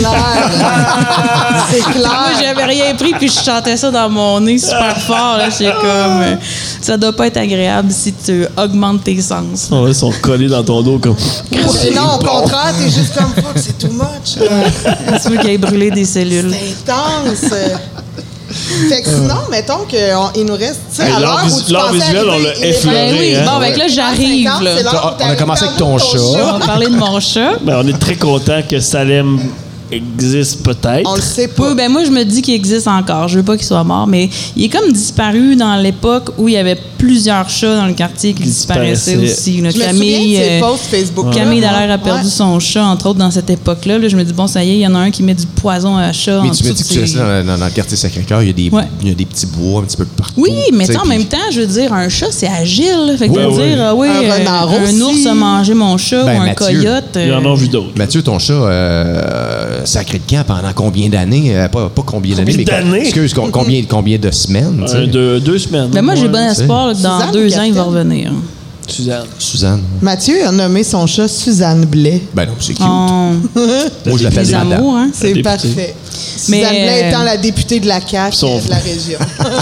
[SPEAKER 3] Claire. c'est
[SPEAKER 6] Moi,
[SPEAKER 3] clair.
[SPEAKER 6] j'avais rien pris, puis je chantais ça dans mon nez super fort, là. J'étais comme, euh, ça doit pas être agréable si tu augmentes tes sens.
[SPEAKER 1] Oh, ils sont collés dans ton dos comme.
[SPEAKER 3] Et non, au contraire, t'es juste comme fuck, c'est too much.
[SPEAKER 6] tu veux qu'il ait brûlé des cellules.
[SPEAKER 3] C'est intense. Fait que sinon, mettons qu'il nous reste. tu sais,
[SPEAKER 1] Hey,
[SPEAKER 3] à
[SPEAKER 1] l'art
[SPEAKER 3] l'heure
[SPEAKER 1] visu-
[SPEAKER 3] où tu
[SPEAKER 1] l'art
[SPEAKER 3] pensais
[SPEAKER 1] visuel, on
[SPEAKER 3] arriver,
[SPEAKER 1] l'a
[SPEAKER 3] il est
[SPEAKER 1] effleuré,
[SPEAKER 6] Ben oui,
[SPEAKER 1] hein.
[SPEAKER 6] bon, ben que là, j'arrive, là.
[SPEAKER 3] C'est l'heure où
[SPEAKER 2] On a commencé avec ton
[SPEAKER 3] t'arrives dans le
[SPEAKER 2] chat.
[SPEAKER 6] On va parler de mon chat.
[SPEAKER 1] Ben, on est très content que Salem existe peut-être.
[SPEAKER 3] On le sait pas.
[SPEAKER 6] Oui, ben moi, je me dis qu'il existe encore. Je veux pas qu'il soit mort, mais il est comme disparu dans l'époque où il y avait plusieurs chats dans le quartier qui disparaissaient
[SPEAKER 1] Disparaissaient.
[SPEAKER 6] aussi. là.
[SPEAKER 3] Je me
[SPEAKER 6] Camille,
[SPEAKER 3] souviens de ses
[SPEAKER 6] euh,
[SPEAKER 3] posts Facebook.
[SPEAKER 6] Camille Dallaire a perdu
[SPEAKER 3] Ouais.
[SPEAKER 6] son chat, entre autres, dans cette époque-là. Là, je me dis, bon, ça y est, il y en a un qui met du poison à chat.
[SPEAKER 2] Mais
[SPEAKER 6] en
[SPEAKER 2] tu me dis
[SPEAKER 6] dessous
[SPEAKER 2] que
[SPEAKER 6] de
[SPEAKER 2] tu restais
[SPEAKER 6] ses-
[SPEAKER 2] dans, dans- dans le quartier Sacré-Cœur, il y, a des-
[SPEAKER 6] Ouais.
[SPEAKER 2] il y a des petits bois un petit peu partout.
[SPEAKER 6] Oui, mais
[SPEAKER 2] tu sais,
[SPEAKER 6] tu sais, en
[SPEAKER 2] puis-
[SPEAKER 6] même temps, je veux dire, un chat, c'est agile. là. Fait que
[SPEAKER 1] Ouais,
[SPEAKER 6] de
[SPEAKER 1] ouais.
[SPEAKER 6] dire, ah oui,
[SPEAKER 3] Un
[SPEAKER 6] euh,
[SPEAKER 3] renard aussi.
[SPEAKER 6] un ours a mangé mon chat
[SPEAKER 2] Ben,
[SPEAKER 6] ou un
[SPEAKER 2] Mathieu.
[SPEAKER 6] coyote.
[SPEAKER 1] Ils en
[SPEAKER 6] euh,
[SPEAKER 1] ont vu d'autres.
[SPEAKER 2] Mathieu, ton chat, euh, sacré de camp pendant combien d'années? Euh, pas, pas combien d'années, mais
[SPEAKER 1] Combien d'années?
[SPEAKER 2] excuse, com- combien, combien de semaines? tu sais?
[SPEAKER 1] Un, deux, deux semaines.
[SPEAKER 6] Ben moi, j'ai
[SPEAKER 1] Ouais.
[SPEAKER 6] bon espoir là, que dans
[SPEAKER 3] Suzanne,
[SPEAKER 6] deux ans, il
[SPEAKER 3] capitaine.
[SPEAKER 6] va revenir.
[SPEAKER 1] Suzanne.
[SPEAKER 2] Suzanne.
[SPEAKER 3] Mathieu a nommé son chat Suzanne Blais.
[SPEAKER 2] Ben non, c'est cute.
[SPEAKER 6] On...
[SPEAKER 2] Moi, je l'appelle
[SPEAKER 6] Les
[SPEAKER 2] madame.
[SPEAKER 6] amours, hein?
[SPEAKER 3] C'est
[SPEAKER 1] députée.
[SPEAKER 3] parfait.
[SPEAKER 6] Mais,
[SPEAKER 3] Suzanne Blais
[SPEAKER 6] euh,
[SPEAKER 3] étant la députée de la CAQ
[SPEAKER 1] son-
[SPEAKER 3] euh, de la région.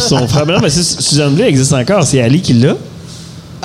[SPEAKER 1] Son frère. Mais non, mais c'est- Suzanne Blais existe encore. C'est Ali qui l'a.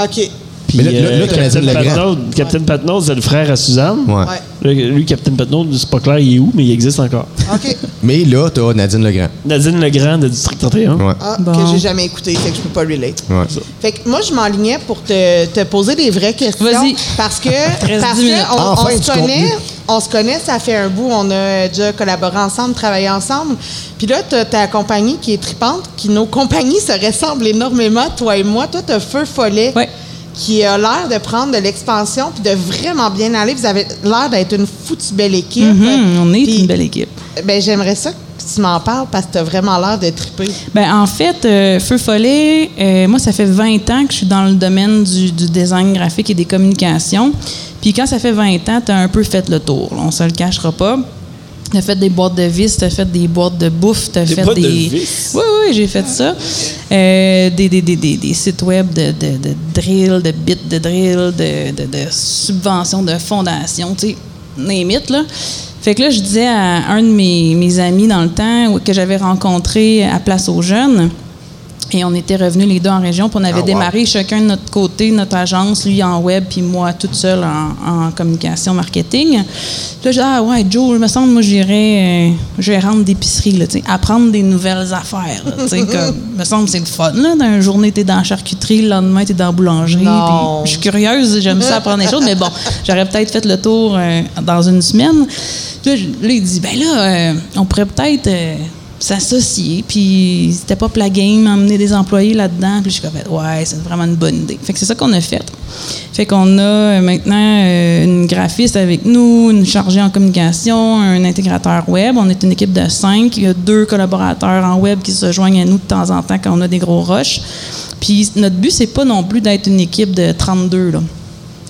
[SPEAKER 3] OK.
[SPEAKER 2] Mais là,
[SPEAKER 1] Puis,
[SPEAKER 2] là, là,
[SPEAKER 1] euh,
[SPEAKER 2] Canadien
[SPEAKER 1] Captain
[SPEAKER 2] Legrand.
[SPEAKER 1] Patnaud- Captain Patnaud, c'est le frère à Suzanne.
[SPEAKER 2] Ouais.
[SPEAKER 3] Ouais.
[SPEAKER 1] Là, Lui, Captain Patnaud, c'est pas clair, il est où, mais il existe encore.
[SPEAKER 3] OK.
[SPEAKER 2] Mais là, t'as Nadine Legrand.
[SPEAKER 1] Nadine Legrand de District 31.
[SPEAKER 2] Ouais.
[SPEAKER 3] Ah, que
[SPEAKER 6] Bon.
[SPEAKER 3] j'ai jamais écouté, fait que je peux pas relate.
[SPEAKER 2] Ouais.
[SPEAKER 3] Fait que moi, je m'enlignais pour te, te poser des vraies questions.
[SPEAKER 6] Vas-y.
[SPEAKER 3] Parce que,
[SPEAKER 6] Reste
[SPEAKER 3] parce
[SPEAKER 6] dix minutes.
[SPEAKER 3] que on, on
[SPEAKER 2] Ah, Enfin, du
[SPEAKER 3] se connaît,
[SPEAKER 2] contenu.
[SPEAKER 3] on se connaît, ça fait un bout, on a déjà collaboré ensemble, travaillé ensemble. Puis là, t'as ta compagnie qui est tripante, qui nos compagnies se ressemblent énormément, toi et moi. Toi, t'as Feu Follet.
[SPEAKER 6] Ouais.
[SPEAKER 3] Qui a l'air de prendre de l'expansion puis de vraiment bien aller. Vous avez l'air d'être une foutue belle équipe.
[SPEAKER 6] Mhm, on est
[SPEAKER 3] Puis,
[SPEAKER 6] une belle équipe.
[SPEAKER 3] Ben, j'aimerais ça que tu m'en parles parce que t'as vraiment l'air de triper.
[SPEAKER 6] Ben, en fait, euh, Feu Follet, euh, moi, ça fait 20 ans que je suis dans le domaine du, du design graphique et des communications. Puis quand ça fait 20 ans, tu as un peu fait le tour. là, on se le cachera pas. Tu as fait des boîtes de vis, tu as fait des boîtes de bouffe, tu as fait
[SPEAKER 1] boîtes de
[SPEAKER 6] des.
[SPEAKER 1] vis?
[SPEAKER 6] Oui, oui, j'ai fait ça. Euh, des, des, des, des, des sites web de, de, de drill, de bits de drill, de, de, de subventions, de fondations, tu sais, name it, là. Fait que là, je disais à un de mes, mes amis dans le temps ou- que j'avais rencontré à Place aux Jeunes, et on était revenus les deux en région, puis on avait
[SPEAKER 2] Ah, wow.
[SPEAKER 6] démarré chacun de notre côté, notre agence, lui en web, puis moi toute seule en, en communication marketing. Puis là, j'ai dit, ah ouais, Joe, je me semble, moi, j'irais euh, gérante d'épicerie, là, tu sais, apprendre des nouvelles affaires. là, tu sais, comme, me semble, c'est le fun, là. Dans une journée, t'es dans la charcuterie, le lendemain, t'es dans la boulangerie.
[SPEAKER 3] Non.
[SPEAKER 6] puis Je suis curieuse, j'aime ça apprendre des choses, mais bon, j'aurais peut-être fait le tour euh, dans une semaine. Puis là, je- là, il dit, ben là, euh, on pourrait peut-être euh, s'associer, puis c'était pas la game, emmener des employés là-dedans. Puis je suis comme, ouais, c'est vraiment une bonne idée. Fait que c'est ça qu'on a fait. Fait qu'on a euh, maintenant euh, une graphiste avec nous, une chargée en communication, un intégrateur web. On est une équipe de cinq. Il y a deux collaborateurs en web qui se joignent à nous de temps en temps quand on a des gros rushs. Puis notre but, c'est pas non plus d'être une équipe de 32, là.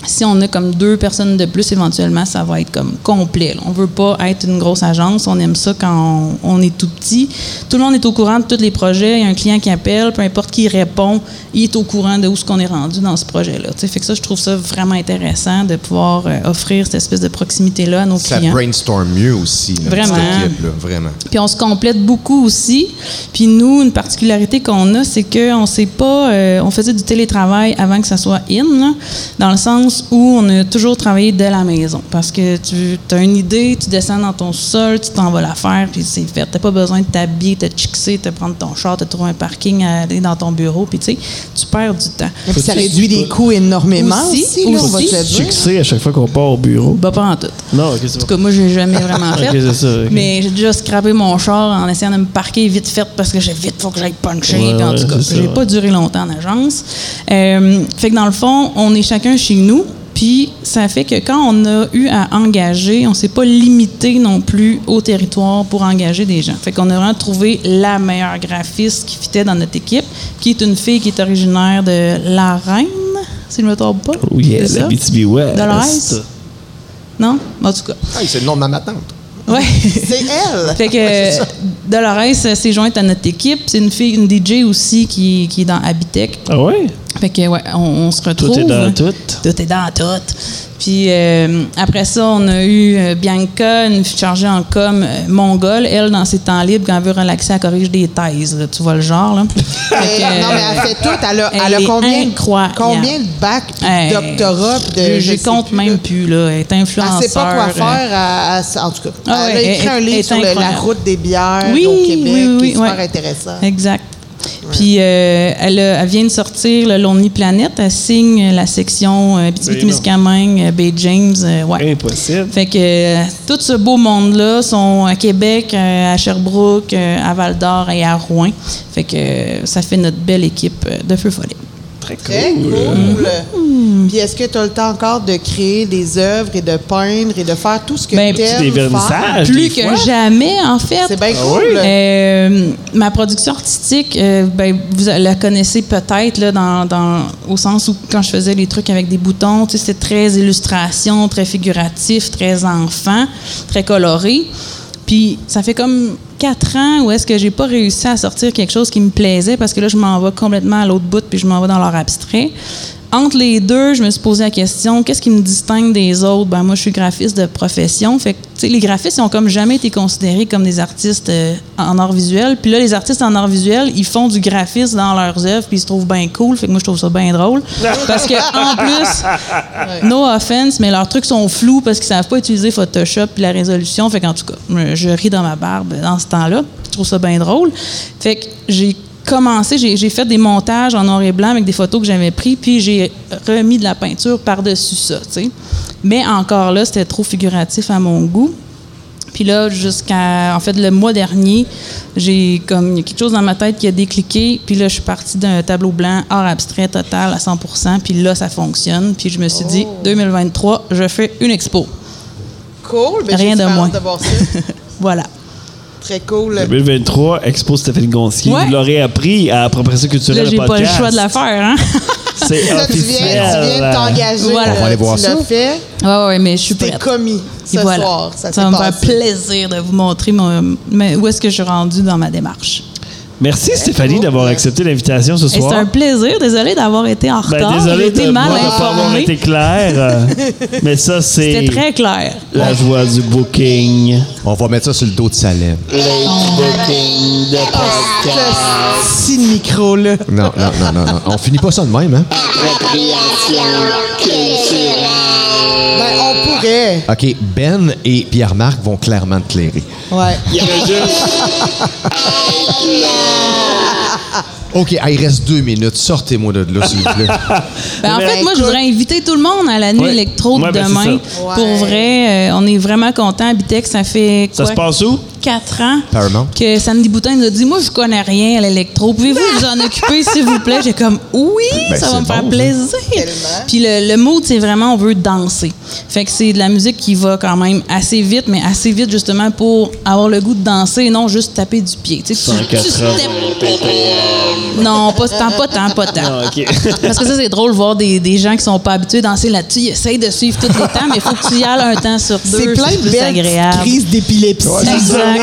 [SPEAKER 6] Si on a comme deux personnes de plus, éventuellement, ça va être comme complet. là. On veut pas être une grosse agence. On aime ça quand on, on est tout petit. Tout le monde est au courant de tous les projets. Il y a un client qui appelle, peu importe qui répond, il est au courant de où ce qu'on est rendu dans ce projet-là. Tu sais, Fait que ça, je trouve ça vraiment intéressant de pouvoir euh, offrir cette espèce de proximité-là à nos
[SPEAKER 2] Ça
[SPEAKER 6] clients.
[SPEAKER 2] brainstorm mieux aussi, là,
[SPEAKER 6] Vraiment.
[SPEAKER 2] cette équipe-là. Vraiment.
[SPEAKER 6] Puis on se complète beaucoup aussi. Puis nous, une particularité qu'on a, c'est qu'on ne sait pas. euh, on faisait du télétravail avant que ça soit in, là, dans le sens sens où on a toujours travaillé de la maison. Parce que tu as une idée, tu descends dans ton sol, tu t'en vas la faire, puis c'est fait. Tu pas besoin de t'habiller, de te chixer, de prendre ton char, de trouver un parking, aller dans ton bureau, puis tu sais, tu perds du temps.
[SPEAKER 3] Et puis ça réduit les coûts énormément aussi,
[SPEAKER 6] Aussi,
[SPEAKER 3] là, on va
[SPEAKER 6] aussi.
[SPEAKER 3] se le dire.
[SPEAKER 1] Succès à chaque fois qu'on part au bureau.
[SPEAKER 6] Bah, pas en tout.
[SPEAKER 1] Non, ok, c'est
[SPEAKER 6] En tout
[SPEAKER 1] bon.
[SPEAKER 6] cas, moi, j'ai jamais vraiment fait.
[SPEAKER 1] Ok, c'est ça, ok.
[SPEAKER 6] Mais j'ai déjà scrapé mon char en essayant de me parquer vite fait parce que j'ai vite, faut que j'aille puncher.
[SPEAKER 1] Ouais,
[SPEAKER 6] Puis en
[SPEAKER 1] ouais,
[SPEAKER 6] tout cas,
[SPEAKER 1] c'est ça,
[SPEAKER 6] j'ai
[SPEAKER 1] ouais.
[SPEAKER 6] pas duré longtemps en agence. Euh, fait que dans le fond, on est chacun chez nous. Puis ça fait que quand on a eu à engager, on s'est pas limité non plus au territoire pour engager des gens. Fait qu'on a vraiment trouvé la meilleure graphiste qui fitait dans notre équipe, qui est une fille qui est originaire de La Reine, si je me trompe pas.
[SPEAKER 1] Oh yeah,
[SPEAKER 6] C'est
[SPEAKER 1] la
[SPEAKER 6] ça?
[SPEAKER 1] BTB West.
[SPEAKER 6] Dolores? Non? En tout cas.
[SPEAKER 3] Ah,
[SPEAKER 2] Hey, c'est le nom de ma tante.
[SPEAKER 6] Ouais.
[SPEAKER 3] C'est elle.
[SPEAKER 6] Fait que Dolores euh, s'est jointe à notre équipe. C'est une fille, une DJ aussi qui, qui est dans Habitech.
[SPEAKER 1] Ah ouais?
[SPEAKER 6] Fait que ouais, on, on se retrouve.
[SPEAKER 1] dans tout.
[SPEAKER 6] Tout est dans tout. Puis euh, après ça, on a eu euh, Bianca, une fille chargée en com euh, mongole. Elle, dans ses temps libres, quand elle veut relaxer, elle corrige des thèses. là. tu vois le genre, là. Fait
[SPEAKER 3] Mais-
[SPEAKER 6] que, euh,
[SPEAKER 3] non, mais elle fait tout. Elle a, elle a
[SPEAKER 6] elle est
[SPEAKER 3] combien,
[SPEAKER 6] incroyable.
[SPEAKER 3] combien de bacs, puis
[SPEAKER 6] Hey,
[SPEAKER 3] de doctorats, puis de.
[SPEAKER 6] euh, je, je
[SPEAKER 3] je sais
[SPEAKER 6] compte
[SPEAKER 3] plus, là.
[SPEAKER 6] même plus, là. Elle est influenceure.
[SPEAKER 3] Elle sait pas quoi
[SPEAKER 6] euh,
[SPEAKER 3] faire. elle- elle- en tout cas,
[SPEAKER 6] Ah
[SPEAKER 3] elle
[SPEAKER 6] ouais,
[SPEAKER 3] a écrit
[SPEAKER 6] elle-
[SPEAKER 3] un
[SPEAKER 6] elle
[SPEAKER 3] livre
[SPEAKER 6] est
[SPEAKER 3] sur le- la
[SPEAKER 6] incroyable.
[SPEAKER 3] route des bières
[SPEAKER 6] Oui,
[SPEAKER 3] au Québec,
[SPEAKER 6] oui,
[SPEAKER 3] qui
[SPEAKER 6] oui,
[SPEAKER 3] est super
[SPEAKER 6] ouais.
[SPEAKER 3] intéressant.
[SPEAKER 6] Exact. Puis euh, elle, a- elle vient de sortir le Lonely Planet. Elle signe la section euh, Abitibi-Témiscamingue, euh, Bay James. euh, ouais.
[SPEAKER 1] Impossible.
[SPEAKER 6] Fait que euh, tout ce beau monde-là sont à Québec, euh, à Sherbrooke, euh, à Val-d'Or et à Rouen. Fait que euh, ça fait notre belle équipe euh, de feu follet.
[SPEAKER 1] Très cool.
[SPEAKER 3] Très cool.
[SPEAKER 6] Hmm.
[SPEAKER 3] Puis est-ce que tu as le temps encore de créer des œuvres et de peindre et de faire tout ce que
[SPEAKER 6] Ben,
[SPEAKER 3] tu aimes
[SPEAKER 1] Des vernissages. des
[SPEAKER 6] Plus que
[SPEAKER 1] fois. Ah
[SPEAKER 6] jamais, en fait.
[SPEAKER 3] C'est bien cool.
[SPEAKER 6] Euh, ma production artistique, euh, ben, vous la connaissez peut-être là, dans, dans- au sens où quand je faisais les trucs avec des boutons, tu sais, c'était très illustration, très figuratif, très enfant, très coloré. Puis ça fait comme quatre ans où est-ce que j'ai pas réussi à sortir quelque chose qui me plaisait parce que là je m'en vais complètement à l'autre bout puis je m'en vais dans l'art abstrait. Entre les deux, je me suis posé la question qu'est-ce qui me distingue des autres Ben moi, je suis graphiste de profession. Fait que tu sais, les graphistes ils ont comme jamais été considérés comme des artistes euh, en art visuel. Puis là, les artistes en art visuel, ils font du graphisme dans leurs œuvres, puis ils se trouvent bien cool. Fait que moi, je trouve ça bien drôle parce que en plus, no offense, mais leurs trucs sont flous parce qu'ils savent pas utiliser Photoshop puis la résolution. Fait qu'en tout cas, je- je ris dans ma barbe dans ce temps-là. Je trouve ça bien drôle. Fait que j'ai commencé, j'ai j'ai fait des montages en noir et blanc avec des photos que j'avais prises, puis j'ai remis de la peinture par-dessus ça, tu sais. Mais encore là, c'était trop figuratif à mon goût. Puis là, jusqu'à, en fait, le mois dernier, j'ai comme, il y a quelque chose dans ma tête qui a décliqué, puis là, je suis partie d'un tableau blanc hors abstrait total à 100 puis là, ça fonctionne. Puis je me suis
[SPEAKER 1] Oh.
[SPEAKER 6] dit, 2023, je fais une expo.
[SPEAKER 3] Cool. Ben,
[SPEAKER 6] Rien
[SPEAKER 3] j'ai
[SPEAKER 6] de
[SPEAKER 3] super
[SPEAKER 6] moins.
[SPEAKER 3] hâte de voir ça.
[SPEAKER 6] Voilà.
[SPEAKER 3] Très cool.
[SPEAKER 1] 2023, Expo Stéphanie Gontier.
[SPEAKER 6] Ouais.
[SPEAKER 1] Vous l'aurez appris à Appropriation
[SPEAKER 6] Là,
[SPEAKER 1] culturelle,
[SPEAKER 6] j'ai
[SPEAKER 1] le
[SPEAKER 6] pas
[SPEAKER 1] podcast.
[SPEAKER 6] le choix de la faire, hein?
[SPEAKER 1] C'est
[SPEAKER 3] Ça, tu viens, tu
[SPEAKER 1] officiel.
[SPEAKER 3] viens de t'engager.
[SPEAKER 6] Voilà.
[SPEAKER 3] là,
[SPEAKER 2] On va aller voir
[SPEAKER 3] tu
[SPEAKER 2] ça.
[SPEAKER 3] l'as fait.
[SPEAKER 6] Ouais, ouais, mais je suis
[SPEAKER 3] T'es
[SPEAKER 6] prête.
[SPEAKER 3] commis ce
[SPEAKER 6] Et voilà.
[SPEAKER 3] soir. Ça,
[SPEAKER 6] va
[SPEAKER 3] s'est
[SPEAKER 6] me faire
[SPEAKER 3] passé.
[SPEAKER 6] plaisir de vous montrer mon- mais où est-ce que je suis rendue dans ma démarche.
[SPEAKER 1] Merci Stéphanie d'avoir accepté l'invitation ce
[SPEAKER 6] Et C'est un
[SPEAKER 1] soir.
[SPEAKER 6] plaisir. Désolée d'avoir été en
[SPEAKER 1] Ben,
[SPEAKER 6] retard.
[SPEAKER 1] désolé
[SPEAKER 6] J'ai été
[SPEAKER 1] de
[SPEAKER 6] mal
[SPEAKER 1] moi de pas avoir
[SPEAKER 6] informée.
[SPEAKER 1] été clair, euh, mais ça c'est
[SPEAKER 6] C'était très clair.
[SPEAKER 1] la joie du booking.
[SPEAKER 2] On va mettre ça sur le dos de sa lèvre.
[SPEAKER 3] Ce si de micro, là.
[SPEAKER 2] Non, non, non, non, non. On finit pas ça de même, hein?
[SPEAKER 3] Ben, on pourrait.
[SPEAKER 2] OK, Ben et Pierre-Marc vont clairement te clairer.
[SPEAKER 3] Ouais.
[SPEAKER 2] OK, ah, il reste deux minutes. Sortez-moi de là, s'il vous plaît.
[SPEAKER 6] Ben, en
[SPEAKER 1] Ben,
[SPEAKER 6] fait, moi, je voudrais inviter tout le monde à la nuit
[SPEAKER 1] Ouais.
[SPEAKER 6] électro de
[SPEAKER 1] Ouais, ben, c'est
[SPEAKER 6] demain.
[SPEAKER 1] ça.
[SPEAKER 3] Ouais.
[SPEAKER 6] Pour vrai, euh, on est vraiment contents. Habitec, ça fait
[SPEAKER 1] Ça
[SPEAKER 6] quoi?
[SPEAKER 1] se passe où?
[SPEAKER 6] quatre ans
[SPEAKER 2] Paramount.
[SPEAKER 6] que Sandy Boutin nous a dit Moi, je connais rien à l'électro. Pouvez-vous vous en occuper, s'il vous plaît J'ai comme Oui,
[SPEAKER 2] Ben,
[SPEAKER 6] ça
[SPEAKER 2] c'est
[SPEAKER 6] va me faire
[SPEAKER 2] bon, ça.
[SPEAKER 6] plaisir. Puis le, le mood, c'est vraiment on veut danser. Fait que c'est de la musique qui va quand même assez vite, mais assez vite justement pour avoir le goût de danser et non juste taper du pied. Tu sais, tu- tu
[SPEAKER 1] 180
[SPEAKER 6] steps. Non, pas tant, pas tant, pas tant.
[SPEAKER 1] Ah, ok.
[SPEAKER 6] Parce que ça, c'est drôle voir des, des gens qui sont pas habitués à danser là-dessus. Ils essayent de suivre tous les temps, mais il faut que tu y ailles un temps sur deux.
[SPEAKER 3] C'est plein de
[SPEAKER 6] plus
[SPEAKER 3] belles
[SPEAKER 6] agréable.
[SPEAKER 3] petites crises d'épilepsie.
[SPEAKER 6] Exact.
[SPEAKER 3] famille.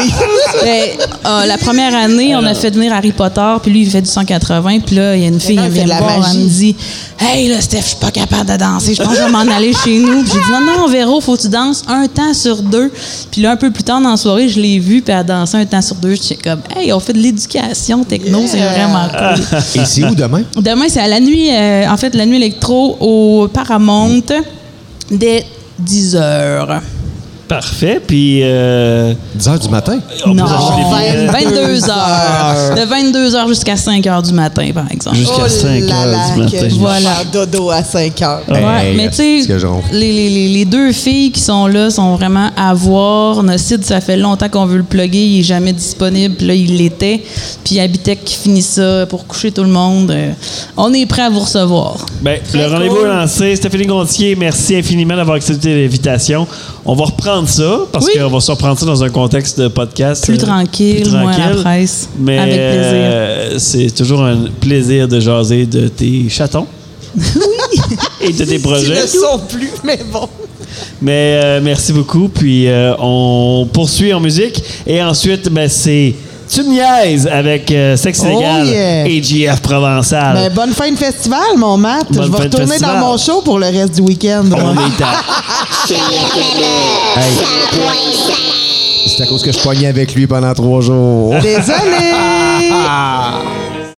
[SPEAKER 6] Ben, euh, la première année, on a fait venir Harry Potter, puis lui, il fait du 180, puis là, il y a une fille,
[SPEAKER 3] non,
[SPEAKER 6] elle
[SPEAKER 3] il fait
[SPEAKER 6] vient me
[SPEAKER 3] de la
[SPEAKER 6] voir, elle
[SPEAKER 3] magie.
[SPEAKER 6] me dit Hey, là, Steph, je suis pas capable de danser, je pense que je vais m'en aller chez nous. Puis j'ai dit Non, non, Véro, faut que tu danses un temps sur deux. Puis là, un peu plus tard dans la soirée, je l'ai vue, puis elle dansait un temps sur deux. J'étais comme Hey, on fait de l'éducation techno, c'est
[SPEAKER 3] Yeah.
[SPEAKER 6] vraiment cool.
[SPEAKER 2] Et c'est où demain?
[SPEAKER 6] Demain, c'est à la nuit, euh, en fait, la nuit électro au Paramount dès 10 heures.
[SPEAKER 1] Parfait. Puis. euh,
[SPEAKER 2] 10 heures du matin?
[SPEAKER 1] on peut
[SPEAKER 6] Non,
[SPEAKER 1] acheter des billets
[SPEAKER 6] 22 heures. De 22 heures jusqu'à 5 heures du matin, par exemple.
[SPEAKER 1] jusqu'à 5
[SPEAKER 3] Oh là
[SPEAKER 1] heures du
[SPEAKER 3] là, que
[SPEAKER 1] matin. Ah,
[SPEAKER 3] je vais
[SPEAKER 6] Voilà.
[SPEAKER 3] faire dodo à 5 heures.
[SPEAKER 6] Ouais,
[SPEAKER 2] Hey,
[SPEAKER 6] mais tu
[SPEAKER 2] c'est
[SPEAKER 6] sais,
[SPEAKER 2] que je ronfle.
[SPEAKER 6] les, les- les- les deux filles qui sont là sont vraiment à voir. Notre site, ça fait longtemps qu'on veut le plugger, il est jamais disponible. Puis là, il l'était. Puis Habitech qui finit ça pour coucher tout le monde. Euh, On est prêt à vous recevoir.
[SPEAKER 1] Ben, le rendez-vous est lancé. Stéphanie Gontier, merci infiniment d'avoir accepté l'invitation. On va reprendre ça, parce
[SPEAKER 6] Oui.
[SPEAKER 1] qu'on va se reprendre ça dans un contexte de podcast.
[SPEAKER 6] Plus
[SPEAKER 1] euh,
[SPEAKER 6] tranquille, moins à la presse.
[SPEAKER 1] Mais
[SPEAKER 6] Avec plaisir.
[SPEAKER 1] euh, c'est toujours un plaisir de jaser de tes chatons. Et de tes
[SPEAKER 3] Ils
[SPEAKER 1] projets.
[SPEAKER 3] ne sont plus, mais bon.
[SPEAKER 1] Mais euh, merci beaucoup. Puis euh, on poursuit en musique. Et ensuite, ben, c'est Tu me niaises avec euh, Sexe
[SPEAKER 3] Oh
[SPEAKER 1] Illégal
[SPEAKER 3] yeah.
[SPEAKER 1] et GF Provençal.
[SPEAKER 3] Ben, bonne fin de festival, mon Matt.
[SPEAKER 1] Bonne
[SPEAKER 3] je vais
[SPEAKER 1] fin de
[SPEAKER 3] retourner
[SPEAKER 1] festival.
[SPEAKER 3] dans mon show pour le reste du week-end.
[SPEAKER 1] on est à...
[SPEAKER 2] C'est à cause que je pognais avec lui pendant trois jours.
[SPEAKER 3] Désolé!